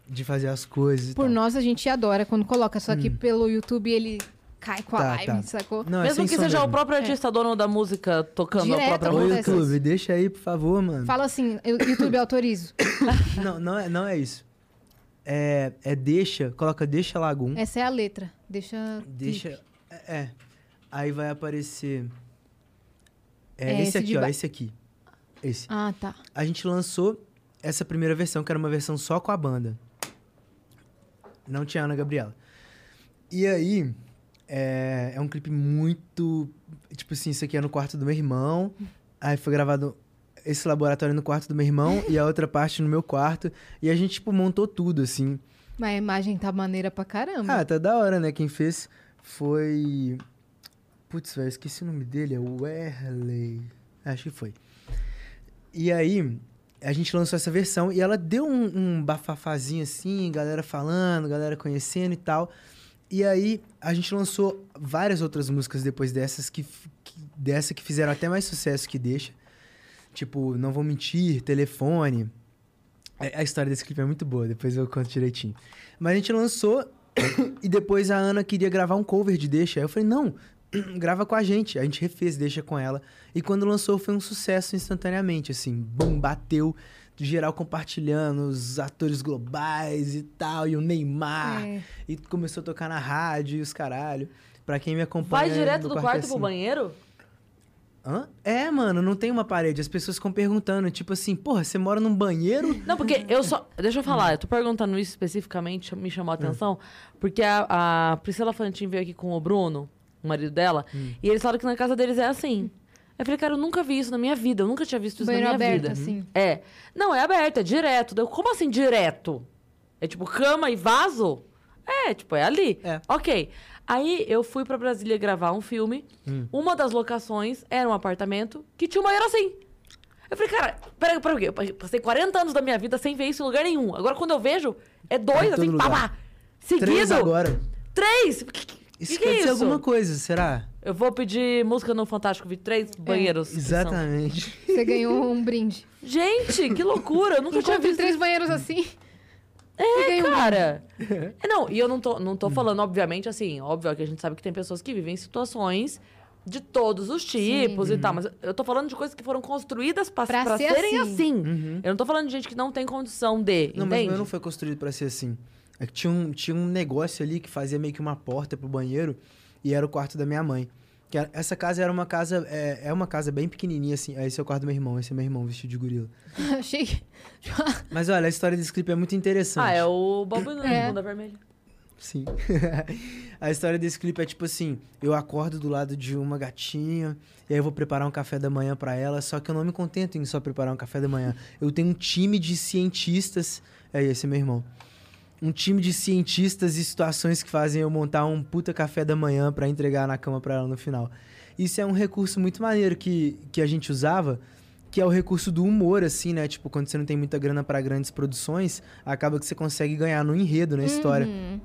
[SPEAKER 4] de fazer as coisas e
[SPEAKER 3] Por
[SPEAKER 4] tal.
[SPEAKER 3] nós, a gente adora quando coloca, só que pelo YouTube ele cai com a
[SPEAKER 4] Hum. Tá,
[SPEAKER 3] live,
[SPEAKER 4] tá.
[SPEAKER 3] sacou?
[SPEAKER 4] Não,
[SPEAKER 2] Mesmo
[SPEAKER 4] é sem
[SPEAKER 2] que
[SPEAKER 4] som
[SPEAKER 2] seja o
[SPEAKER 4] mesmo.
[SPEAKER 2] próprio artista dono da música tocando
[SPEAKER 3] Direto
[SPEAKER 2] a própria
[SPEAKER 4] Ô,
[SPEAKER 3] acontece.
[SPEAKER 4] YouTube, deixa aí, por favor, mano.
[SPEAKER 3] Fala assim, eu- YouTube, autorizo.
[SPEAKER 4] Não, não é, não é isso. É, é deixa, coloca deixa Lagoon.
[SPEAKER 3] Essa é a letra. Deixa.
[SPEAKER 4] Deixa. É. é. Aí vai aparecer. É,
[SPEAKER 3] É
[SPEAKER 4] esse,
[SPEAKER 3] esse de
[SPEAKER 4] aqui, ó.
[SPEAKER 3] ba-
[SPEAKER 4] Esse aqui. Esse.
[SPEAKER 3] Ah, tá.
[SPEAKER 4] A gente lançou essa primeira versão, que era uma versão só com a banda. Não tinha Ana Gabriela. E aí. É, é um clipe muito. Tipo assim, isso aqui é no quarto do meu irmão. Aí foi gravado esse laboratório no quarto do meu irmão e a outra parte no meu quarto. E a gente, tipo, montou tudo, assim.
[SPEAKER 3] Mas a imagem tá maneira pra caramba.
[SPEAKER 4] Ah, tá da hora, né? Quem fez foi. Putz, velho, esqueci o nome dele, é o Werley. Acho que foi. E aí, a gente lançou essa versão e ela deu um, um bafafazinho assim, galera falando, galera conhecendo e tal. E aí, a gente lançou várias outras músicas depois dessas que, f- que- dessa que fizeram até mais sucesso que deixa. Tipo, Não Vou Mentir, Telefone. É- A história desse clipe é muito boa, depois eu conto direitinho. Mas a gente lançou e depois a Ana queria gravar um cover de Deixa. Aí eu falei, não, grava com a gente. A gente refez Deixa com ela. E quando lançou foi um sucesso instantaneamente, assim. Bum, bateu. Geral compartilhando, os atores globais e tal, e o Neymar.
[SPEAKER 3] É.
[SPEAKER 4] E começou a tocar na rádio e os caralho. Pra quem me acompanha.
[SPEAKER 2] Vai direto
[SPEAKER 4] no
[SPEAKER 2] do quarto pro
[SPEAKER 4] assim.
[SPEAKER 2] banheiro?
[SPEAKER 4] Hã? É, mano, não tem uma parede. As pessoas ficam perguntando, tipo assim, porra, você mora num banheiro?
[SPEAKER 2] Não,
[SPEAKER 3] Uhum.
[SPEAKER 2] porque eu só. Deixa eu falar, eu tô perguntando isso especificamente, me chamou a
[SPEAKER 3] Hum.
[SPEAKER 2] atenção, porque a, a Priscila Fantin veio aqui com o Bruno, o marido dela,
[SPEAKER 3] Hum.
[SPEAKER 2] e eles falaram que na casa deles é assim. Eu falei, cara, eu nunca vi isso na minha vida, eu nunca tinha visto isso
[SPEAKER 3] Banheiro
[SPEAKER 2] na minha
[SPEAKER 3] aberto,
[SPEAKER 2] vida.
[SPEAKER 3] assim.
[SPEAKER 2] É. Não, é aberto, é direto. Deu, como assim direto? É tipo cama e vaso? É, tipo, é ali.
[SPEAKER 4] É.
[SPEAKER 2] Ok. Aí eu fui pra Brasília gravar um filme.
[SPEAKER 3] Hum.
[SPEAKER 2] Uma das locações era um apartamento que tinha um banheiro assim. Eu falei, cara, peraí, peraí, eu passei 40 anos da minha vida sem ver isso em lugar nenhum. Agora quando eu vejo, é
[SPEAKER 4] Tá
[SPEAKER 2] dois,
[SPEAKER 4] em todo
[SPEAKER 2] assim, pá,
[SPEAKER 4] lugar.
[SPEAKER 2] pá. Seguido.
[SPEAKER 4] Três agora.
[SPEAKER 2] Três! Que, que-
[SPEAKER 4] Isso
[SPEAKER 2] que que
[SPEAKER 4] quer
[SPEAKER 2] é
[SPEAKER 4] dizer
[SPEAKER 2] isso?
[SPEAKER 4] alguma coisa, será?
[SPEAKER 2] Eu vou pedir música no Fantástico, vi três
[SPEAKER 4] É,
[SPEAKER 2] banheiros. que são-
[SPEAKER 4] Exatamente.
[SPEAKER 3] Você ganhou um brinde.
[SPEAKER 2] Gente, que loucura! Eu nunca
[SPEAKER 3] Nunca
[SPEAKER 2] tinha visto
[SPEAKER 3] três banheiros assim.
[SPEAKER 2] É, cara. É, Não, e eu não tô, não tô falando, obviamente, assim, óbvio que a gente sabe que tem pessoas que vivem em situações de todos os tipos e
[SPEAKER 4] Uhum.
[SPEAKER 2] tal, mas eu tô falando de coisas que foram construídas pra,
[SPEAKER 3] Pra
[SPEAKER 2] pra
[SPEAKER 3] ser
[SPEAKER 2] serem
[SPEAKER 3] assim.
[SPEAKER 2] assim. Eu não tô falando de gente que não tem condição de,
[SPEAKER 4] Uhum. Não, mas o
[SPEAKER 2] entende?
[SPEAKER 4] meu não foi construído pra ser assim. É que tinha um, tinha um negócio ali que fazia meio que uma porta pro banheiro e era o quarto da minha mãe. Que era- essa casa era uma casa, é, é uma casa bem pequenininha, assim. Esse é o quarto do meu irmão, esse é meu irmão vestido de gorila.
[SPEAKER 3] Achei. que-
[SPEAKER 4] Mas olha, a história desse clipe é muito interessante.
[SPEAKER 2] Ah, é o Bobo na
[SPEAKER 3] É.
[SPEAKER 2] bunda vermelha.
[SPEAKER 4] Sim. a história desse clipe é tipo assim: eu acordo do lado de uma gatinha, e aí eu vou preparar um café da manhã pra ela, só que eu não me contento em só preparar um café da manhã. Eu tenho um time de cientistas. É, esse é meu irmão. Um time de cientistas e situações que fazem eu montar um puta café da manhã pra entregar na cama pra ela no final. Isso é um recurso muito maneiro que, que a gente usava, que é o recurso do humor, assim, né? Tipo, quando você não tem muita grana pra grandes produções, acaba que você consegue ganhar no enredo, na história.
[SPEAKER 3] Hum,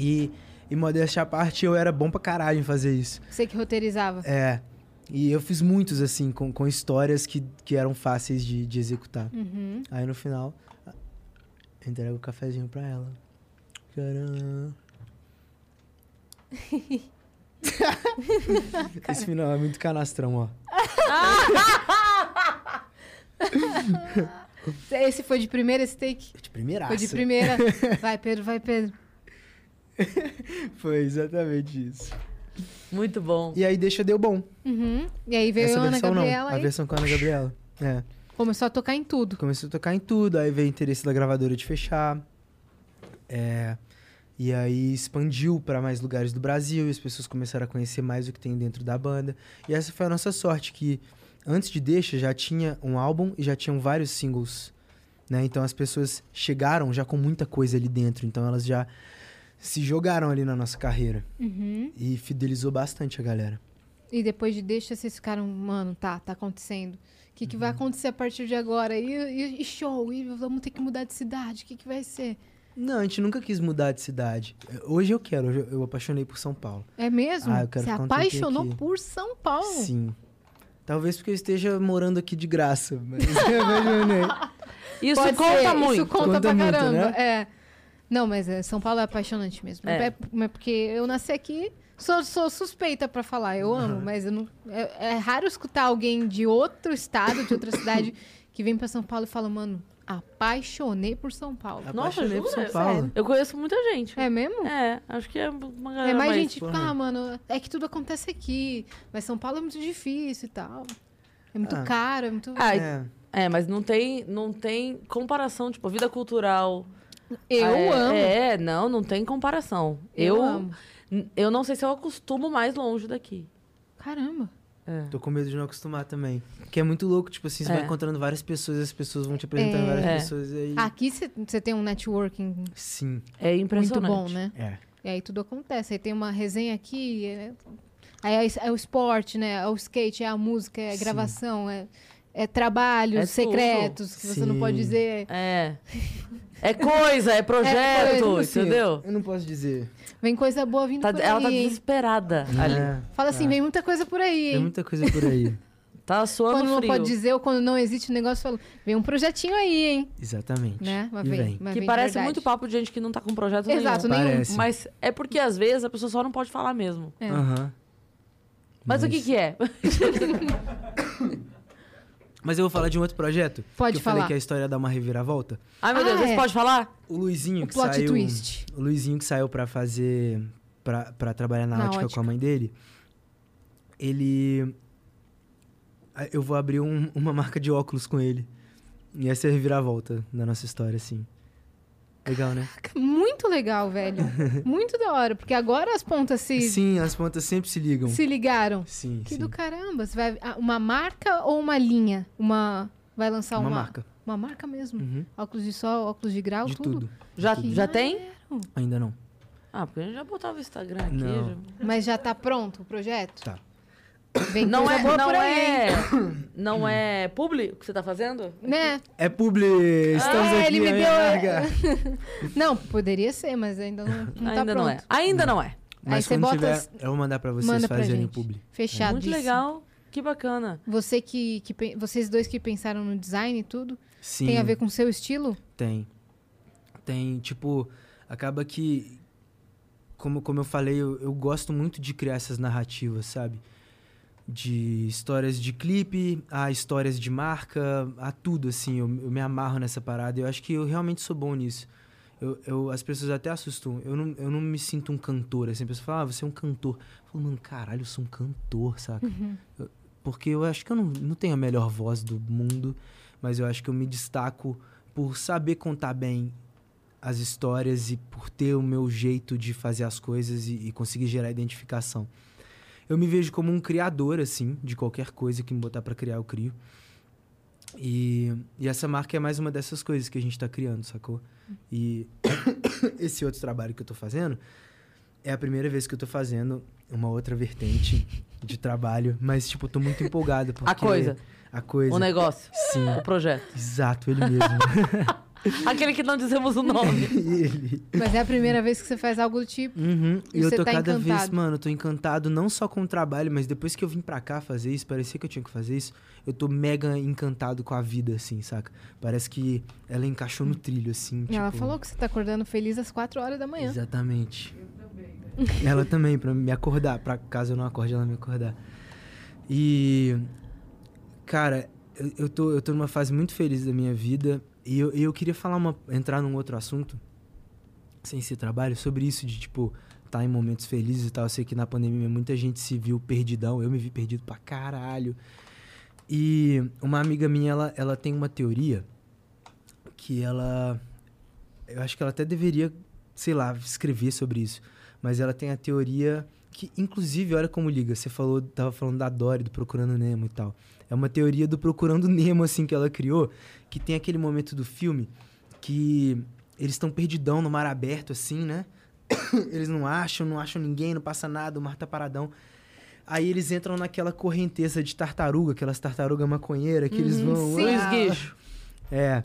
[SPEAKER 4] E, e modéstia à parte, eu era bom pra caralho em fazer isso.
[SPEAKER 3] você que roteirizava.
[SPEAKER 4] É. E eu fiz muitos, assim, com, com histórias que, que eram fáceis de, de executar.
[SPEAKER 3] Uhum.
[SPEAKER 4] Aí no final, eu entrego o cafezinho pra ela. Tcharam. Esse final é muito canastrão, ó. É.
[SPEAKER 3] Esse foi de primeira, esse take?
[SPEAKER 4] De primeiraça.
[SPEAKER 3] Foi de primeira. Vai, Pedro, vai, Pedro.
[SPEAKER 4] Foi exatamente isso.
[SPEAKER 2] Muito bom.
[SPEAKER 4] E aí deixa deu bom.
[SPEAKER 3] Uhum. E aí veio
[SPEAKER 4] Essa
[SPEAKER 3] a Ana
[SPEAKER 4] versão
[SPEAKER 3] Gabriela
[SPEAKER 4] não. A
[SPEAKER 3] e
[SPEAKER 4] versão com a Ana Gabriela. É.
[SPEAKER 3] começou a tocar em tudo.
[SPEAKER 4] Começou a tocar em tudo, aí veio o interesse da gravadora de fechar. É, e aí expandiu para mais lugares do Brasil e as pessoas começaram a conhecer mais o que tem dentro da banda. E essa foi a nossa sorte, que antes de Deixa já tinha um álbum e já tinham vários singles. Né? Então as pessoas chegaram já com muita coisa ali dentro, então elas já se jogaram ali na nossa carreira.
[SPEAKER 3] Uhum.
[SPEAKER 4] E fidelizou bastante a galera.
[SPEAKER 3] E depois de deixa, vocês ficaram, mano, tá, tá acontecendo. O que, que
[SPEAKER 4] Uhum.
[SPEAKER 3] vai acontecer a partir de agora? E, e- e show, e vamos ter que mudar de cidade, o que, que vai ser?
[SPEAKER 4] Não, a gente nunca quis mudar de cidade. Hoje eu quero, hoje eu- eu apaixonei por São Paulo.
[SPEAKER 3] É mesmo?
[SPEAKER 4] Ah, eu quero
[SPEAKER 3] Você
[SPEAKER 4] ficar um tempinho
[SPEAKER 3] apaixonou
[SPEAKER 4] aqui.
[SPEAKER 3] por São
[SPEAKER 2] Oh.
[SPEAKER 3] Paulo.
[SPEAKER 4] Sim. Talvez porque eu esteja morando aqui de graça. Mas, é mas eu nem-
[SPEAKER 2] Isso
[SPEAKER 3] Pode
[SPEAKER 2] conta
[SPEAKER 3] ser,
[SPEAKER 2] muito.
[SPEAKER 3] Isso conta,
[SPEAKER 4] Conta
[SPEAKER 3] pra
[SPEAKER 4] muito,
[SPEAKER 3] caramba.
[SPEAKER 4] né?
[SPEAKER 3] É. Não, mas é, São Paulo é apaixonante mesmo.
[SPEAKER 2] É.
[SPEAKER 3] É. é porque eu nasci aqui, sou, sou suspeita pra falar, eu amo, mas eu não- é, é raro escutar alguém de outro estado, de outra cidade, que vem pra São Paulo e fala, mano, apaixonei por São Paulo. É,
[SPEAKER 2] Nossa,
[SPEAKER 4] Apaixonei por
[SPEAKER 2] jura?
[SPEAKER 4] São Paulo.
[SPEAKER 3] Sério.
[SPEAKER 2] Eu conheço muita gente.
[SPEAKER 3] É mesmo?
[SPEAKER 2] É, acho que é uma galera
[SPEAKER 3] É mais
[SPEAKER 2] mais
[SPEAKER 3] gente, tipo,
[SPEAKER 4] porra.
[SPEAKER 3] ah, mano, é que tudo acontece aqui, mas São Paulo é muito difícil e tal. É muito
[SPEAKER 4] Ah.
[SPEAKER 3] caro, é muito.
[SPEAKER 2] Ah,
[SPEAKER 4] É.
[SPEAKER 2] É, mas não tem, não tem comparação, tipo, vida cultural.
[SPEAKER 3] eu
[SPEAKER 2] É,
[SPEAKER 3] amo.
[SPEAKER 2] É, não, não tem comparação.
[SPEAKER 3] Eu
[SPEAKER 2] Eu,
[SPEAKER 3] amo.
[SPEAKER 2] n- eu não sei se eu acostumo mais longe daqui.
[SPEAKER 3] Caramba.
[SPEAKER 2] É.
[SPEAKER 4] Tô com medo de não acostumar também. Que é muito louco, tipo assim, você
[SPEAKER 2] É.
[SPEAKER 4] vai encontrando várias pessoas, as pessoas vão te apresentando
[SPEAKER 3] É.
[SPEAKER 4] várias
[SPEAKER 2] É.
[SPEAKER 4] pessoas e aí.
[SPEAKER 3] Aqui você tem um networking
[SPEAKER 4] Sim.
[SPEAKER 2] É
[SPEAKER 3] muito
[SPEAKER 2] impressionante.
[SPEAKER 3] bom, né?
[SPEAKER 4] É.
[SPEAKER 3] E aí tudo acontece. Aí tem uma resenha aqui. é- Aí é, es- é o esporte, né? É o skate, é a música, é a
[SPEAKER 4] Sim.
[SPEAKER 3] gravação, é, é trabalhos
[SPEAKER 2] É tudo.
[SPEAKER 3] secretos que você não pode
[SPEAKER 4] Sim.
[SPEAKER 3] dizer.
[SPEAKER 2] É. É coisa, é
[SPEAKER 3] É
[SPEAKER 2] projeto,
[SPEAKER 3] coisa,
[SPEAKER 4] Assim,
[SPEAKER 2] entendeu?
[SPEAKER 4] Eu não posso dizer.
[SPEAKER 3] Vem coisa boa vindo
[SPEAKER 2] Tá-
[SPEAKER 3] por
[SPEAKER 2] ela
[SPEAKER 3] aí.
[SPEAKER 2] tá
[SPEAKER 3] hein?
[SPEAKER 2] desesperada ali.
[SPEAKER 4] É.
[SPEAKER 3] Fala assim,
[SPEAKER 4] É.
[SPEAKER 3] vem muita coisa por aí,
[SPEAKER 4] Tem
[SPEAKER 3] hein?
[SPEAKER 4] muita coisa por aí.
[SPEAKER 2] Tá suando
[SPEAKER 3] Quando não
[SPEAKER 2] frio.
[SPEAKER 3] pode dizer ou quando não existe o negócio, fala, vem um projetinho aí, hein?
[SPEAKER 4] Exatamente.
[SPEAKER 3] Né? Mas
[SPEAKER 4] E
[SPEAKER 3] vem.
[SPEAKER 4] vem.
[SPEAKER 3] mas
[SPEAKER 2] que
[SPEAKER 3] vem de
[SPEAKER 2] parece
[SPEAKER 3] verdade.
[SPEAKER 2] muito papo de gente que não tá com projeto
[SPEAKER 3] Exato,
[SPEAKER 2] nenhum.
[SPEAKER 3] nenhum.
[SPEAKER 4] Parece.
[SPEAKER 2] Mas é porque às vezes a pessoa só não pode falar mesmo.
[SPEAKER 3] É.
[SPEAKER 4] Aham.
[SPEAKER 2] Mas o que que é?
[SPEAKER 4] Mas eu vou falar de um outro projeto.
[SPEAKER 3] Pode
[SPEAKER 4] que eu falei
[SPEAKER 3] falar.
[SPEAKER 4] que é a história dá uma reviravolta.
[SPEAKER 2] Ai, meu
[SPEAKER 3] Ah,
[SPEAKER 2] Deus,
[SPEAKER 3] é.
[SPEAKER 2] você pode falar?
[SPEAKER 4] O Luizinho
[SPEAKER 3] O
[SPEAKER 4] que
[SPEAKER 3] plot
[SPEAKER 4] saiu.
[SPEAKER 3] twist.
[SPEAKER 4] O Luizinho que saiu pra fazer. pra, pra trabalhar na,
[SPEAKER 3] Na
[SPEAKER 4] ótica,
[SPEAKER 3] ótica.
[SPEAKER 4] com a mãe dele. Ele. Ah, Eu vou abrir um- uma marca de óculos com ele. E essa é a reviravolta da nossa história, assim. Legal, né?
[SPEAKER 3] Muito legal, velho. Muito da hora, porque agora as pontas se,
[SPEAKER 4] Sim, as pontas sempre se ligam.
[SPEAKER 3] se ligaram.
[SPEAKER 4] Sim,
[SPEAKER 3] Que
[SPEAKER 4] sim.
[SPEAKER 3] do caramba. Você vai, ah, uma marca ou uma linha? Uma. Vai lançar uma.
[SPEAKER 4] Uma marca.
[SPEAKER 3] Uma marca mesmo.
[SPEAKER 4] Uhum.
[SPEAKER 3] Óculos de sol, óculos de grau,
[SPEAKER 4] De
[SPEAKER 3] tudo.
[SPEAKER 4] tudo.
[SPEAKER 2] Já,
[SPEAKER 3] Que
[SPEAKER 2] já tem?
[SPEAKER 4] Ainda não.
[SPEAKER 2] Ah, porque a gente já botava o Instagram aqui.
[SPEAKER 4] Não.
[SPEAKER 2] já-
[SPEAKER 3] Mas já tá pronto o projeto?
[SPEAKER 4] Tá.
[SPEAKER 3] Vem
[SPEAKER 2] Não
[SPEAKER 3] coisa
[SPEAKER 2] é,
[SPEAKER 3] boa
[SPEAKER 2] não
[SPEAKER 3] por aí, hein?
[SPEAKER 2] é, não é público que você tá fazendo?
[SPEAKER 3] Né?
[SPEAKER 4] É publi! Estamos
[SPEAKER 3] é,
[SPEAKER 4] aqui,
[SPEAKER 3] ele me
[SPEAKER 4] a
[SPEAKER 3] deu-
[SPEAKER 4] minha marca.
[SPEAKER 3] Não, poderia ser, mas ainda não, não tá
[SPEAKER 2] Ainda não é.
[SPEAKER 3] pronto.
[SPEAKER 2] Ainda não é.
[SPEAKER 4] Mas
[SPEAKER 3] você
[SPEAKER 4] quando
[SPEAKER 3] bota
[SPEAKER 4] tiver,
[SPEAKER 3] as-
[SPEAKER 4] eu vou mandar pra vocês
[SPEAKER 3] Manda pra
[SPEAKER 4] fazerem
[SPEAKER 3] gente.
[SPEAKER 4] o publi.
[SPEAKER 3] Fechado.
[SPEAKER 2] Muito legal. Que bacana.
[SPEAKER 3] Você que, que pen- vocês dois que pensaram no design e tudo,
[SPEAKER 4] Sim.
[SPEAKER 3] tem a ver com o seu estilo?
[SPEAKER 4] Tem. Tem, tipo, acaba que. Como, como eu falei, eu, eu gosto muito de criar essas narrativas, sabe? De histórias de clipe, a histórias de marca, a tudo, assim. Eu, eu me amarro nessa parada. Eu acho que eu realmente sou bom nisso. Eu, eu- as pessoas até assustam. Eu não, eu não me sinto um cantor. Assim, a pessoa fala, ah, você é um cantor. Eu falo, mano, caralho, eu sou um cantor, saca? Eu- porque eu acho que eu não, não tenho a melhor voz do mundo, mas eu acho que eu me destaco por saber contar bem as histórias e por ter o meu jeito de fazer as coisas e, e conseguir gerar identificação. Eu me vejo como um criador, assim, de qualquer coisa que me botar pra criar, eu crio. E, e essa marca é mais uma dessas coisas que a gente tá criando, sacou? E esse outro trabalho que eu tô fazendo é a primeira vez que eu tô fazendo uma outra vertente de trabalho, mas, tipo, eu tô muito empolgado. Porque
[SPEAKER 2] A coisa,
[SPEAKER 4] A coisa.
[SPEAKER 2] o negócio,
[SPEAKER 4] é. Sim,
[SPEAKER 2] o projeto.
[SPEAKER 4] exato, ele mesmo.
[SPEAKER 2] Aquele que não dizemos o nome.
[SPEAKER 4] ele.
[SPEAKER 3] Mas é a primeira vez que você faz algo do tipo.
[SPEAKER 4] Uhum.
[SPEAKER 3] E
[SPEAKER 4] E eu
[SPEAKER 3] você
[SPEAKER 4] tô
[SPEAKER 3] tá
[SPEAKER 4] cada vez,
[SPEAKER 3] encantado.
[SPEAKER 4] mano, eu tô encantado não só com o trabalho, mas depois que eu vim pra cá fazer isso, parecia que eu tinha que fazer isso, eu tô mega encantado com a vida, assim, saca? Parece que ela encaixou no trilho, assim.
[SPEAKER 3] Hum. Ela
[SPEAKER 4] tipo,
[SPEAKER 3] falou que você tá acordando feliz às 4 horas da manhã.
[SPEAKER 4] Exatamente. Ela também, pra me acordar. Pra caso eu não acorde, ela me acordar. E. Cara, eu, eu tô, eu tô numa fase muito feliz da minha vida. E eu, e eu queria falar uma. entrar num outro assunto, sem ser trabalho, sobre isso de, tipo, tá em momentos felizes e tal. Eu sei que na pandemia muita gente se viu perdidão. Eu me vi perdido pra caralho. E uma amiga minha, ela, ela tem uma teoria que ela. Eu acho que ela até deveria, sei lá, escrever sobre isso. Mas ela tem a teoria que, inclusive, olha como liga. Você falou, tava falando da Dory, do Procurando Nemo e tal. É uma teoria do Procurando Nemo, assim, que ela criou, que tem aquele momento do filme que eles estão perdidão no mar aberto, assim, né? Eles não acham, não acham ninguém, não passa nada, o mar tá paradão. Aí eles entram naquela correnteza de tartaruga, aquelas tartarugas maconheiras que eles vão.
[SPEAKER 2] Uhum, sim.
[SPEAKER 4] "Ah!"
[SPEAKER 2] Esguicho.
[SPEAKER 4] É.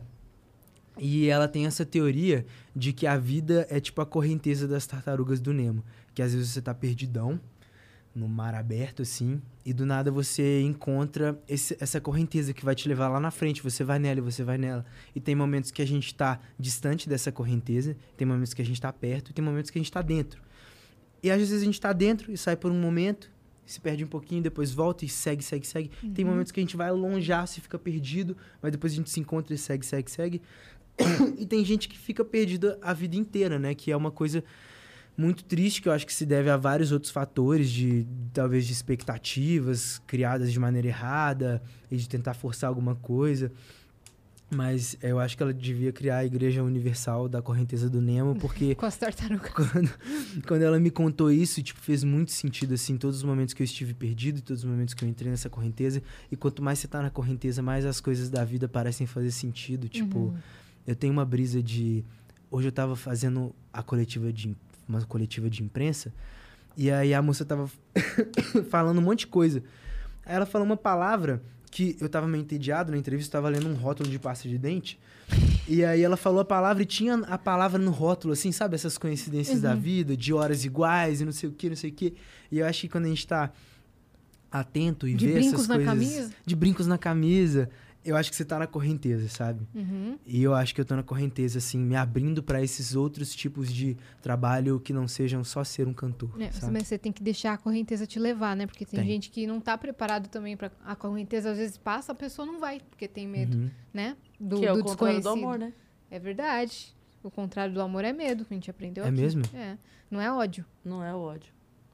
[SPEAKER 4] E ela tem essa teoria de que a vida é tipo a correnteza das tartarugas do Nemo. Que às vezes você tá perdidão, no mar aberto, assim, e do nada você encontra esse- essa correnteza que vai te levar lá na frente. Você vai nela e você vai nela. E tem momentos que a gente tá distante dessa correnteza, tem momentos que a gente tá perto, e tem momentos que a gente tá dentro. E às vezes a gente tá dentro e sai por um momento, se perde um pouquinho, depois volta e segue, segue, segue. Tem momentos que a gente vai alonjar, se fica perdido, mas depois a gente se encontra e segue, segue, segue. e tem gente que fica perdida a vida inteira, né? Que é uma coisa muito triste, que eu acho que se deve a vários outros fatores, de talvez de expectativas criadas de maneira errada e de tentar forçar alguma coisa. Mas eu acho que ela devia criar a Igreja Universal da Correnteza do Nemo, porque
[SPEAKER 3] Com as tartarugas.
[SPEAKER 4] quando, quando ela me contou isso, tipo, fez muito sentido, assim, todos os momentos que eu estive perdido, todos os momentos que eu entrei nessa correnteza. E quanto mais você tá na correnteza, mais as coisas da vida parecem fazer sentido. Tipo, eu tenho uma brisa de. Hoje eu tava fazendo a coletiva de. im- uma coletiva de imprensa. E aí a moça tava falando um monte de coisa. Aí ela falou uma palavra que eu tava meio entediado na entrevista, eu tava lendo um rótulo de pasta de dente. E aí ela falou a palavra e tinha a palavra no rótulo, assim, sabe? Essas coincidências
[SPEAKER 3] Uhum.
[SPEAKER 4] da vida, de horas iguais e não sei o que, não sei o que. E eu acho que quando a gente tá atento e
[SPEAKER 3] De
[SPEAKER 4] vê essas
[SPEAKER 3] brincos na
[SPEAKER 4] coisas...
[SPEAKER 3] camisa?
[SPEAKER 4] De brincos na camisa. Eu acho que você tá na correnteza, sabe?
[SPEAKER 3] Uhum.
[SPEAKER 4] E eu acho que eu tô na correnteza, assim, me abrindo pra esses outros tipos de trabalho que não sejam só ser um cantor,
[SPEAKER 3] É,
[SPEAKER 4] sabe?
[SPEAKER 3] mas você tem que deixar a correnteza te levar, né? Porque tem,
[SPEAKER 4] Tem.
[SPEAKER 3] gente que não tá preparado também pra. A correnteza às vezes passa, a pessoa não vai, porque tem medo,
[SPEAKER 4] Uhum.
[SPEAKER 3] né? Do,
[SPEAKER 2] que é
[SPEAKER 3] do
[SPEAKER 2] o contrário
[SPEAKER 3] desconhecido.
[SPEAKER 2] do amor, né?
[SPEAKER 3] É verdade. O contrário do amor é medo, que a gente aprendeu
[SPEAKER 4] É
[SPEAKER 3] aqui.
[SPEAKER 4] mesmo?
[SPEAKER 3] É. Não é ódio.
[SPEAKER 2] Não é o ódio.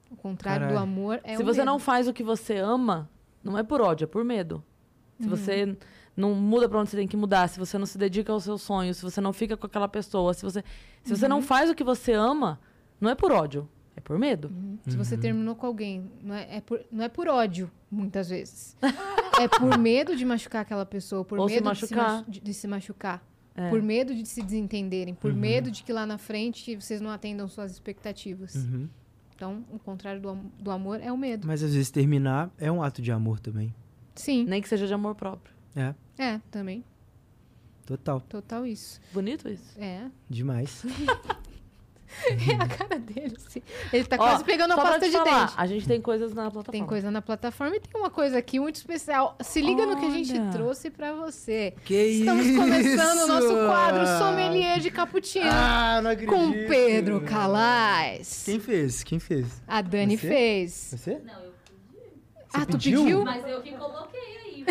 [SPEAKER 3] O contrário do
[SPEAKER 4] Caralho.
[SPEAKER 3] amor é
[SPEAKER 2] Se
[SPEAKER 3] o
[SPEAKER 2] você
[SPEAKER 3] medo.
[SPEAKER 2] não faz o que você ama, não é por ódio, é por medo. Se
[SPEAKER 3] Uhum.
[SPEAKER 2] você não muda pra onde você tem que mudar, se você não se dedica ao seu sonho, se você não fica com aquela pessoa, se você, se você
[SPEAKER 3] Uhum.
[SPEAKER 2] não faz o que você ama, não é por ódio, é por medo.
[SPEAKER 3] Se você terminou com alguém, não é, é por, não é por ódio, muitas vezes. é por medo de machucar aquela pessoa, por
[SPEAKER 2] Ou se
[SPEAKER 3] medo
[SPEAKER 2] machucar. É.
[SPEAKER 3] De, se machu- de- de se machucar. Por medo de se desentenderem, por medo de que lá na frente vocês não atendam suas expectativas.
[SPEAKER 4] Uhum.
[SPEAKER 3] Então, o contrário do, am- do amor é o medo.
[SPEAKER 4] Mas às vezes terminar é um ato de amor também.
[SPEAKER 3] Sim,
[SPEAKER 2] Nem que seja de amor próprio.
[SPEAKER 4] É,
[SPEAKER 3] é, também.
[SPEAKER 4] total.
[SPEAKER 3] Total isso.
[SPEAKER 2] Bonito isso.
[SPEAKER 3] É.
[SPEAKER 4] Demais.
[SPEAKER 3] É a cara dele, assim. Ele tá
[SPEAKER 2] Ó,
[SPEAKER 3] quase pegando a
[SPEAKER 2] só pra
[SPEAKER 3] pasta
[SPEAKER 2] te
[SPEAKER 3] de
[SPEAKER 2] falar,
[SPEAKER 3] dente.
[SPEAKER 2] A gente tem coisas na plataforma.
[SPEAKER 3] Tem coisa na plataforma e tem uma coisa aqui muito especial. Se liga no que a gente
[SPEAKER 2] Olha.
[SPEAKER 3] trouxe pra você.
[SPEAKER 4] Que
[SPEAKER 3] Estamos começando o nosso quadro Sommelier de Cappuccino
[SPEAKER 4] Ah, não acredito.
[SPEAKER 3] com Pedro Calais.
[SPEAKER 4] Quem fez? Quem fez?
[SPEAKER 3] A Dani
[SPEAKER 4] Você?
[SPEAKER 3] fez.
[SPEAKER 4] Você?
[SPEAKER 1] Não, eu
[SPEAKER 3] ah, tu
[SPEAKER 4] pediu?
[SPEAKER 3] pediu?
[SPEAKER 1] Mas eu que coloquei aí.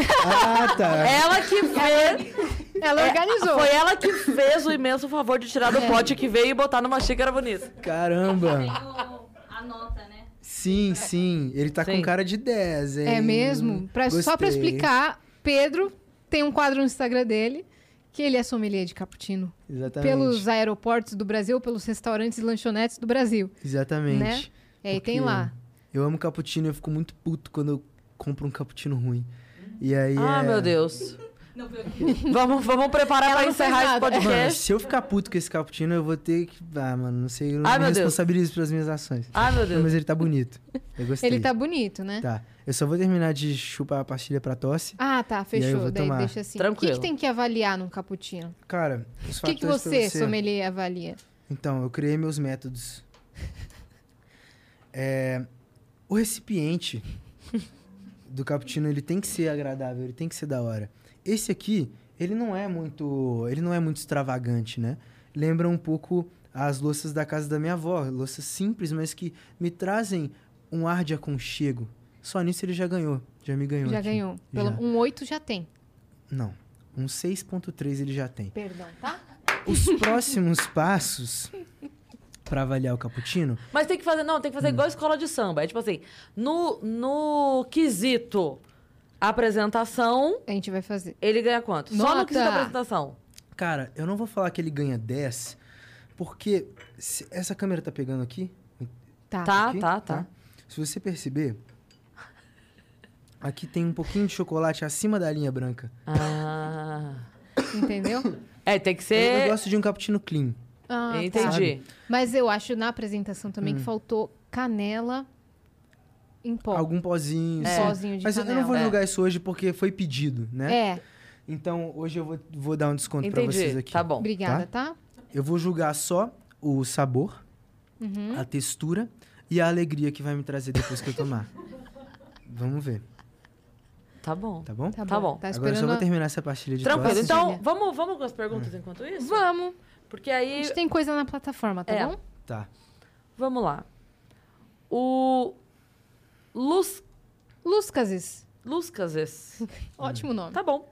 [SPEAKER 4] Ah, tá.
[SPEAKER 3] É.
[SPEAKER 2] Ela que fez.
[SPEAKER 3] Ela
[SPEAKER 4] É,
[SPEAKER 3] organizou.
[SPEAKER 2] Foi ela que fez o imenso favor de tirar do
[SPEAKER 3] É.
[SPEAKER 2] pote que veio e botar numa xícara bonita.
[SPEAKER 1] Tem
[SPEAKER 4] Caramba.
[SPEAKER 1] o- a nota, né?
[SPEAKER 4] Sim, sim. Ele tá
[SPEAKER 2] Sim.
[SPEAKER 4] com cara de 10, hein?
[SPEAKER 3] É mesmo? Pra- só pra
[SPEAKER 4] Gostei.
[SPEAKER 3] explicar, Pedro tem um quadro no Instagram dele que ele é sommelier de cappuccino.
[SPEAKER 4] Exatamente.
[SPEAKER 3] Pelos aeroportos do Brasil, pelos restaurantes e lanchonetes do Brasil.
[SPEAKER 4] Exatamente.
[SPEAKER 3] E aí
[SPEAKER 4] Porque
[SPEAKER 3] tem lá.
[SPEAKER 4] Eu amo cappuccino e eu fico muito puto quando eu compro um cappuccino ruim. E aí.
[SPEAKER 2] Ah,
[SPEAKER 4] é-
[SPEAKER 2] meu Deus.
[SPEAKER 1] Não foi eu que coloquei.
[SPEAKER 2] Vamos, vamos preparar pra
[SPEAKER 3] não fez
[SPEAKER 2] encerrar esse
[SPEAKER 3] nada.
[SPEAKER 4] Mano,
[SPEAKER 2] podcast.
[SPEAKER 4] se eu ficar puto com esse cappuccino, eu vou ter que. Ah, mano, não sei. Eu não
[SPEAKER 2] Ai,
[SPEAKER 4] me
[SPEAKER 2] meu Deus.
[SPEAKER 4] responsabilizo pelas minhas ações.
[SPEAKER 2] Ai, Ah, meu
[SPEAKER 4] Não,
[SPEAKER 2] Deus.
[SPEAKER 4] mas ele tá bonito. Eu gostei.
[SPEAKER 3] Ele tá bonito, né?
[SPEAKER 4] Tá. Eu só vou terminar de chupar a pastilha pra tosse.
[SPEAKER 3] Ah, tá,
[SPEAKER 4] E aí eu
[SPEAKER 3] fechou.
[SPEAKER 4] vou
[SPEAKER 3] Daí
[SPEAKER 4] tomar.
[SPEAKER 3] deixa assim. O
[SPEAKER 2] Tranquilo.
[SPEAKER 3] que que, tem que avaliar num cappuccino?
[SPEAKER 4] Cara, os
[SPEAKER 3] O que, que
[SPEAKER 4] fatores pra
[SPEAKER 3] você, sommelier, avalia?
[SPEAKER 4] Então, eu criei meus métodos. É, o recipiente do cappuccino, ele tem que ser agradável, ele tem que ser da hora. Esse aqui, ele não é muito, ele não é muito extravagante, né? Lembra um pouco as louças da casa da minha avó, louças simples, mas que me trazem um ar de aconchego. Só nisso ele já ganhou, já me ganhou.
[SPEAKER 3] Já
[SPEAKER 4] aqui.
[SPEAKER 3] ganhou. Pelo,
[SPEAKER 4] Já.
[SPEAKER 3] Um 8 já tem.
[SPEAKER 4] Não, um 6.3 ele já tem.
[SPEAKER 3] Perdão, tá?
[SPEAKER 4] Os próximos passos para avaliar o cappuccino,
[SPEAKER 2] Mas tem que fazer, não, tem que fazer igual a
[SPEAKER 4] Hum.
[SPEAKER 2] escola de samba. É tipo assim, no, no quesito apresentação,
[SPEAKER 3] A gente vai fazer.
[SPEAKER 2] ele ganha quanto? Só no
[SPEAKER 3] Nota!
[SPEAKER 2] quesito apresentação.
[SPEAKER 4] cara, eu não vou falar que ele ganha 10, porque se- essa câmera tá pegando aqui,
[SPEAKER 3] Tá.
[SPEAKER 2] Tá,
[SPEAKER 4] aqui,
[SPEAKER 2] tá, tá.
[SPEAKER 4] Se você perceber, aqui tem um pouquinho de chocolate acima da linha branca.
[SPEAKER 2] Ah.
[SPEAKER 3] Entendeu?
[SPEAKER 2] É, tem que
[SPEAKER 4] Eu, eu
[SPEAKER 2] ser.
[SPEAKER 4] gosto de um cappuccino clean.
[SPEAKER 3] Ah, tá.
[SPEAKER 2] Entendi.
[SPEAKER 3] Mas eu acho na apresentação também
[SPEAKER 4] Hum.
[SPEAKER 3] que faltou canela em pó.
[SPEAKER 4] Algum pozinho.
[SPEAKER 3] Um
[SPEAKER 4] sim.
[SPEAKER 3] pozinho de
[SPEAKER 4] Mas eu- eu
[SPEAKER 3] canela.
[SPEAKER 4] não vou
[SPEAKER 2] É.
[SPEAKER 4] julgar isso hoje porque foi pedido, né?
[SPEAKER 3] É,
[SPEAKER 4] Então hoje eu vou, vou dar um desconto pra vocês
[SPEAKER 2] Entendi.
[SPEAKER 4] aqui.
[SPEAKER 2] Tá bom.
[SPEAKER 3] obrigada, tá?
[SPEAKER 4] Eu vou julgar só o sabor,
[SPEAKER 3] Uhum.
[SPEAKER 4] a textura e a alegria que vai me trazer depois que eu tomar. Vamos ver,
[SPEAKER 2] Tá bom.
[SPEAKER 4] tá bom?
[SPEAKER 3] Tá bom.
[SPEAKER 2] Tá bom.
[SPEAKER 3] Tá
[SPEAKER 4] Agora eu
[SPEAKER 3] esperando.
[SPEAKER 4] só vou
[SPEAKER 3] a-
[SPEAKER 4] terminar essa pastilha de
[SPEAKER 2] Tranquilo.
[SPEAKER 4] tosse.
[SPEAKER 2] Então,
[SPEAKER 3] Júlia.
[SPEAKER 2] vamos, vamos com as perguntas
[SPEAKER 4] Hum.
[SPEAKER 2] enquanto isso?
[SPEAKER 3] Vamos.
[SPEAKER 2] Porque
[SPEAKER 3] A
[SPEAKER 2] aí.
[SPEAKER 3] gente tem coisa na plataforma, tá
[SPEAKER 2] É.
[SPEAKER 3] bom?
[SPEAKER 4] Tá.
[SPEAKER 2] Vamos lá. O. Luz...
[SPEAKER 3] Luscases.
[SPEAKER 2] Luscases.
[SPEAKER 4] Hum.
[SPEAKER 3] Ótimo nome.
[SPEAKER 2] Tá bom.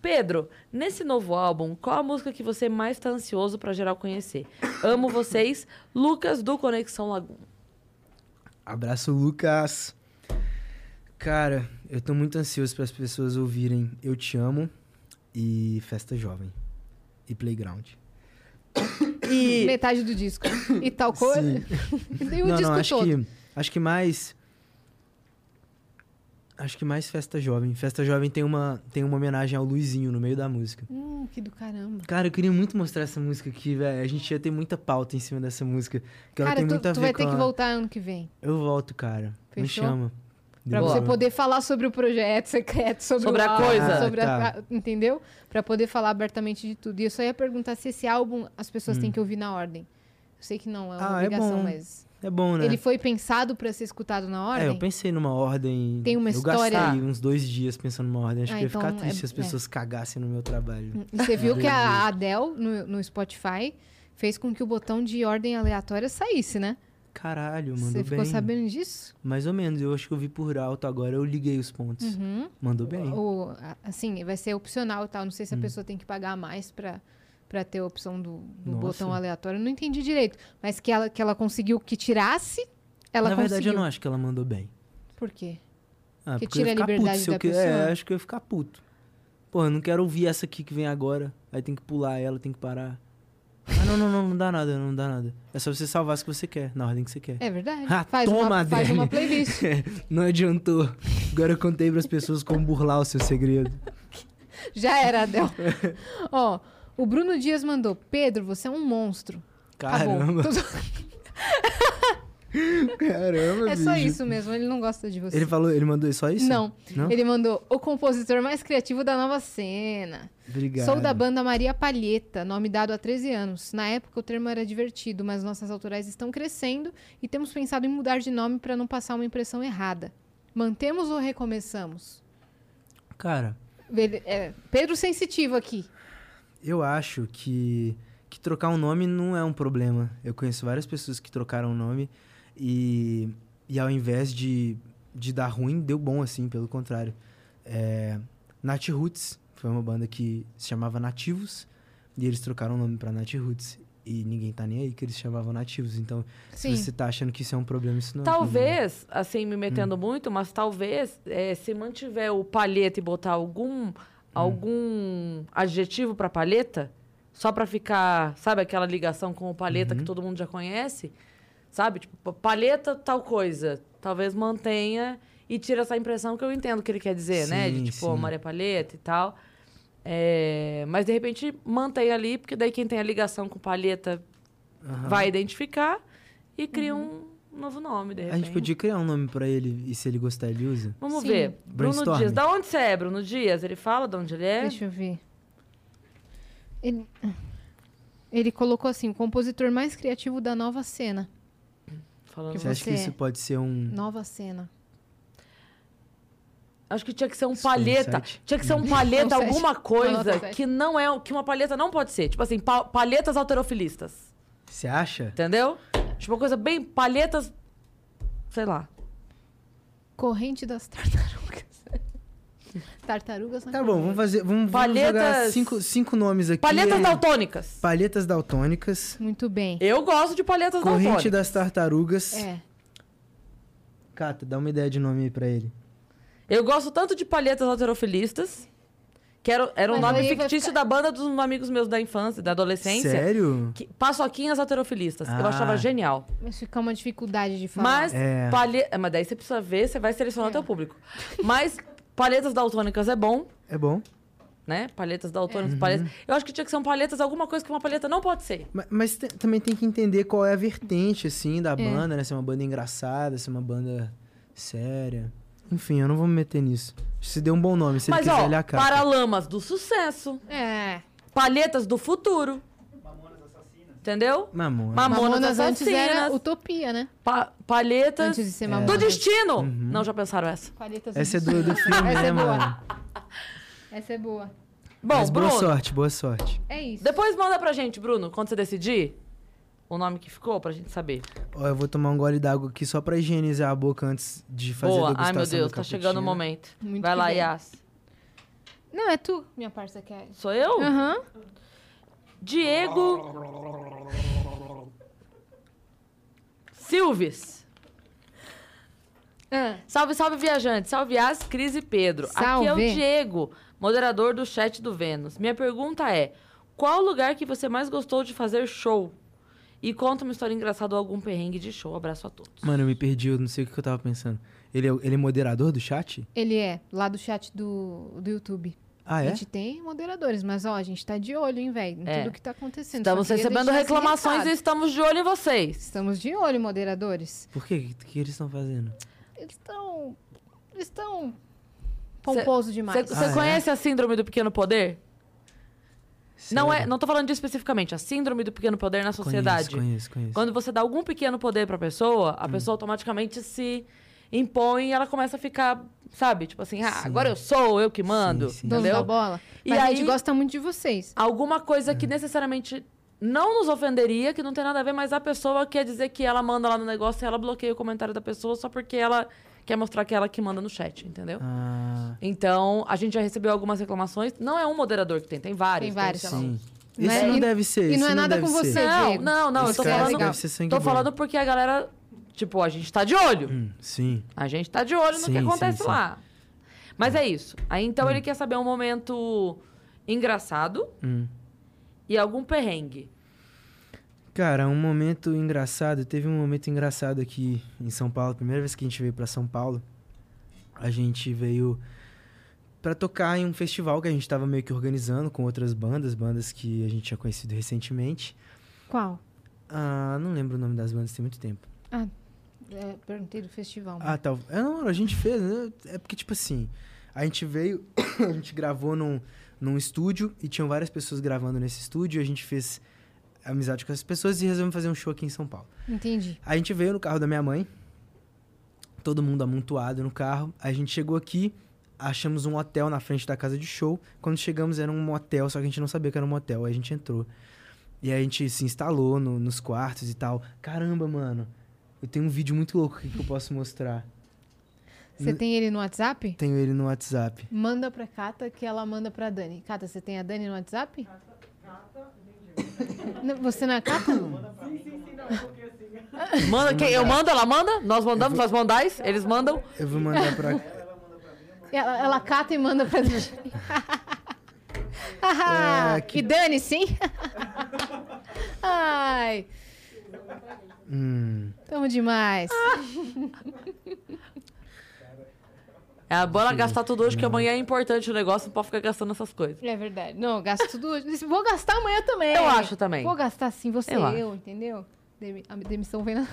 [SPEAKER 2] Pedro, nesse novo álbum, qual a música que você mais tá ansioso pra geral conhecer? Amo vocês, Lucas do Conexão Laguna.
[SPEAKER 4] Abraço, Lucas. Cara, eu tô muito ansioso para as pessoas ouvirem Eu Te Amo e Festa Jovem e Playground.
[SPEAKER 2] E
[SPEAKER 3] Metade do disco. E tal coisa. e o
[SPEAKER 4] não,
[SPEAKER 3] disco
[SPEAKER 4] não, acho
[SPEAKER 3] todo.
[SPEAKER 4] que acho que mais acho que mais Festa Jovem. Festa Jovem tem uma tem uma homenagem ao Luizinho no meio da música.
[SPEAKER 3] Hum, que do caramba.
[SPEAKER 4] Cara, eu queria muito mostrar essa música aqui, velho. A gente ia ter muita pauta em cima dessa música, que ela
[SPEAKER 3] Cara,
[SPEAKER 4] tem
[SPEAKER 3] tu,
[SPEAKER 4] muito a
[SPEAKER 3] tu
[SPEAKER 4] ver
[SPEAKER 3] vai
[SPEAKER 4] com
[SPEAKER 3] ter que
[SPEAKER 4] a-
[SPEAKER 3] voltar ano que vem.
[SPEAKER 4] Eu volto, cara. Me
[SPEAKER 3] Fechou?
[SPEAKER 4] chama.
[SPEAKER 3] Pra
[SPEAKER 4] Demorou.
[SPEAKER 3] você poder falar sobre o projeto secreto, sobre,
[SPEAKER 2] Sobre
[SPEAKER 3] o
[SPEAKER 2] a
[SPEAKER 3] álbum,
[SPEAKER 2] coisa.
[SPEAKER 3] sobre a-
[SPEAKER 4] Ah,
[SPEAKER 3] entendeu? Pra poder falar abertamente de tudo. E eu só ia perguntar se esse álbum as pessoas têm que ouvir na ordem. Eu sei que não, é uma
[SPEAKER 4] Hum. Ah, é
[SPEAKER 3] obrigação,
[SPEAKER 4] bom,
[SPEAKER 3] mas
[SPEAKER 4] É bom, né?
[SPEAKER 3] ele foi pensado pra ser escutado na
[SPEAKER 4] É,
[SPEAKER 3] ordem.
[SPEAKER 4] eu pensei numa ordem.
[SPEAKER 3] Tem uma
[SPEAKER 4] eu
[SPEAKER 3] história-
[SPEAKER 4] gastei uns dois dias pensando numa ordem. Acho
[SPEAKER 3] Ah,
[SPEAKER 4] que eu ia
[SPEAKER 3] então
[SPEAKER 4] ficar
[SPEAKER 3] é-
[SPEAKER 4] triste se as
[SPEAKER 3] é. Hum.
[SPEAKER 4] pessoas cagassem no meu trabalho.
[SPEAKER 3] E Você viu que a Adele no, no Spotify fez com que o botão de ordem aleatória saísse, né?
[SPEAKER 4] Caralho, mandou
[SPEAKER 3] Você
[SPEAKER 4] bem.
[SPEAKER 3] ficou sabendo disso?
[SPEAKER 4] Mais ou menos. Eu acho que eu vi por alto agora, eu liguei os pontos.
[SPEAKER 3] Uhum.
[SPEAKER 4] Mandou bem.
[SPEAKER 3] Ou, a- assim, vai ser opcional e tal. Não sei
[SPEAKER 4] Hum.
[SPEAKER 3] se a pessoa tem que pagar a mais pra, pra ter a opção do, do
[SPEAKER 4] Nossa.
[SPEAKER 3] botão aleatório. Eu não entendi direito. Mas que ela, que ela conseguiu que tirasse, ela
[SPEAKER 4] Na verdade,
[SPEAKER 3] conseguiu.
[SPEAKER 4] eu não acho que ela mandou bem.
[SPEAKER 3] Por quê?
[SPEAKER 4] Ah,
[SPEAKER 3] Que
[SPEAKER 4] porque eu
[SPEAKER 3] tira
[SPEAKER 4] ia
[SPEAKER 3] a
[SPEAKER 4] ficar puto
[SPEAKER 3] liberdade
[SPEAKER 4] se eu
[SPEAKER 3] da
[SPEAKER 4] que...
[SPEAKER 3] pessoa.
[SPEAKER 4] É, acho que eu ia ficar puto. Pô, eu não quero ouvir essa aqui que vem agora. Aí tem que pular ela, tem que parar. Ah, não, não, não, não dá nada, não dá nada. É só você salvar as que você quer, na ordem que você quer.
[SPEAKER 3] É verdade.
[SPEAKER 4] Ah,
[SPEAKER 3] faz,
[SPEAKER 4] toma,
[SPEAKER 3] uma, faz uma
[SPEAKER 4] Adele.
[SPEAKER 3] playlist.
[SPEAKER 4] Não adiantou. Agora eu contei pras pessoas como burlar o seu segredo.
[SPEAKER 3] Já era, Adele. Ó, o Bruno Dias mandou. Pedro, você é um monstro. Acabou.
[SPEAKER 4] Caramba,
[SPEAKER 3] Tudo-
[SPEAKER 4] caramba,
[SPEAKER 3] É só
[SPEAKER 4] bicho.
[SPEAKER 3] isso mesmo, ele não gosta de você.
[SPEAKER 4] Ele falou, ele mandou só isso?
[SPEAKER 3] Não.
[SPEAKER 4] Não?
[SPEAKER 3] Ele mandou o compositor mais criativo da nova cena.
[SPEAKER 4] Obrigado.
[SPEAKER 3] Sou da banda Maria Palheta, nome dado há 13 anos. Na época o termo era divertido, mas nossas autorais estão crescendo e temos pensado em mudar de nome para não passar uma impressão errada. Mantemos ou recomeçamos?
[SPEAKER 4] Cara,
[SPEAKER 3] Ele- é, Pedro Sensitivo aqui.
[SPEAKER 4] eu acho que, que trocar um nome não é um problema. Eu conheço várias pessoas que trocaram o nome e, e ao invés de, de dar ruim, deu bom, assim, pelo contrário. É, Nat Roots foi uma banda que se chamava Nativos e eles trocaram o nome pra Nat Roots. E ninguém tá nem aí que eles chamavam Nativos. Então,
[SPEAKER 3] Sim.
[SPEAKER 4] se você tá achando que isso é um problema, isso não é um problema.
[SPEAKER 2] Talvez, assim, me
[SPEAKER 4] Uhum.
[SPEAKER 2] metendo muito, mas talvez é, se mantiver o palheta e botar algum,
[SPEAKER 4] Hum.
[SPEAKER 2] algum adjetivo pra palheta, só pra ficar, sabe, aquela ligação com o palheta
[SPEAKER 4] Uhum.
[SPEAKER 2] que todo mundo já conhece, sabe? Tipo, palheta, tal coisa. Talvez mantenha e tira essa impressão que eu entendo que ele quer dizer, né? De
[SPEAKER 4] Sim,
[SPEAKER 2] tipo,
[SPEAKER 4] sim.
[SPEAKER 2] Maria Palheta e tal. É, mas de repente mantém ali, porque daí quem tem a ligação com palheta
[SPEAKER 4] Aham. Uhum.
[SPEAKER 2] vai identificar e cria um novo nome, de
[SPEAKER 4] A
[SPEAKER 2] repente.
[SPEAKER 4] gente podia criar um nome pra ele e se ele gostar, ele usa.
[SPEAKER 2] Vamos
[SPEAKER 3] Sim.
[SPEAKER 2] ver. Bruno
[SPEAKER 4] Brainstorm.
[SPEAKER 2] Dias. Da onde você é, Bruno Dias? Ele fala de onde ele é?
[SPEAKER 3] Deixa eu ver. Ele, ele colocou assim, o compositor mais criativo da nova cena.
[SPEAKER 2] Falando.
[SPEAKER 4] Você acha que
[SPEAKER 3] Você
[SPEAKER 4] isso
[SPEAKER 3] é.
[SPEAKER 4] pode ser um.
[SPEAKER 3] Nova cena.
[SPEAKER 2] Acho que tinha que ser um
[SPEAKER 4] Isso foi um
[SPEAKER 2] palheta.
[SPEAKER 4] site?
[SPEAKER 2] Tinha que ser um palheta,
[SPEAKER 3] Foi um site.
[SPEAKER 2] alguma
[SPEAKER 3] Uma nota
[SPEAKER 2] coisa
[SPEAKER 3] sete.
[SPEAKER 2] que não é. Que uma palheta não pode ser. Tipo assim, pa- palhetas alterofilistas.
[SPEAKER 4] Você acha?
[SPEAKER 2] Entendeu? Tipo, uma coisa bem palhetas. Sei lá.
[SPEAKER 3] Corrente das tartarugas. tartarugas na
[SPEAKER 4] Tá bom, vamos fazer. Vamos, vamos jogar
[SPEAKER 2] Palhetas-
[SPEAKER 4] cinco, cinco nomes aqui.
[SPEAKER 2] Palhetas
[SPEAKER 4] É,
[SPEAKER 2] daltônicas.
[SPEAKER 4] Palhetas daltônicas.
[SPEAKER 3] Muito bem.
[SPEAKER 2] Eu gosto de palhetas
[SPEAKER 4] Corrente
[SPEAKER 2] daltônicas.
[SPEAKER 4] das tartarugas.
[SPEAKER 3] É.
[SPEAKER 4] Cata, dá uma ideia de nome aí pra ele.
[SPEAKER 2] Eu gosto tanto de palhetas alterofilistas, que era, era um
[SPEAKER 3] Mas
[SPEAKER 2] nome
[SPEAKER 3] aí vai
[SPEAKER 2] fictício da
[SPEAKER 3] ficar-
[SPEAKER 2] banda dos amigos meus da infância, da adolescência.
[SPEAKER 4] Sério?
[SPEAKER 2] Que, paçoquinhas alterofilistas. Eu
[SPEAKER 4] Ah.
[SPEAKER 2] achava genial.
[SPEAKER 3] Mas fica uma dificuldade de falar.
[SPEAKER 2] Mas,
[SPEAKER 4] É.
[SPEAKER 2] palhe... é, mas daí você precisa ver, você vai selecionar o
[SPEAKER 3] É.
[SPEAKER 2] teu público. Mas palhetas daltônicas é bom,
[SPEAKER 4] É bom.
[SPEAKER 2] né? Palhetas
[SPEAKER 3] É.
[SPEAKER 2] daltônicas,
[SPEAKER 4] Uhum.
[SPEAKER 2] palhetas... Eu acho que tinha que ser um palhetas, alguma coisa que uma palheta não pode ser.
[SPEAKER 4] Ma- Mas te- também tem que entender qual é a vertente, assim, da banda, né? Se é uma banda engraçada, se é uma banda séria. Enfim, eu não vou me meter nisso. Se deu um bom nome, se
[SPEAKER 2] mas,
[SPEAKER 4] ele quiser,
[SPEAKER 2] ó,
[SPEAKER 4] ele acaba.
[SPEAKER 2] paralamas do sucesso,
[SPEAKER 3] É.
[SPEAKER 2] palhetas do futuro. Entendeu?
[SPEAKER 4] Mamona.
[SPEAKER 2] Mam- Mamonas
[SPEAKER 3] Mamonas antes era
[SPEAKER 2] Assassinas.
[SPEAKER 3] utopia, né?
[SPEAKER 2] Pa palhetas
[SPEAKER 3] Antes de ser
[SPEAKER 2] do
[SPEAKER 3] Mamonas.
[SPEAKER 2] destino.
[SPEAKER 4] Uhum.
[SPEAKER 2] Não, já pensaram essa.
[SPEAKER 3] Palhetas
[SPEAKER 4] É. Essa é
[SPEAKER 3] destino.
[SPEAKER 4] do, do filme,
[SPEAKER 3] Essa
[SPEAKER 4] né,
[SPEAKER 3] é boa.
[SPEAKER 4] mano?
[SPEAKER 3] Essa é boa.
[SPEAKER 2] Bom,
[SPEAKER 4] Mas
[SPEAKER 2] Bruno,
[SPEAKER 4] boa sorte, boa sorte.
[SPEAKER 3] É isso.
[SPEAKER 2] depois manda pra gente, Bruno, quando você decidir, o nome que ficou pra gente saber.
[SPEAKER 4] Ó, eu vou tomar um gole d'água aqui só pra higienizar a boca antes de fazer a
[SPEAKER 2] Boa.
[SPEAKER 4] degustação
[SPEAKER 2] Ai, meu
[SPEAKER 4] do
[SPEAKER 2] Deus, tá chegando o
[SPEAKER 4] cappuccino.
[SPEAKER 2] momento.
[SPEAKER 3] Muito
[SPEAKER 2] Vai
[SPEAKER 3] que
[SPEAKER 2] lá,
[SPEAKER 3] bem.
[SPEAKER 2] Yas.
[SPEAKER 3] Não, é tu, minha parça, que é.
[SPEAKER 2] Sou eu?
[SPEAKER 3] Aham.
[SPEAKER 2] Diego. Silves.
[SPEAKER 3] Ah,
[SPEAKER 2] Salve, salve, viajante. Salve, As, Cris e Pedro. Aqui é o
[SPEAKER 3] Salve.
[SPEAKER 2] Diego, moderador do chat do Vênus. Minha pergunta é: qual o lugar que você mais gostou de fazer show? E conta uma história engraçada ou algum perrengue de show. Abraço a todos.
[SPEAKER 4] Mano, eu me perdi, eu não sei o que eu tava pensando. Ele é, ele é moderador do chat?
[SPEAKER 3] Ele é, lá do chat do, do YouTube.
[SPEAKER 4] Ah,
[SPEAKER 3] A
[SPEAKER 4] é?
[SPEAKER 3] gente tem moderadores, mas ó, a gente tá de olho, hein, velho, em
[SPEAKER 2] É.
[SPEAKER 3] tudo que tá acontecendo.
[SPEAKER 2] Estamos
[SPEAKER 3] Só queria
[SPEAKER 2] recebendo
[SPEAKER 3] deixar esse
[SPEAKER 2] reclamações e
[SPEAKER 3] recado.
[SPEAKER 2] estamos de olho em vocês.
[SPEAKER 3] Estamos de olho, moderadores.
[SPEAKER 4] Por quê? O que, que eles estão fazendo?
[SPEAKER 3] Eles estão. Eles estão. pomposo demais.
[SPEAKER 2] Você
[SPEAKER 4] Ah, é?
[SPEAKER 2] conhece a síndrome do pequeno poder? Não
[SPEAKER 4] Sério?
[SPEAKER 2] é, não tô falando disso especificamente, a síndrome do pequeno poder na sociedade.
[SPEAKER 4] Conheço, Hum. conheço, conheço.
[SPEAKER 2] Quando você dá algum pequeno poder pra pessoa, a pessoa automaticamente se impõe e ela começa a ficar, sabe? Tipo assim, ah,
[SPEAKER 4] Sim.
[SPEAKER 2] agora eu sou, eu que mando,
[SPEAKER 4] sim.
[SPEAKER 3] Dono da
[SPEAKER 2] entendeu?
[SPEAKER 3] bola.
[SPEAKER 2] E
[SPEAKER 3] Mas a
[SPEAKER 2] aí-
[SPEAKER 3] gente gosta muito de vocês.
[SPEAKER 2] Alguma coisa
[SPEAKER 4] É.
[SPEAKER 2] que necessariamente não nos ofenderia, que não tem nada a ver, mas a pessoa quer dizer que ela manda lá no negócio e ela bloqueia o comentário da pessoa só porque ela quer mostrar que é ela que manda no chat, entendeu?
[SPEAKER 4] Ah,
[SPEAKER 2] Então, a gente já recebeu algumas reclamações. Não é um moderador que tem, tem vários.
[SPEAKER 3] Tem vários.
[SPEAKER 2] sei lá,
[SPEAKER 4] sim.
[SPEAKER 3] Não
[SPEAKER 4] Esse
[SPEAKER 3] é-
[SPEAKER 4] não
[SPEAKER 3] e-
[SPEAKER 4] deve ser.
[SPEAKER 3] e não
[SPEAKER 4] esse
[SPEAKER 3] é nada
[SPEAKER 4] deve
[SPEAKER 3] com
[SPEAKER 4] ser.
[SPEAKER 3] você.
[SPEAKER 2] Não,
[SPEAKER 3] Diego.
[SPEAKER 2] não, não. Eu
[SPEAKER 4] Esse
[SPEAKER 2] tô
[SPEAKER 4] cara
[SPEAKER 2] falando,
[SPEAKER 4] deve ser sangue
[SPEAKER 2] tô
[SPEAKER 4] bom.
[SPEAKER 2] falando porque a galera... Tipo, a gente tá de olho.
[SPEAKER 4] Hum, sim.
[SPEAKER 2] A gente tá de olho no
[SPEAKER 4] Sim,
[SPEAKER 2] que
[SPEAKER 4] sim,
[SPEAKER 2] acontece
[SPEAKER 4] sim. Hum.
[SPEAKER 2] lá. Mas é isso. Aí, então, ele quer saber um momento engraçado
[SPEAKER 4] Hum.
[SPEAKER 2] e algum perrengue.
[SPEAKER 4] Cara, um momento engraçado. Teve um momento engraçado aqui em São Paulo. A primeira vez que a gente veio pra São Paulo, a gente veio pra tocar em um festival que a gente tava meio que organizando com outras bandas, bandas que a gente tinha conhecido recentemente.
[SPEAKER 3] Qual?
[SPEAKER 4] Ah, não lembro o nome das bandas, tem muito tempo.
[SPEAKER 3] É, perguntei do festival.
[SPEAKER 4] Ah, tal. É, não, a gente fez, né? É porque, tipo assim, a gente veio, a gente gravou num, num estúdio e tinham várias pessoas gravando nesse estúdio. A gente fez amizade com as pessoas e resolvemos fazer um show aqui em São Paulo.
[SPEAKER 3] Entendi.
[SPEAKER 4] A gente veio no carro da minha mãe, todo mundo amontoado no carro. A gente chegou aqui, achamos um hotel na frente da casa de show. Quando chegamos, era um motel, só que a gente não sabia que era um motel. Aí a gente entrou. E aí a gente se instalou no- nos quartos e tal. Caramba, mano, eu tenho um vídeo muito louco aqui que eu posso mostrar.
[SPEAKER 3] Você
[SPEAKER 4] N-
[SPEAKER 3] tem ele no WhatsApp?
[SPEAKER 4] Tenho ele no WhatsApp.
[SPEAKER 3] Manda pra Cata que ela manda pra Dani. Cata, você tem a Dani no WhatsApp? Não, Você não é a Cata?
[SPEAKER 4] Um
[SPEAKER 2] Manda quem? Eu mando, ela manda? Nós mandamos, nós mandais, eles mandam.
[SPEAKER 4] Eu vou mandar pra.
[SPEAKER 3] Ela, ela cata e manda pra Dani. Ah,
[SPEAKER 4] É, que-
[SPEAKER 3] E Dani, sim? Ai,
[SPEAKER 4] Hum.
[SPEAKER 3] tamo demais.
[SPEAKER 2] É, bora gastar tudo hoje, que amanhã é importante o negócio, não pode ficar gastando essas coisas.
[SPEAKER 3] É verdade. Não, eu gasto tudo hoje. Vou gastar amanhã também.
[SPEAKER 2] Eu acho também.
[SPEAKER 3] Vou gastar sim, você
[SPEAKER 2] Eu
[SPEAKER 3] eu,
[SPEAKER 2] acho.
[SPEAKER 3] entendeu? Demi- A demissão vem, na-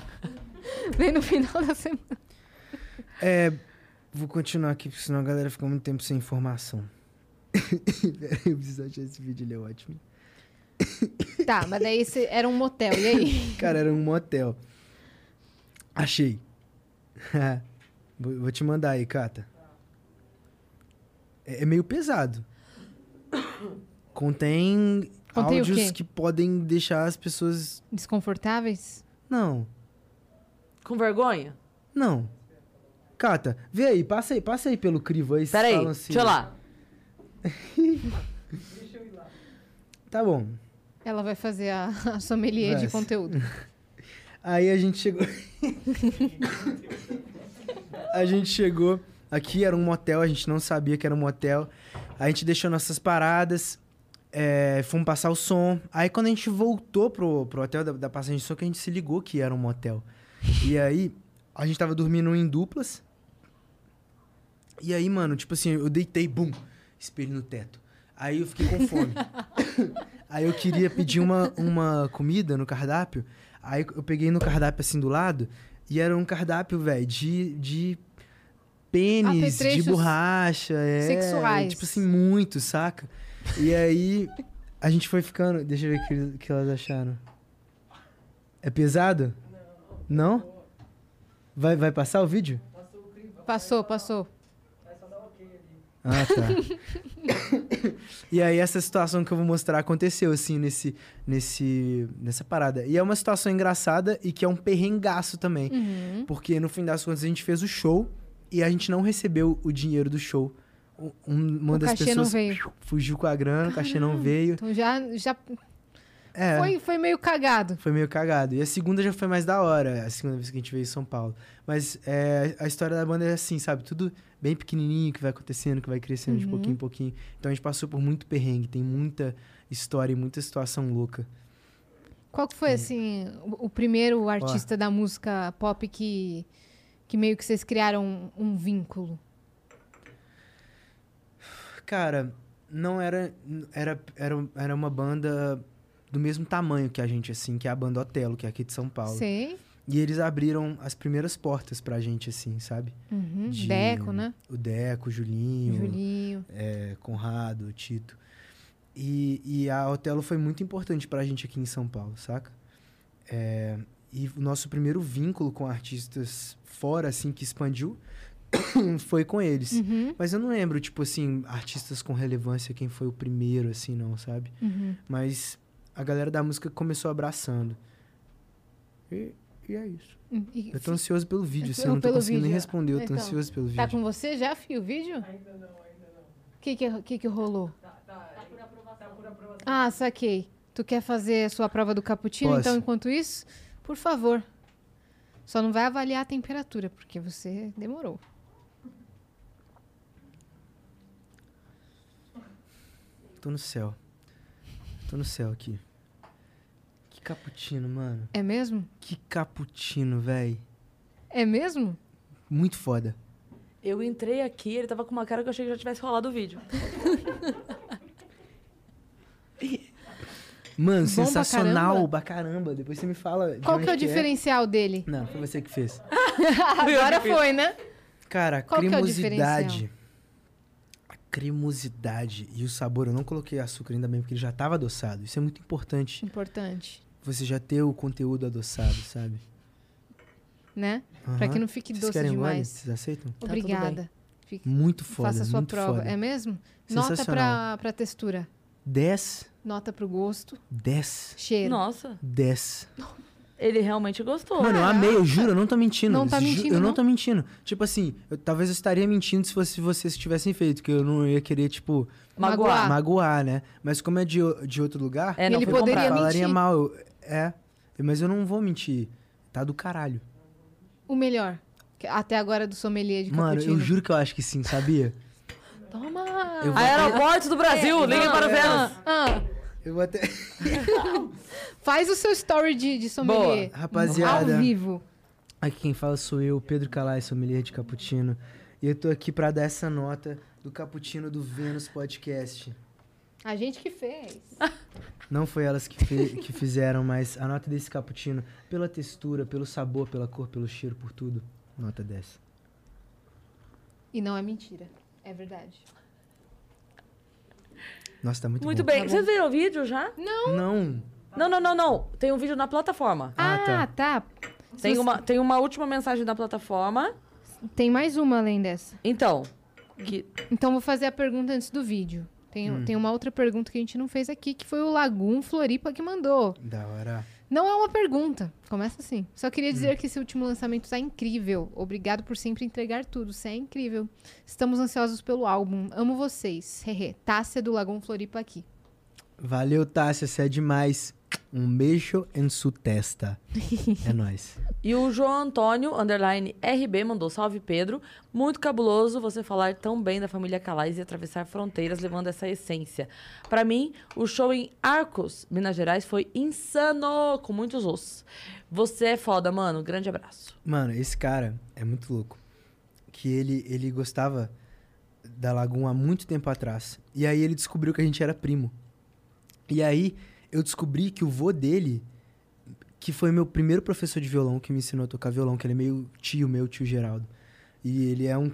[SPEAKER 3] vem no final da semana.
[SPEAKER 4] É. Vou continuar aqui, porque senão a galera fica muito tempo sem informação. Peraí, eu preciso achar esse vídeo, ele é ótimo.
[SPEAKER 3] Tá, mas daí cê- era um motel, e aí?
[SPEAKER 4] Cara, era um motel. Achei. vou, vou te mandar aí, Cata. É, é meio pesado. Contém
[SPEAKER 3] Contei o
[SPEAKER 4] áudios
[SPEAKER 3] quê?
[SPEAKER 4] que podem deixar as pessoas.
[SPEAKER 3] Desconfortáveis?
[SPEAKER 4] Não,
[SPEAKER 2] Com vergonha?
[SPEAKER 4] não. Cata, vê aí, passa aí, passa aí pelo crivo aí. assim. vocês
[SPEAKER 2] Peraí,
[SPEAKER 4] falam se-
[SPEAKER 2] deixa eu lá.
[SPEAKER 4] Tá bom.
[SPEAKER 3] Ela vai fazer a, a sommelier de
[SPEAKER 4] Vai.
[SPEAKER 3] conteúdo.
[SPEAKER 4] Aí a gente chegou. a gente chegou. Aqui era um motel, a gente não sabia que era um motel. A gente deixou nossas paradas, é, fomos passar o som. Aí quando a gente voltou pro, pro hotel da, da passagem de som, que a gente se ligou que era um motel. E aí, a gente tava dormindo em duplas. E aí, mano, tipo assim, eu deitei, bum, espelho no teto. Aí eu fiquei com fome. aí eu queria pedir uma, uma comida no cardápio. Aí eu peguei no cardápio assim do lado. E era um cardápio, velho, de, de pênis, de
[SPEAKER 3] Apetrechos
[SPEAKER 4] borracha. É,
[SPEAKER 3] sexuais.
[SPEAKER 4] Tipo assim, muito, saca? E aí a gente foi ficando. Deixa eu ver o que, o que elas acharam. É pesado? Não. Não? Vai, vai passar o vídeo?
[SPEAKER 3] Passou, passou.
[SPEAKER 4] Ah, tá. e aí essa situação que eu vou mostrar aconteceu, assim, nesse, nesse, nessa parada. E é uma situação engraçada e que é um perrengaço também.
[SPEAKER 3] Uhum.
[SPEAKER 4] Porque no fim das contas a gente fez o show e a gente não recebeu o dinheiro do show. Um- Uma
[SPEAKER 3] O
[SPEAKER 4] das
[SPEAKER 3] cachê não
[SPEAKER 4] pessoas
[SPEAKER 3] veio.
[SPEAKER 4] fugiu com a grana, o cachê não veio.
[SPEAKER 3] Então já, já
[SPEAKER 4] É,
[SPEAKER 3] foi, foi meio cagado.
[SPEAKER 4] foi meio cagado. E a segunda já foi mais da hora, a segunda vez que a gente veio em São Paulo. Mas é, a história da banda é assim, sabe? Tudo bem pequenininho, que vai acontecendo, que vai crescendo de
[SPEAKER 3] Uhum.
[SPEAKER 4] pouquinho em pouquinho. Então a gente passou por muito perrengue, tem muita história e muita situação louca.
[SPEAKER 3] Qual que
[SPEAKER 4] Hum.
[SPEAKER 3] foi, assim, o, o primeiro artista da música pop que, que meio que vocês criaram um, um vínculo?
[SPEAKER 4] Cara, não era, era... Era era uma banda do mesmo tamanho que a gente, assim, que é a banda Otelo, que é aqui de São Paulo.
[SPEAKER 3] Sei.
[SPEAKER 4] E eles abriram as primeiras portas pra gente, assim, sabe?
[SPEAKER 3] Uhum.
[SPEAKER 4] De-
[SPEAKER 3] Deco, né?
[SPEAKER 4] O Deco, o Julinho,
[SPEAKER 3] Julinho.
[SPEAKER 4] É Conrado, Tito. E, e a Otelo foi muito importante pra gente aqui em São Paulo, saca? É, e o nosso primeiro vínculo com artistas fora, assim, que expandiu, foi com eles.
[SPEAKER 3] Uhum,
[SPEAKER 4] Mas eu não lembro, tipo assim, artistas com relevância, quem foi o primeiro, assim, não, sabe?
[SPEAKER 3] uhum.
[SPEAKER 4] Mas a galera da música começou abraçando. E, e é isso.
[SPEAKER 3] E-
[SPEAKER 4] Eu tô ansioso pelo vídeo, assim, eu
[SPEAKER 3] Pelo-
[SPEAKER 4] não tô
[SPEAKER 3] pelo
[SPEAKER 4] conseguindo nem
[SPEAKER 3] vídeo,
[SPEAKER 4] responder, eu tô
[SPEAKER 3] então.
[SPEAKER 4] ansioso pelo
[SPEAKER 3] Tá
[SPEAKER 4] vídeo.
[SPEAKER 3] com você já, filho, o vídeo? Ainda não, ainda não. Tá, O que que, que que rolou? Ah, saquei. Tu quer fazer a sua prova do cappuccino,
[SPEAKER 4] Posso.
[SPEAKER 3] então, enquanto isso? Por favor. Só não vai avaliar a temperatura, porque você demorou.
[SPEAKER 4] Tô no céu. Tô no céu aqui. Que cappuccino, mano.
[SPEAKER 3] É mesmo?
[SPEAKER 4] Que cappuccino, véi.
[SPEAKER 3] É mesmo?
[SPEAKER 4] Muito foda.
[SPEAKER 2] Eu entrei aqui, ele tava com uma cara que eu achei que já tivesse rolado o vídeo.
[SPEAKER 4] Mano,
[SPEAKER 3] Bom pra
[SPEAKER 4] sensacional
[SPEAKER 3] caramba.
[SPEAKER 4] pra caramba. Depois você me fala. de
[SPEAKER 3] Qual
[SPEAKER 4] onde
[SPEAKER 3] que é o diferencial dele?
[SPEAKER 4] Não, foi você que fez.
[SPEAKER 3] Agora foi, né?
[SPEAKER 4] Cara,
[SPEAKER 3] Qual que é o
[SPEAKER 4] cremosidade.
[SPEAKER 3] diferencial?
[SPEAKER 4] a cremosidade e o sabor. Eu não coloquei açúcar ainda bem, porque ele já tava adoçado. Isso é muito importante.
[SPEAKER 3] Importante,
[SPEAKER 4] Você já ter o conteúdo adoçado, sabe?
[SPEAKER 3] né? Pra
[SPEAKER 4] Aham.
[SPEAKER 3] que não fique
[SPEAKER 4] Vocês
[SPEAKER 3] doce
[SPEAKER 4] querem um gole?
[SPEAKER 3] demais.
[SPEAKER 4] Vocês aceitam?
[SPEAKER 2] Tá tudo bem.
[SPEAKER 3] Obrigada. Fique-
[SPEAKER 4] Muito foda.
[SPEAKER 3] Faça a sua
[SPEAKER 4] muito
[SPEAKER 3] prova.
[SPEAKER 4] Foda.
[SPEAKER 3] É mesmo? Nota pra,
[SPEAKER 4] Sensacional.
[SPEAKER 3] pra textura.
[SPEAKER 4] 10,
[SPEAKER 3] Nota pro gosto.
[SPEAKER 4] 10,
[SPEAKER 3] Cheiro.
[SPEAKER 2] Nossa,
[SPEAKER 4] 10.
[SPEAKER 2] ele realmente gostou.
[SPEAKER 4] Mano, eu amei, eu juro, eu não tô mentindo.
[SPEAKER 3] Não tá
[SPEAKER 4] Ju-
[SPEAKER 3] mentindo,
[SPEAKER 4] Eu não,
[SPEAKER 3] não?
[SPEAKER 4] tô mentindo. Tipo assim, eu- talvez eu estaria mentindo se fosse vocês que tivessem feito, que eu não ia querer, tipo,
[SPEAKER 2] Magoar.
[SPEAKER 3] Ah.
[SPEAKER 4] magoar, né? Mas como é de, o- de outro lugar,
[SPEAKER 2] É, não
[SPEAKER 3] Ele
[SPEAKER 2] foi
[SPEAKER 4] eu
[SPEAKER 3] poderia
[SPEAKER 2] comprado.
[SPEAKER 4] falaria
[SPEAKER 3] mentir.
[SPEAKER 4] mal. eu- é, mas eu não vou mentir. Tá do caralho.
[SPEAKER 3] O melhor. que- Até agora do sommelier de
[SPEAKER 4] Mano,
[SPEAKER 3] cappuccino.
[SPEAKER 4] eu juro que eu acho que sim, sabia?
[SPEAKER 3] Toma!
[SPEAKER 4] Eu vou-
[SPEAKER 2] Aeroporto do
[SPEAKER 4] É,
[SPEAKER 2] Brasil, liguem para o
[SPEAKER 4] Tá
[SPEAKER 2] Vênus.
[SPEAKER 3] Ah, ah.
[SPEAKER 4] Eu vou até.
[SPEAKER 3] Faz o seu story de, de sommelier.
[SPEAKER 4] Boa, rapaziada.
[SPEAKER 3] Ao vivo.
[SPEAKER 4] Aqui quem fala sou eu, Pedro Calais, sommelier de cappuccino. E eu tô aqui pra dar essa nota do cappuccino do Vênus Podcast.
[SPEAKER 3] A gente que fez.
[SPEAKER 4] Não foi elas que, fe- que fizeram, mas a nota desse cappuccino, pela textura, pelo sabor, pela cor, pelo cheiro, por tudo, nota 10.
[SPEAKER 3] E não é mentira. É verdade.
[SPEAKER 4] Nossa, tá muito,
[SPEAKER 2] Muito
[SPEAKER 4] bom.
[SPEAKER 2] bem. Vocês viram o vídeo já?
[SPEAKER 4] Não.
[SPEAKER 2] Não, não, não, não. Tem um vídeo na plataforma.
[SPEAKER 4] Ah,
[SPEAKER 3] Ah, tá. Se
[SPEAKER 2] Tem
[SPEAKER 3] você-
[SPEAKER 2] uma, tem uma última mensagem na plataforma.
[SPEAKER 3] Tem mais uma além dessa.
[SPEAKER 2] Então, que-
[SPEAKER 3] Então vou fazer a pergunta antes do vídeo. Tem,
[SPEAKER 4] Hum.
[SPEAKER 3] tem uma outra pergunta que a gente não fez aqui, que foi o Lagum Floripa que mandou.
[SPEAKER 4] Da hora.
[SPEAKER 3] Não é uma pergunta. Começa assim. Só
[SPEAKER 4] Hum.
[SPEAKER 3] queria dizer que esse último lançamento tá incrível. Obrigado por sempre entregar tudo. Você é incrível. Estamos ansiosos pelo álbum. Amo vocês. Hehe. Tássia do Lagum Floripa aqui.
[SPEAKER 4] Valeu, Tássia, você é demais. Um beijo em sua testa. É nóis.
[SPEAKER 2] E o João Antônio, underline RB, mandou salve Pedro. Muito cabuloso você falar tão bem da família Calais e atravessar fronteiras levando essa essência. Pra mim, o show em Arcos, Minas Gerais, foi insano, com muitos ossos. Você é foda, mano. Grande abraço.
[SPEAKER 4] Mano, esse cara é muito louco. Que ele, ele gostava da Lagoon há muito tempo atrás. E aí ele descobriu que a gente era primo. E aí eu descobri que o vô dele, que foi meu primeiro professor de violão que me ensinou a tocar violão, que ele é meio tio meu, tio Geraldo. E ele é um.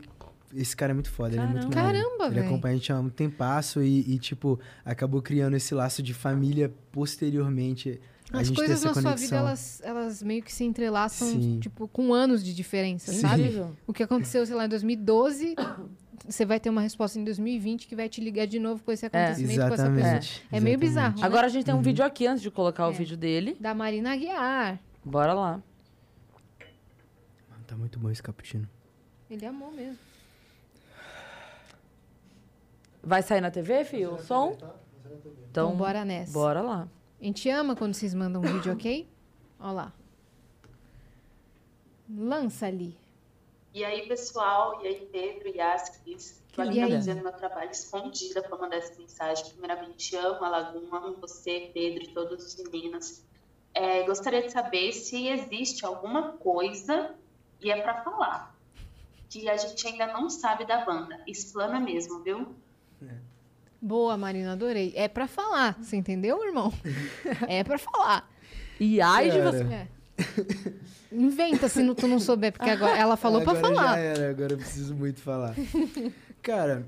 [SPEAKER 4] Esse cara é muito foda, ele é muito maneiro.
[SPEAKER 3] Caramba,
[SPEAKER 4] Ele
[SPEAKER 3] velho.
[SPEAKER 4] acompanha a gente há um tempasso e, e, tipo, acabou criando esse laço de família posteriormente. a
[SPEAKER 3] As
[SPEAKER 4] gente ter
[SPEAKER 3] coisas na
[SPEAKER 4] essa
[SPEAKER 3] sua vida,
[SPEAKER 4] conexão.
[SPEAKER 3] elas, elas meio que se entrelaçam,
[SPEAKER 4] Sim.
[SPEAKER 3] tipo, com anos de diferença,
[SPEAKER 4] Sim.
[SPEAKER 3] sabe?
[SPEAKER 2] Incrível.
[SPEAKER 3] O que aconteceu, sei lá, em 2012, você vai ter uma resposta em 2020 que vai te ligar de novo com
[SPEAKER 2] É.
[SPEAKER 3] esse acontecimento, com essa pessoa.
[SPEAKER 4] Exatamente.
[SPEAKER 3] É meio
[SPEAKER 4] Uhum.
[SPEAKER 3] bizarro.
[SPEAKER 2] Agora a gente tem um vídeo aqui antes de colocar
[SPEAKER 4] É.
[SPEAKER 2] o vídeo dele.
[SPEAKER 3] Da Marina Aguiar.
[SPEAKER 2] Bora lá.
[SPEAKER 4] Mano, tá muito bom esse cappuccino.
[SPEAKER 3] Ele amou mesmo.
[SPEAKER 2] Vai sair na TV, filho? O som?
[SPEAKER 3] Então,
[SPEAKER 2] Então,
[SPEAKER 3] bora nessa.
[SPEAKER 2] bora lá.
[SPEAKER 3] A gente ama quando vocês mandam um vídeo, ok? Ó lá. Lança ali.
[SPEAKER 5] E aí, pessoal, e aí, Pedro, Yas, Cris,
[SPEAKER 3] Que
[SPEAKER 5] tô ali
[SPEAKER 3] lindo.
[SPEAKER 5] fazendo meu trabalho escondida para mandar essa mensagem. Primeiramente, amo a Laguna, amo você, Pedro, e todos os meninos. É, gostaria de saber se existe alguma coisa, e é para falar, que a gente ainda não sabe da banda. Explana mesmo, viu?
[SPEAKER 3] Boa, Marina, adorei. É pra falar, você entendeu, irmão? É pra falar.
[SPEAKER 2] E ai de
[SPEAKER 4] Cara.
[SPEAKER 2] você.
[SPEAKER 3] É. Inventa se não- tu não souber, porque agora ela falou pra
[SPEAKER 4] Agora
[SPEAKER 3] falar.
[SPEAKER 4] Já é era, agora eu preciso muito falar. Cara,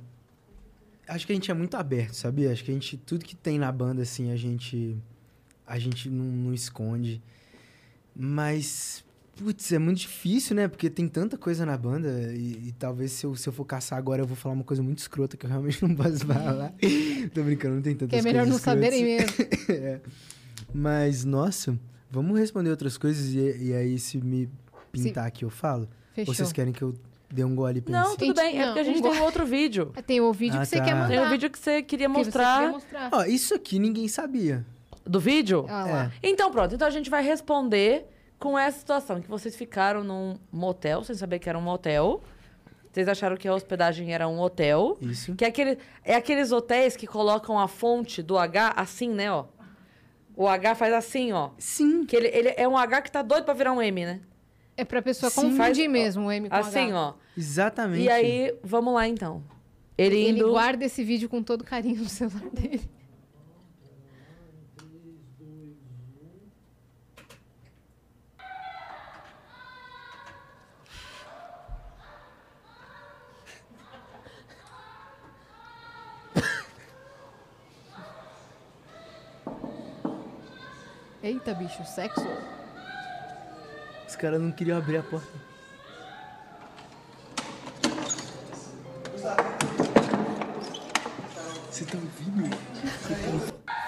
[SPEAKER 4] acho que a gente é muito aberto, sabia? Acho que a gente, tudo que tem na banda, assim, a gente, a gente não, não esconde. Mas, putz, é muito difícil, né? Porque tem tanta coisa na banda e, e talvez se eu, se eu for caçar agora eu vou falar uma coisa muito escrota que eu realmente não posso falar. Tô brincando, não tem tantas
[SPEAKER 3] Que é
[SPEAKER 4] coisas
[SPEAKER 3] melhor não
[SPEAKER 4] escrotas.
[SPEAKER 3] saberem mesmo.
[SPEAKER 4] Mas, nossa, vamos responder outras coisas e, e aí se me pintar aqui eu falo? Ou
[SPEAKER 3] Fechou.
[SPEAKER 4] vocês querem que eu dê um gole e pense?
[SPEAKER 2] Não, tudo
[SPEAKER 3] Gente,
[SPEAKER 2] bem. É
[SPEAKER 3] não,
[SPEAKER 2] porque a gente
[SPEAKER 3] não
[SPEAKER 2] tem um outro vídeo.
[SPEAKER 3] Tem o vídeo
[SPEAKER 4] Ah,
[SPEAKER 3] que você
[SPEAKER 4] tá.
[SPEAKER 3] quer mandar.
[SPEAKER 2] Tem um vídeo que você queria
[SPEAKER 3] que você queria
[SPEAKER 2] mostrar.
[SPEAKER 3] mostrar.
[SPEAKER 4] Ó, isso aqui ninguém sabia.
[SPEAKER 2] Do vídeo?
[SPEAKER 3] Olha lá.
[SPEAKER 4] É.
[SPEAKER 2] Então, pronto. Então a gente vai responder com essa situação: que vocês ficaram num motel, sem saber que era um motel. Vocês acharam que a hospedagem era um hotel.
[SPEAKER 4] Isso.
[SPEAKER 2] Que é, aquele, é aqueles hotéis que colocam a fonte do H assim, né, ó. O H faz assim, ó.
[SPEAKER 4] Sim.
[SPEAKER 2] Que ele, ele é um H que tá doido pra virar um M, né?
[SPEAKER 3] É pra pessoa
[SPEAKER 4] Sim.
[SPEAKER 3] confundir
[SPEAKER 2] Faz-
[SPEAKER 3] mesmo o M com
[SPEAKER 2] Assim,
[SPEAKER 3] H.
[SPEAKER 2] ó.
[SPEAKER 4] Exatamente.
[SPEAKER 2] E aí, vamos lá então. Ele
[SPEAKER 3] Ele
[SPEAKER 2] indo.
[SPEAKER 3] guarda esse vídeo com todo carinho no celular dele. Eita, bicho, sexo.
[SPEAKER 4] Os caras não queriam abrir a porta. Você tá ouvindo?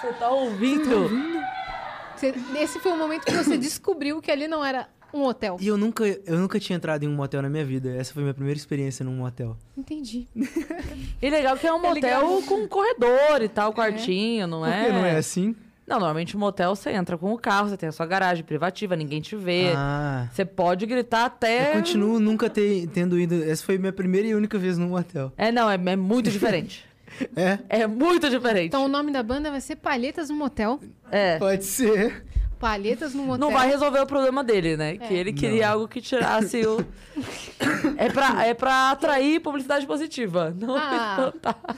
[SPEAKER 2] Você tá ouvindo?
[SPEAKER 3] Você- Esse foi o momento que você descobriu que ali não era um hotel.
[SPEAKER 4] E eu nunca, eu nunca tinha entrado em um motel na minha vida. Essa foi minha primeira experiência num motel.
[SPEAKER 3] Entendi.
[SPEAKER 2] E legal que é um motel
[SPEAKER 3] ligado.
[SPEAKER 2] com um corredor e tal, quartinho, não é?
[SPEAKER 4] Por que não é assim?
[SPEAKER 2] Não, normalmente o motel você entra com o carro, você tem a sua garagem privativa, ninguém te vê.
[SPEAKER 4] Ah.
[SPEAKER 2] Você pode gritar até.
[SPEAKER 4] Eu continuo nunca ter, tendo ido. Essa foi minha primeira e única vez num motel.
[SPEAKER 2] É, não, é, é muito diferente.
[SPEAKER 4] É?
[SPEAKER 2] é muito diferente.
[SPEAKER 3] Então o nome da banda vai ser Palhetas no Motel.
[SPEAKER 2] é.
[SPEAKER 4] Pode ser.
[SPEAKER 3] Palhetas no Motel. É.
[SPEAKER 2] Não vai resolver o problema dele, né? Que ele queria algo que tirasse o. é, pra, é pra atrair publicidade positiva. Não então tá.
[SPEAKER 3] Ah.
[SPEAKER 2] espantar.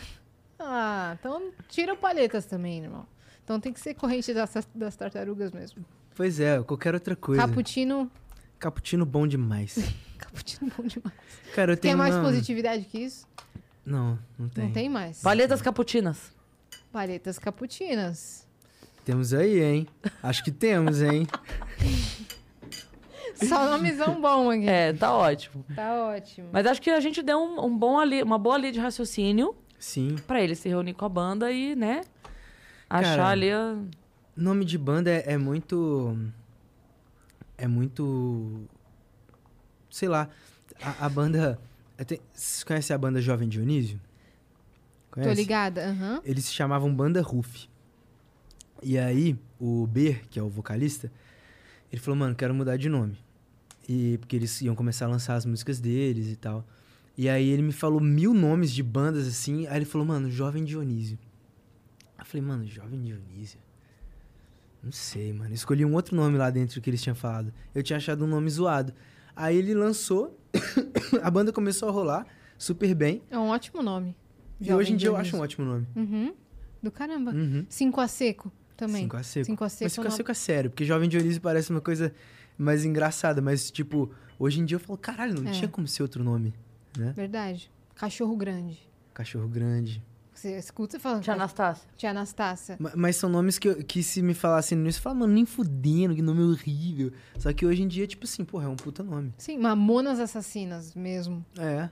[SPEAKER 3] Ah, então tira o Palhetas também, irmão. Então tem que ser corrente das, das tartarugas mesmo.
[SPEAKER 4] Pois é, qualquer outra coisa.
[SPEAKER 3] Caputino.
[SPEAKER 4] Cappuccino bom demais.
[SPEAKER 3] Caputino é bom demais.
[SPEAKER 4] Cara, eu
[SPEAKER 3] Tem,
[SPEAKER 4] tenho
[SPEAKER 3] mais
[SPEAKER 4] uma-
[SPEAKER 3] positividade que isso?
[SPEAKER 4] Não, não tem.
[SPEAKER 3] Não tem mais.
[SPEAKER 2] Palhetas caputinas.
[SPEAKER 3] Palhetas caputinas.
[SPEAKER 4] Temos aí, hein? Acho que temos, hein?
[SPEAKER 3] Só nomezão bom aqui.
[SPEAKER 2] É, tá ótimo.
[SPEAKER 3] Tá ótimo.
[SPEAKER 2] Mas acho que a gente deu um, um bom ali, uma boa linha de raciocínio.
[SPEAKER 4] Sim.
[SPEAKER 2] Pra ele se reunir com a banda e, né? Achar
[SPEAKER 4] Cara,
[SPEAKER 2] ali. a-
[SPEAKER 4] Nome de banda é, é muito. É muito. Sei lá. A, a banda. é, tem- Vocês conhecem a banda Jovem Dionísio? É
[SPEAKER 3] Tô
[SPEAKER 4] assim.
[SPEAKER 3] ligada? Aham.
[SPEAKER 4] Eles se chamavam Banda Ruf. E aí, o Ber, que é o vocalista, ele falou, mano, quero mudar de nome. E porque eles iam começar a lançar as músicas deles e tal. E aí ele me falou mil nomes de bandas assim. Aí ele falou, mano, Jovem Dionísio. Eu falei, mano, Jovem Dionísio. Não sei, mano. Eu escolhi um outro nome lá dentro que eles tinham falado. Eu tinha achado um nome zoado. Aí ele lançou, a banda começou a rolar super bem.
[SPEAKER 3] É um ótimo nome.
[SPEAKER 4] E
[SPEAKER 3] Jovem
[SPEAKER 4] hoje em dia eu acho
[SPEAKER 3] Dionísio.
[SPEAKER 4] um ótimo nome.
[SPEAKER 3] Uhum. Do caramba.
[SPEAKER 4] Uhum.
[SPEAKER 3] Cinco a seco também.
[SPEAKER 4] Cinco a seco.
[SPEAKER 3] Cinco a seco.
[SPEAKER 4] Mas cinco a
[SPEAKER 3] não.
[SPEAKER 4] seco é sério, porque Jovem Dionísio parece uma coisa mais engraçada, mas tipo, hoje em dia eu falo, caralho, não
[SPEAKER 3] É.
[SPEAKER 4] tinha como ser outro nome.
[SPEAKER 3] Verdade. Cachorro grande.
[SPEAKER 4] Cachorro grande.
[SPEAKER 3] Você escuta e fala.
[SPEAKER 2] Tia
[SPEAKER 3] "Ca-
[SPEAKER 2] Anastácia.
[SPEAKER 3] Tia Anastácia.
[SPEAKER 4] Ma- Mas são nomes que, eu- que se me falassem nisso, eu falava, mano, nem fudendo, que nome horrível. Só que hoje em dia, tipo assim, porra, é um puta nome.
[SPEAKER 3] Sim, Mamonas Assassinas mesmo.
[SPEAKER 4] É.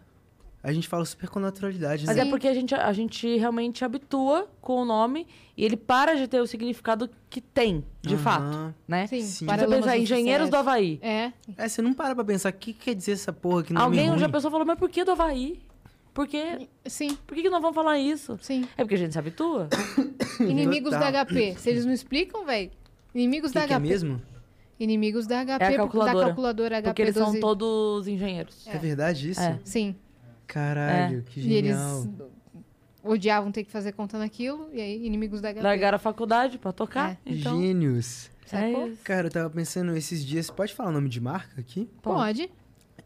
[SPEAKER 4] A gente fala super com naturalidade, né?
[SPEAKER 2] Mas é
[SPEAKER 3] Sim.
[SPEAKER 2] porque a gente, a gente realmente habitua com o nome e ele para de ter o significado que tem, de
[SPEAKER 4] Aham.
[SPEAKER 2] fato, né?
[SPEAKER 3] Sim,
[SPEAKER 4] Sim.
[SPEAKER 2] Você
[SPEAKER 3] Paralamas
[SPEAKER 2] pensar
[SPEAKER 3] do
[SPEAKER 2] em Engenheiros do
[SPEAKER 3] Sucesso.
[SPEAKER 2] Havaí.
[SPEAKER 3] É,
[SPEAKER 4] É, você não para pra pensar, o que que quer dizer essa porra que nome
[SPEAKER 2] Alguém,
[SPEAKER 4] ruim?
[SPEAKER 2] já pensou, falou, mas por que do Havaí? Por que,
[SPEAKER 3] sim,
[SPEAKER 2] por que que não vão falar isso?
[SPEAKER 3] sim.
[SPEAKER 2] É porque a gente se habitua.
[SPEAKER 3] Inimigos da
[SPEAKER 4] Total.
[SPEAKER 3] HP. Se eles não explicam, velho. Inimigos
[SPEAKER 4] que
[SPEAKER 3] da
[SPEAKER 4] que
[SPEAKER 3] HP.
[SPEAKER 4] é mesmo?
[SPEAKER 3] Inimigos da HP. por-
[SPEAKER 2] É calculadora.
[SPEAKER 3] Da calculadora HP.
[SPEAKER 2] Porque eles são
[SPEAKER 3] 12.
[SPEAKER 2] todos engenheiros.
[SPEAKER 4] É, verdade isso?
[SPEAKER 2] É.
[SPEAKER 3] Sim.
[SPEAKER 4] Caralho, que
[SPEAKER 3] E eles
[SPEAKER 4] genial.
[SPEAKER 3] odiavam ter que fazer conta naquilo. E aí, inimigos da HP.
[SPEAKER 2] Largaram a faculdade pra tocar,
[SPEAKER 3] É.
[SPEAKER 2] então...
[SPEAKER 4] Gênios.
[SPEAKER 2] É
[SPEAKER 3] Sacou?
[SPEAKER 2] isso.
[SPEAKER 4] Cara, eu tava pensando esses dias, pode falar nome de marca aqui?
[SPEAKER 3] Pode.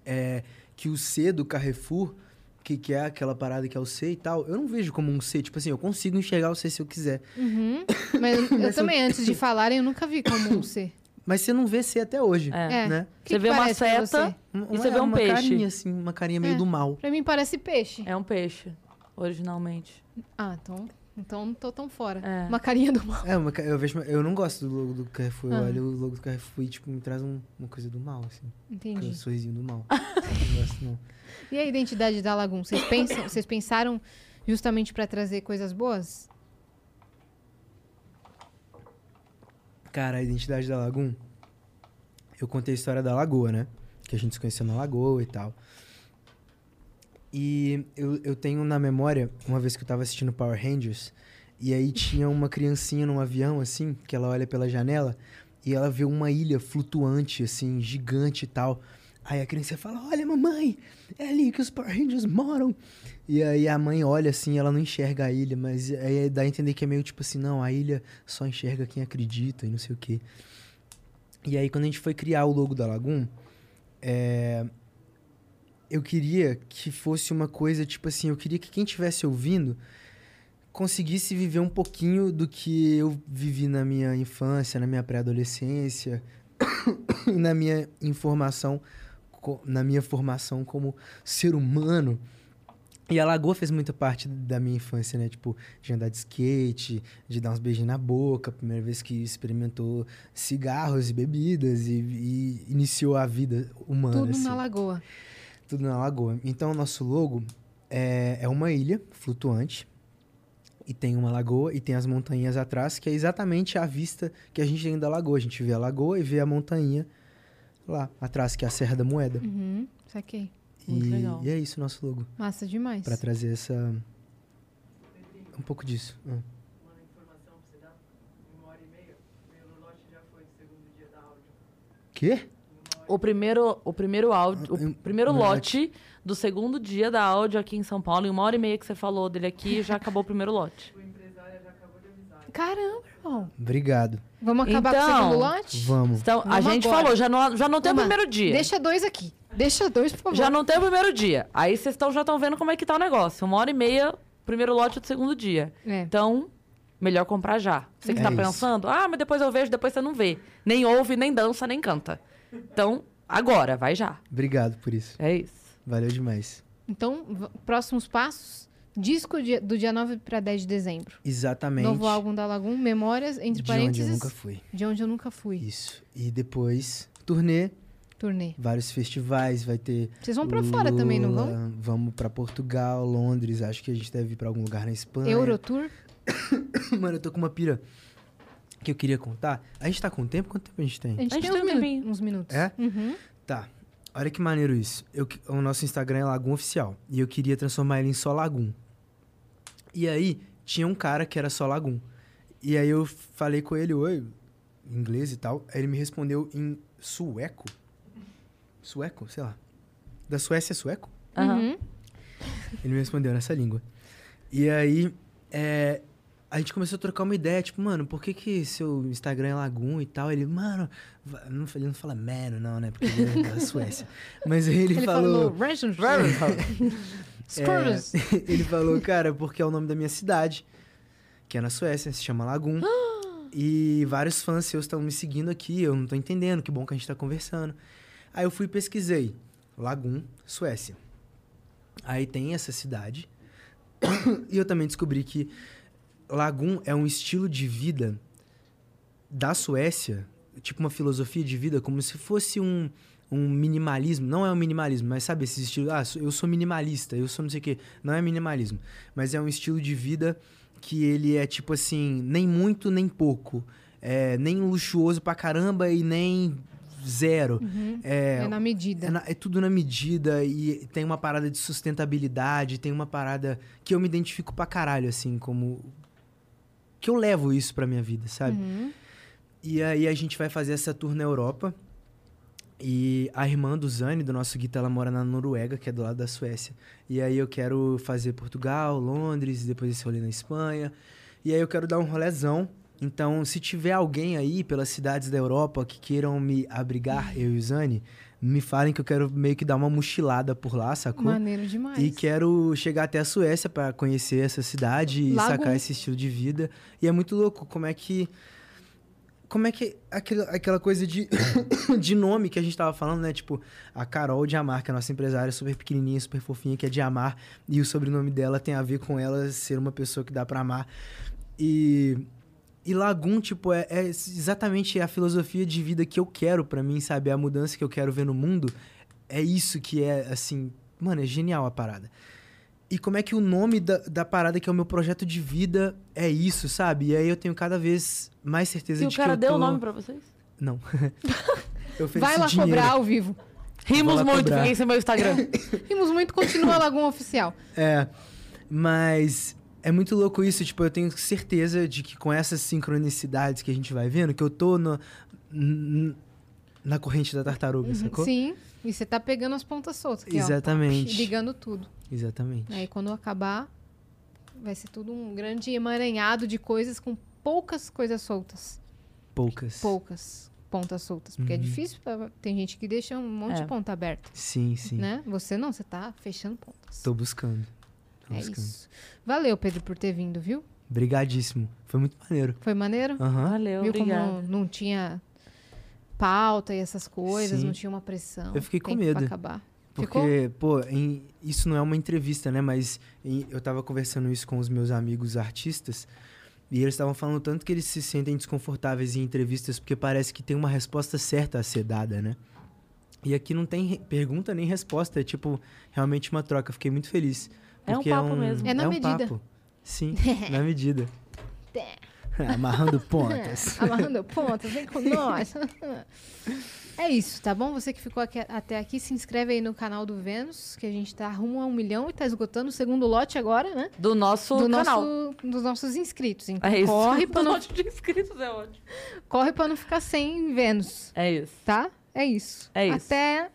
[SPEAKER 4] É, que o C do Carrefour, que, que é aquela parada que é o C e tal, eu não vejo como um C, tipo assim, eu consigo enxergar o C se eu quiser.
[SPEAKER 3] Uhum. Mas eu, eu também, antes de falarem, eu nunca vi como um C.
[SPEAKER 4] Mas você não vê C até hoje,
[SPEAKER 3] É.
[SPEAKER 4] né?
[SPEAKER 3] O que
[SPEAKER 2] Você
[SPEAKER 3] que
[SPEAKER 2] vê uma
[SPEAKER 3] parece
[SPEAKER 2] seta.
[SPEAKER 3] pra você?
[SPEAKER 4] Um- Uma,
[SPEAKER 2] você vê um
[SPEAKER 4] uma
[SPEAKER 2] peixe.
[SPEAKER 4] carinha, assim, uma carinha meio
[SPEAKER 3] É.
[SPEAKER 4] do mal.
[SPEAKER 3] Pra mim parece peixe.
[SPEAKER 2] É um peixe, originalmente.
[SPEAKER 3] Ah, então, então não tô tão fora.
[SPEAKER 2] É.
[SPEAKER 3] Uma carinha do mal.
[SPEAKER 4] É, uma, ca- eu, vejo, eu não gosto do logo do Carrefour,
[SPEAKER 3] Ah.
[SPEAKER 4] eu olho o logo do Carrefour e, tipo, me traz um- uma coisa do mal, assim. que é Um
[SPEAKER 3] Entendi.
[SPEAKER 4] sorrisinho do mal. não gosto, não.
[SPEAKER 3] E a identidade da Lagoon? Vocês pensam, vocês pensaram justamente pra trazer coisas boas?
[SPEAKER 4] Cara, a identidade da Lagoon. Eu contei a história da Lagoa, né? Que a gente se conheceu na Lagoa e tal. E eu, eu tenho na memória, uma vez que eu tava assistindo Power Rangers, e aí tinha uma criancinha num avião, assim, que ela olha pela janela e ela vê uma ilha flutuante, assim, gigante e tal. Aí a criança fala: Olha, mamãe, é ali que os Power Rangers moram. E aí a mãe olha assim, ela não enxerga a ilha, mas aí dá a entender que é meio tipo assim: não, a ilha só enxerga quem acredita e não sei o quê. E aí quando a gente foi criar o logo da Lagoon, é, eu queria que fosse uma coisa tipo assim: eu queria que quem estivesse ouvindo conseguisse viver um pouquinho do que eu vivi na minha infância, na minha pré-adolescência, e na minha informação, co- na minha formação como ser humano. E a Lagoa fez muita parte da minha infância, né? Tipo, de andar de skate, de dar uns beijinhos na boca, primeira vez que experimentou cigarros e bebidas e, e iniciou a vida humana.
[SPEAKER 3] Tudo
[SPEAKER 4] assim
[SPEAKER 3] na lagoa.
[SPEAKER 4] tudo na lagoa. Então, o nosso logo é, é uma ilha flutuante e tem uma lagoa e tem as montanhas atrás, que é exatamente a vista que a gente tem da lagoa. A gente vê a lagoa e vê a montanha lá atrás, que é a Serra da Moeda.
[SPEAKER 3] Uhum, saquei.
[SPEAKER 2] Muito
[SPEAKER 4] e,
[SPEAKER 2] legal.
[SPEAKER 4] e é isso o nosso logo,
[SPEAKER 3] Massa demais.
[SPEAKER 4] Pra trazer essa... Um pouco disso. Ah. Quê?
[SPEAKER 2] O primeiro, o primeiro áudio,
[SPEAKER 4] Ah, eu-
[SPEAKER 2] o primeiro
[SPEAKER 4] verdade.
[SPEAKER 2] lote do segundo dia da áudio aqui em São Paulo, em uma hora e meia que você falou dele aqui, já acabou o primeiro lote.
[SPEAKER 3] Caramba, irmão.
[SPEAKER 4] Obrigado.
[SPEAKER 3] Vamos acabar com o
[SPEAKER 2] Então,
[SPEAKER 3] segundo lote?
[SPEAKER 4] Vamos.
[SPEAKER 2] Então, a
[SPEAKER 3] Vamos
[SPEAKER 2] gente
[SPEAKER 3] agora.
[SPEAKER 2] falou, já não, já não tem
[SPEAKER 3] Uma.
[SPEAKER 2] o primeiro dia.
[SPEAKER 3] Deixa dois aqui. Deixa dois, por favor.
[SPEAKER 2] Já não tem o primeiro dia. Aí vocês tão, já estão vendo como é que tá o negócio. Uma hora e meia, primeiro lote do segundo dia.
[SPEAKER 3] É.
[SPEAKER 2] Então, melhor comprar já. Você que
[SPEAKER 4] É
[SPEAKER 2] tá
[SPEAKER 4] isso.
[SPEAKER 2] pensando, ah, mas depois eu vejo, depois você não vê. Nem ouve, nem dança, nem canta. Então, agora, vai já.
[SPEAKER 4] Obrigado por isso.
[SPEAKER 2] É isso.
[SPEAKER 4] Valeu demais.
[SPEAKER 3] Então, v- próximos passos. Disco dia- do dia 9 para 10 de dezembro.
[SPEAKER 4] Exatamente.
[SPEAKER 3] Novo álbum da Lagoon, Memórias, entre
[SPEAKER 4] de onde
[SPEAKER 3] parênteses,
[SPEAKER 4] eu nunca fui.
[SPEAKER 3] de onde eu nunca fui.
[SPEAKER 4] Isso. E depois, turnê,
[SPEAKER 3] Turnê.
[SPEAKER 4] vários festivais, vai ter.
[SPEAKER 3] Vocês vão pra fora também, não vão?
[SPEAKER 4] Lula, Vamos pra Portugal, Londres, acho que a gente deve ir pra algum lugar na Espanha.
[SPEAKER 3] Eurotour?
[SPEAKER 4] Mano, eu tô com uma pira que eu queria contar. A gente tá com tempo? Quanto tempo a gente tem?
[SPEAKER 3] A gente, tem, uns, minu-
[SPEAKER 2] um tempinho.
[SPEAKER 3] uns minutos.
[SPEAKER 4] É?
[SPEAKER 3] Uhum.
[SPEAKER 4] Tá. Olha que maneiro isso. Eu que- o nosso Instagram é Lagum Oficial. E eu queria transformar ele em só Lagum. E aí, tinha um cara que era só Lagum. E aí eu falei com ele, oi, em inglês e tal. Aí ele me respondeu em sueco. Sueco, sei lá. Da Suécia é sueco?
[SPEAKER 2] Aham.
[SPEAKER 3] Uhum.
[SPEAKER 4] Ele me respondeu nessa língua. E aí, é, a gente começou a trocar uma ideia, tipo, mano, por que que seu Instagram é Lagum e tal? Ele, mano, va- não, ele não fala mano, não, né? Porque ele é da Suécia. Mas ele,
[SPEAKER 3] Ele falou...
[SPEAKER 4] falou.
[SPEAKER 3] Russian
[SPEAKER 4] é,
[SPEAKER 3] Scooters.
[SPEAKER 4] ele falou, cara, porque é o nome da minha cidade, que é na Suécia, se chama Lagum. e vários fãs seus estão me seguindo aqui, eu não tô entendendo, que bom que a gente tá conversando. Aí eu fui e pesquisei. Lagum, Suécia. Aí tem essa cidade. e eu também descobri que Lagum é um estilo de vida da Suécia, tipo uma filosofia de vida, como se fosse um, um minimalismo. Não é um minimalismo, mas sabe esse estilo? Ah, sou- eu sou minimalista, eu sou não sei o quê. Não é minimalismo, mas é um estilo de vida que ele é tipo assim, nem muito nem pouco. É, nem luxuoso pra caramba e nem zero.
[SPEAKER 3] É, na medida.
[SPEAKER 4] É, na- é tudo na medida e tem uma parada de sustentabilidade, tem uma parada que eu me identifico pra caralho, assim, como. Que eu levo isso pra minha vida, sabe?
[SPEAKER 3] Uhum.
[SPEAKER 4] E aí a gente vai fazer essa tour na Europa. E a irmã do Zane, do nosso guita, ela mora na Noruega, que é do lado da Suécia. E aí eu quero fazer Portugal, Londres, depois esse rolê na Espanha. E aí eu quero dar um rolezão. Então, se tiver alguém aí pelas cidades da Europa que queiram me abrigar, eu e o Zane, me falem que eu quero meio que dar uma mochilada por lá, sacou?
[SPEAKER 3] Maneiro demais.
[SPEAKER 4] E quero chegar até a Suécia pra conhecer essa cidade
[SPEAKER 3] Lago.
[SPEAKER 4] e sacar esse estilo de vida. E é muito louco como é que. Como é que aquela, aquela coisa de, de nome que a gente tava falando, né? Tipo, a Carol de Amar, que é a nossa empresária super pequenininha, super fofinha, que é de Amar. E o sobrenome dela tem a ver com ela ser uma pessoa que dá pra amar. E. E Lagum, tipo, é, é exatamente a filosofia de vida que eu quero pra mim, sabe? É A mudança que eu quero ver no mundo. É isso que é, assim, Mano, é genial a parada. E como é que o nome da, da parada, que é o meu projeto de vida, é isso, sabe? E aí eu tenho cada vez mais certeza
[SPEAKER 2] E
[SPEAKER 4] de
[SPEAKER 2] o cara
[SPEAKER 4] que eu
[SPEAKER 2] deu o
[SPEAKER 4] tô...
[SPEAKER 2] nome pra vocês?
[SPEAKER 4] Não. eu ofereci
[SPEAKER 3] Vai lá
[SPEAKER 4] dinheiro.
[SPEAKER 3] cobrar ao vivo.
[SPEAKER 4] Vou
[SPEAKER 2] Rimos
[SPEAKER 4] lá
[SPEAKER 2] muito,
[SPEAKER 4] cobrar.
[SPEAKER 2] fiquei sem meu Instagram.
[SPEAKER 3] Rimos muito, continua Lagoon Oficial.
[SPEAKER 4] É, mas é muito louco isso. Tipo, eu tenho certeza de que com essas sincronicidades que a gente vai vendo, que eu tô no, n- na corrente da tartaruga, sacou?
[SPEAKER 3] Uhum, Sim, e você tá pegando as pontas soltas aqui, ó. É,
[SPEAKER 4] Exatamente.
[SPEAKER 3] Ligando tudo.
[SPEAKER 4] Exatamente.
[SPEAKER 3] Aí quando acabar, vai ser tudo um grande emaranhado de coisas com poucas coisas soltas.
[SPEAKER 4] Poucas.
[SPEAKER 3] Poucas pontas soltas.
[SPEAKER 4] Uhum.
[SPEAKER 3] Porque é difícil, pra- tem gente que deixa um monte
[SPEAKER 2] É.
[SPEAKER 3] de ponta aberta,
[SPEAKER 4] Sim, sim.
[SPEAKER 3] né? Você não, você tá fechando pontas.
[SPEAKER 4] Tô buscando. Tô
[SPEAKER 3] é
[SPEAKER 4] buscando.
[SPEAKER 3] isso. Valeu, Pedro, por ter vindo, viu?
[SPEAKER 4] Brigadíssimo. Foi muito maneiro.
[SPEAKER 3] Foi maneiro?
[SPEAKER 4] Aham.
[SPEAKER 2] Valeu,
[SPEAKER 3] viu
[SPEAKER 2] obrigada.
[SPEAKER 3] como não tinha pauta e essas coisas,
[SPEAKER 4] Sim.
[SPEAKER 3] não tinha uma pressão.
[SPEAKER 4] Eu fiquei com
[SPEAKER 3] Tempo
[SPEAKER 4] medo.
[SPEAKER 3] Pra acabar. Ficou?
[SPEAKER 4] Porque, pô, em- isso não é uma entrevista, né? Mas em- eu tava conversando isso com os meus amigos artistas e eles estavam falando tanto que eles se sentem desconfortáveis em entrevistas porque parece que tem uma resposta certa a ser dada, né? E aqui não tem re- pergunta nem resposta, é tipo realmente uma troca. Fiquei muito feliz.
[SPEAKER 2] É um
[SPEAKER 4] porque
[SPEAKER 2] papo mesmo.
[SPEAKER 3] É na
[SPEAKER 4] um
[SPEAKER 3] medida.
[SPEAKER 4] papo. Sim, na medida. Amarrando pontas.
[SPEAKER 3] Amarrando pontas, vem com nós. É isso, tá bom? Você que ficou aqui- até aqui, se inscreve aí no canal do Vênus, que a gente tá rumo a um milhão e tá esgotando o segundo lote agora, né?
[SPEAKER 2] Do nosso
[SPEAKER 3] Do
[SPEAKER 2] canal.
[SPEAKER 3] nosso, dos nossos inscritos. Então,
[SPEAKER 2] É isso.
[SPEAKER 3] corre, pra
[SPEAKER 2] Do
[SPEAKER 3] não,
[SPEAKER 2] monte de inscritos é ótimo.
[SPEAKER 3] corre pra não ficar sem Vênus,
[SPEAKER 2] É isso.
[SPEAKER 3] tá? É isso.
[SPEAKER 2] É isso.
[SPEAKER 3] Até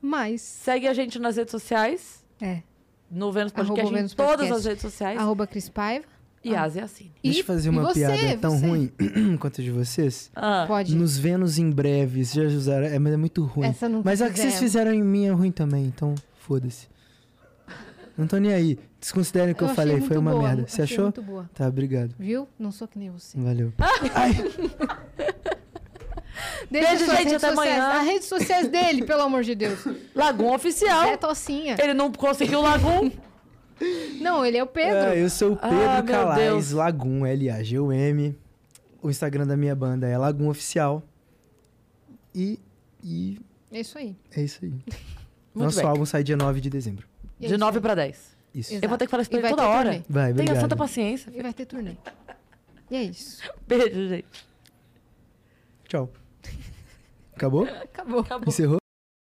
[SPEAKER 3] mais.
[SPEAKER 2] Segue a gente nas redes sociais.
[SPEAKER 3] É.
[SPEAKER 2] No Vênus
[SPEAKER 3] Arroba
[SPEAKER 2] Podcast,
[SPEAKER 3] Vênus
[SPEAKER 2] em todas
[SPEAKER 3] Podcast.
[SPEAKER 2] as redes sociais.
[SPEAKER 3] Arroba Cris Paiva.
[SPEAKER 2] E é assim. Asi Assine.
[SPEAKER 4] Deixa eu fazer uma
[SPEAKER 3] e você,
[SPEAKER 4] piada tão
[SPEAKER 3] você.
[SPEAKER 4] ruim quanto a de vocês.
[SPEAKER 2] Ah,
[SPEAKER 3] Pode.
[SPEAKER 4] Nos Vênus em breve. Vocês já usaram. É, mas é muito ruim.
[SPEAKER 3] Essa nunca
[SPEAKER 4] mas a que vocês fizeram em mim é ruim também, então foda-se. Não tô nem aí. Desconsiderem o que eu,
[SPEAKER 3] achei
[SPEAKER 4] falei,
[SPEAKER 3] muito
[SPEAKER 4] foi uma
[SPEAKER 3] boa,
[SPEAKER 4] merda.
[SPEAKER 3] achei
[SPEAKER 4] Você achou?
[SPEAKER 3] Muito boa.
[SPEAKER 4] Tá, obrigado.
[SPEAKER 3] Viu? Não sou que nem você.
[SPEAKER 4] Valeu.
[SPEAKER 3] Deixa
[SPEAKER 2] Beijo,
[SPEAKER 3] suas
[SPEAKER 2] gente,
[SPEAKER 3] redes
[SPEAKER 2] até
[SPEAKER 3] sociais.
[SPEAKER 2] amanhã.
[SPEAKER 3] As redes sociais dele, pelo amor de Deus.
[SPEAKER 2] Lagum Oficial.
[SPEAKER 3] É Tocinha.
[SPEAKER 2] Ele não conseguiu Lagum.
[SPEAKER 3] Não, ele é o Pedro.
[SPEAKER 4] Ah, eu sou o Pedro
[SPEAKER 2] Ah, meu Deus.
[SPEAKER 4] Calais, Lagum, L-A-G-U-M. O Instagram da minha banda é Lagum Oficial. E. E
[SPEAKER 3] É isso aí.
[SPEAKER 4] É isso aí.
[SPEAKER 2] Muito
[SPEAKER 4] Nosso
[SPEAKER 2] bem.
[SPEAKER 4] álbum sai dia 9 de dezembro.
[SPEAKER 3] E é
[SPEAKER 2] De
[SPEAKER 3] isso
[SPEAKER 2] 9 pra 10.
[SPEAKER 4] Isso.
[SPEAKER 3] Exato.
[SPEAKER 2] Eu vou ter que falar isso pra
[SPEAKER 3] E
[SPEAKER 2] ele
[SPEAKER 3] vai
[SPEAKER 2] toda
[SPEAKER 3] ter
[SPEAKER 2] hora.
[SPEAKER 3] turnê.
[SPEAKER 4] Vai,
[SPEAKER 2] Tenha
[SPEAKER 4] obrigado.
[SPEAKER 2] santa paciência.
[SPEAKER 3] E vai ter turnê. E é isso.
[SPEAKER 2] Beijo, gente.
[SPEAKER 4] Tchau. Acabou?
[SPEAKER 3] Acabou.
[SPEAKER 2] Acabou.
[SPEAKER 4] Encerrou?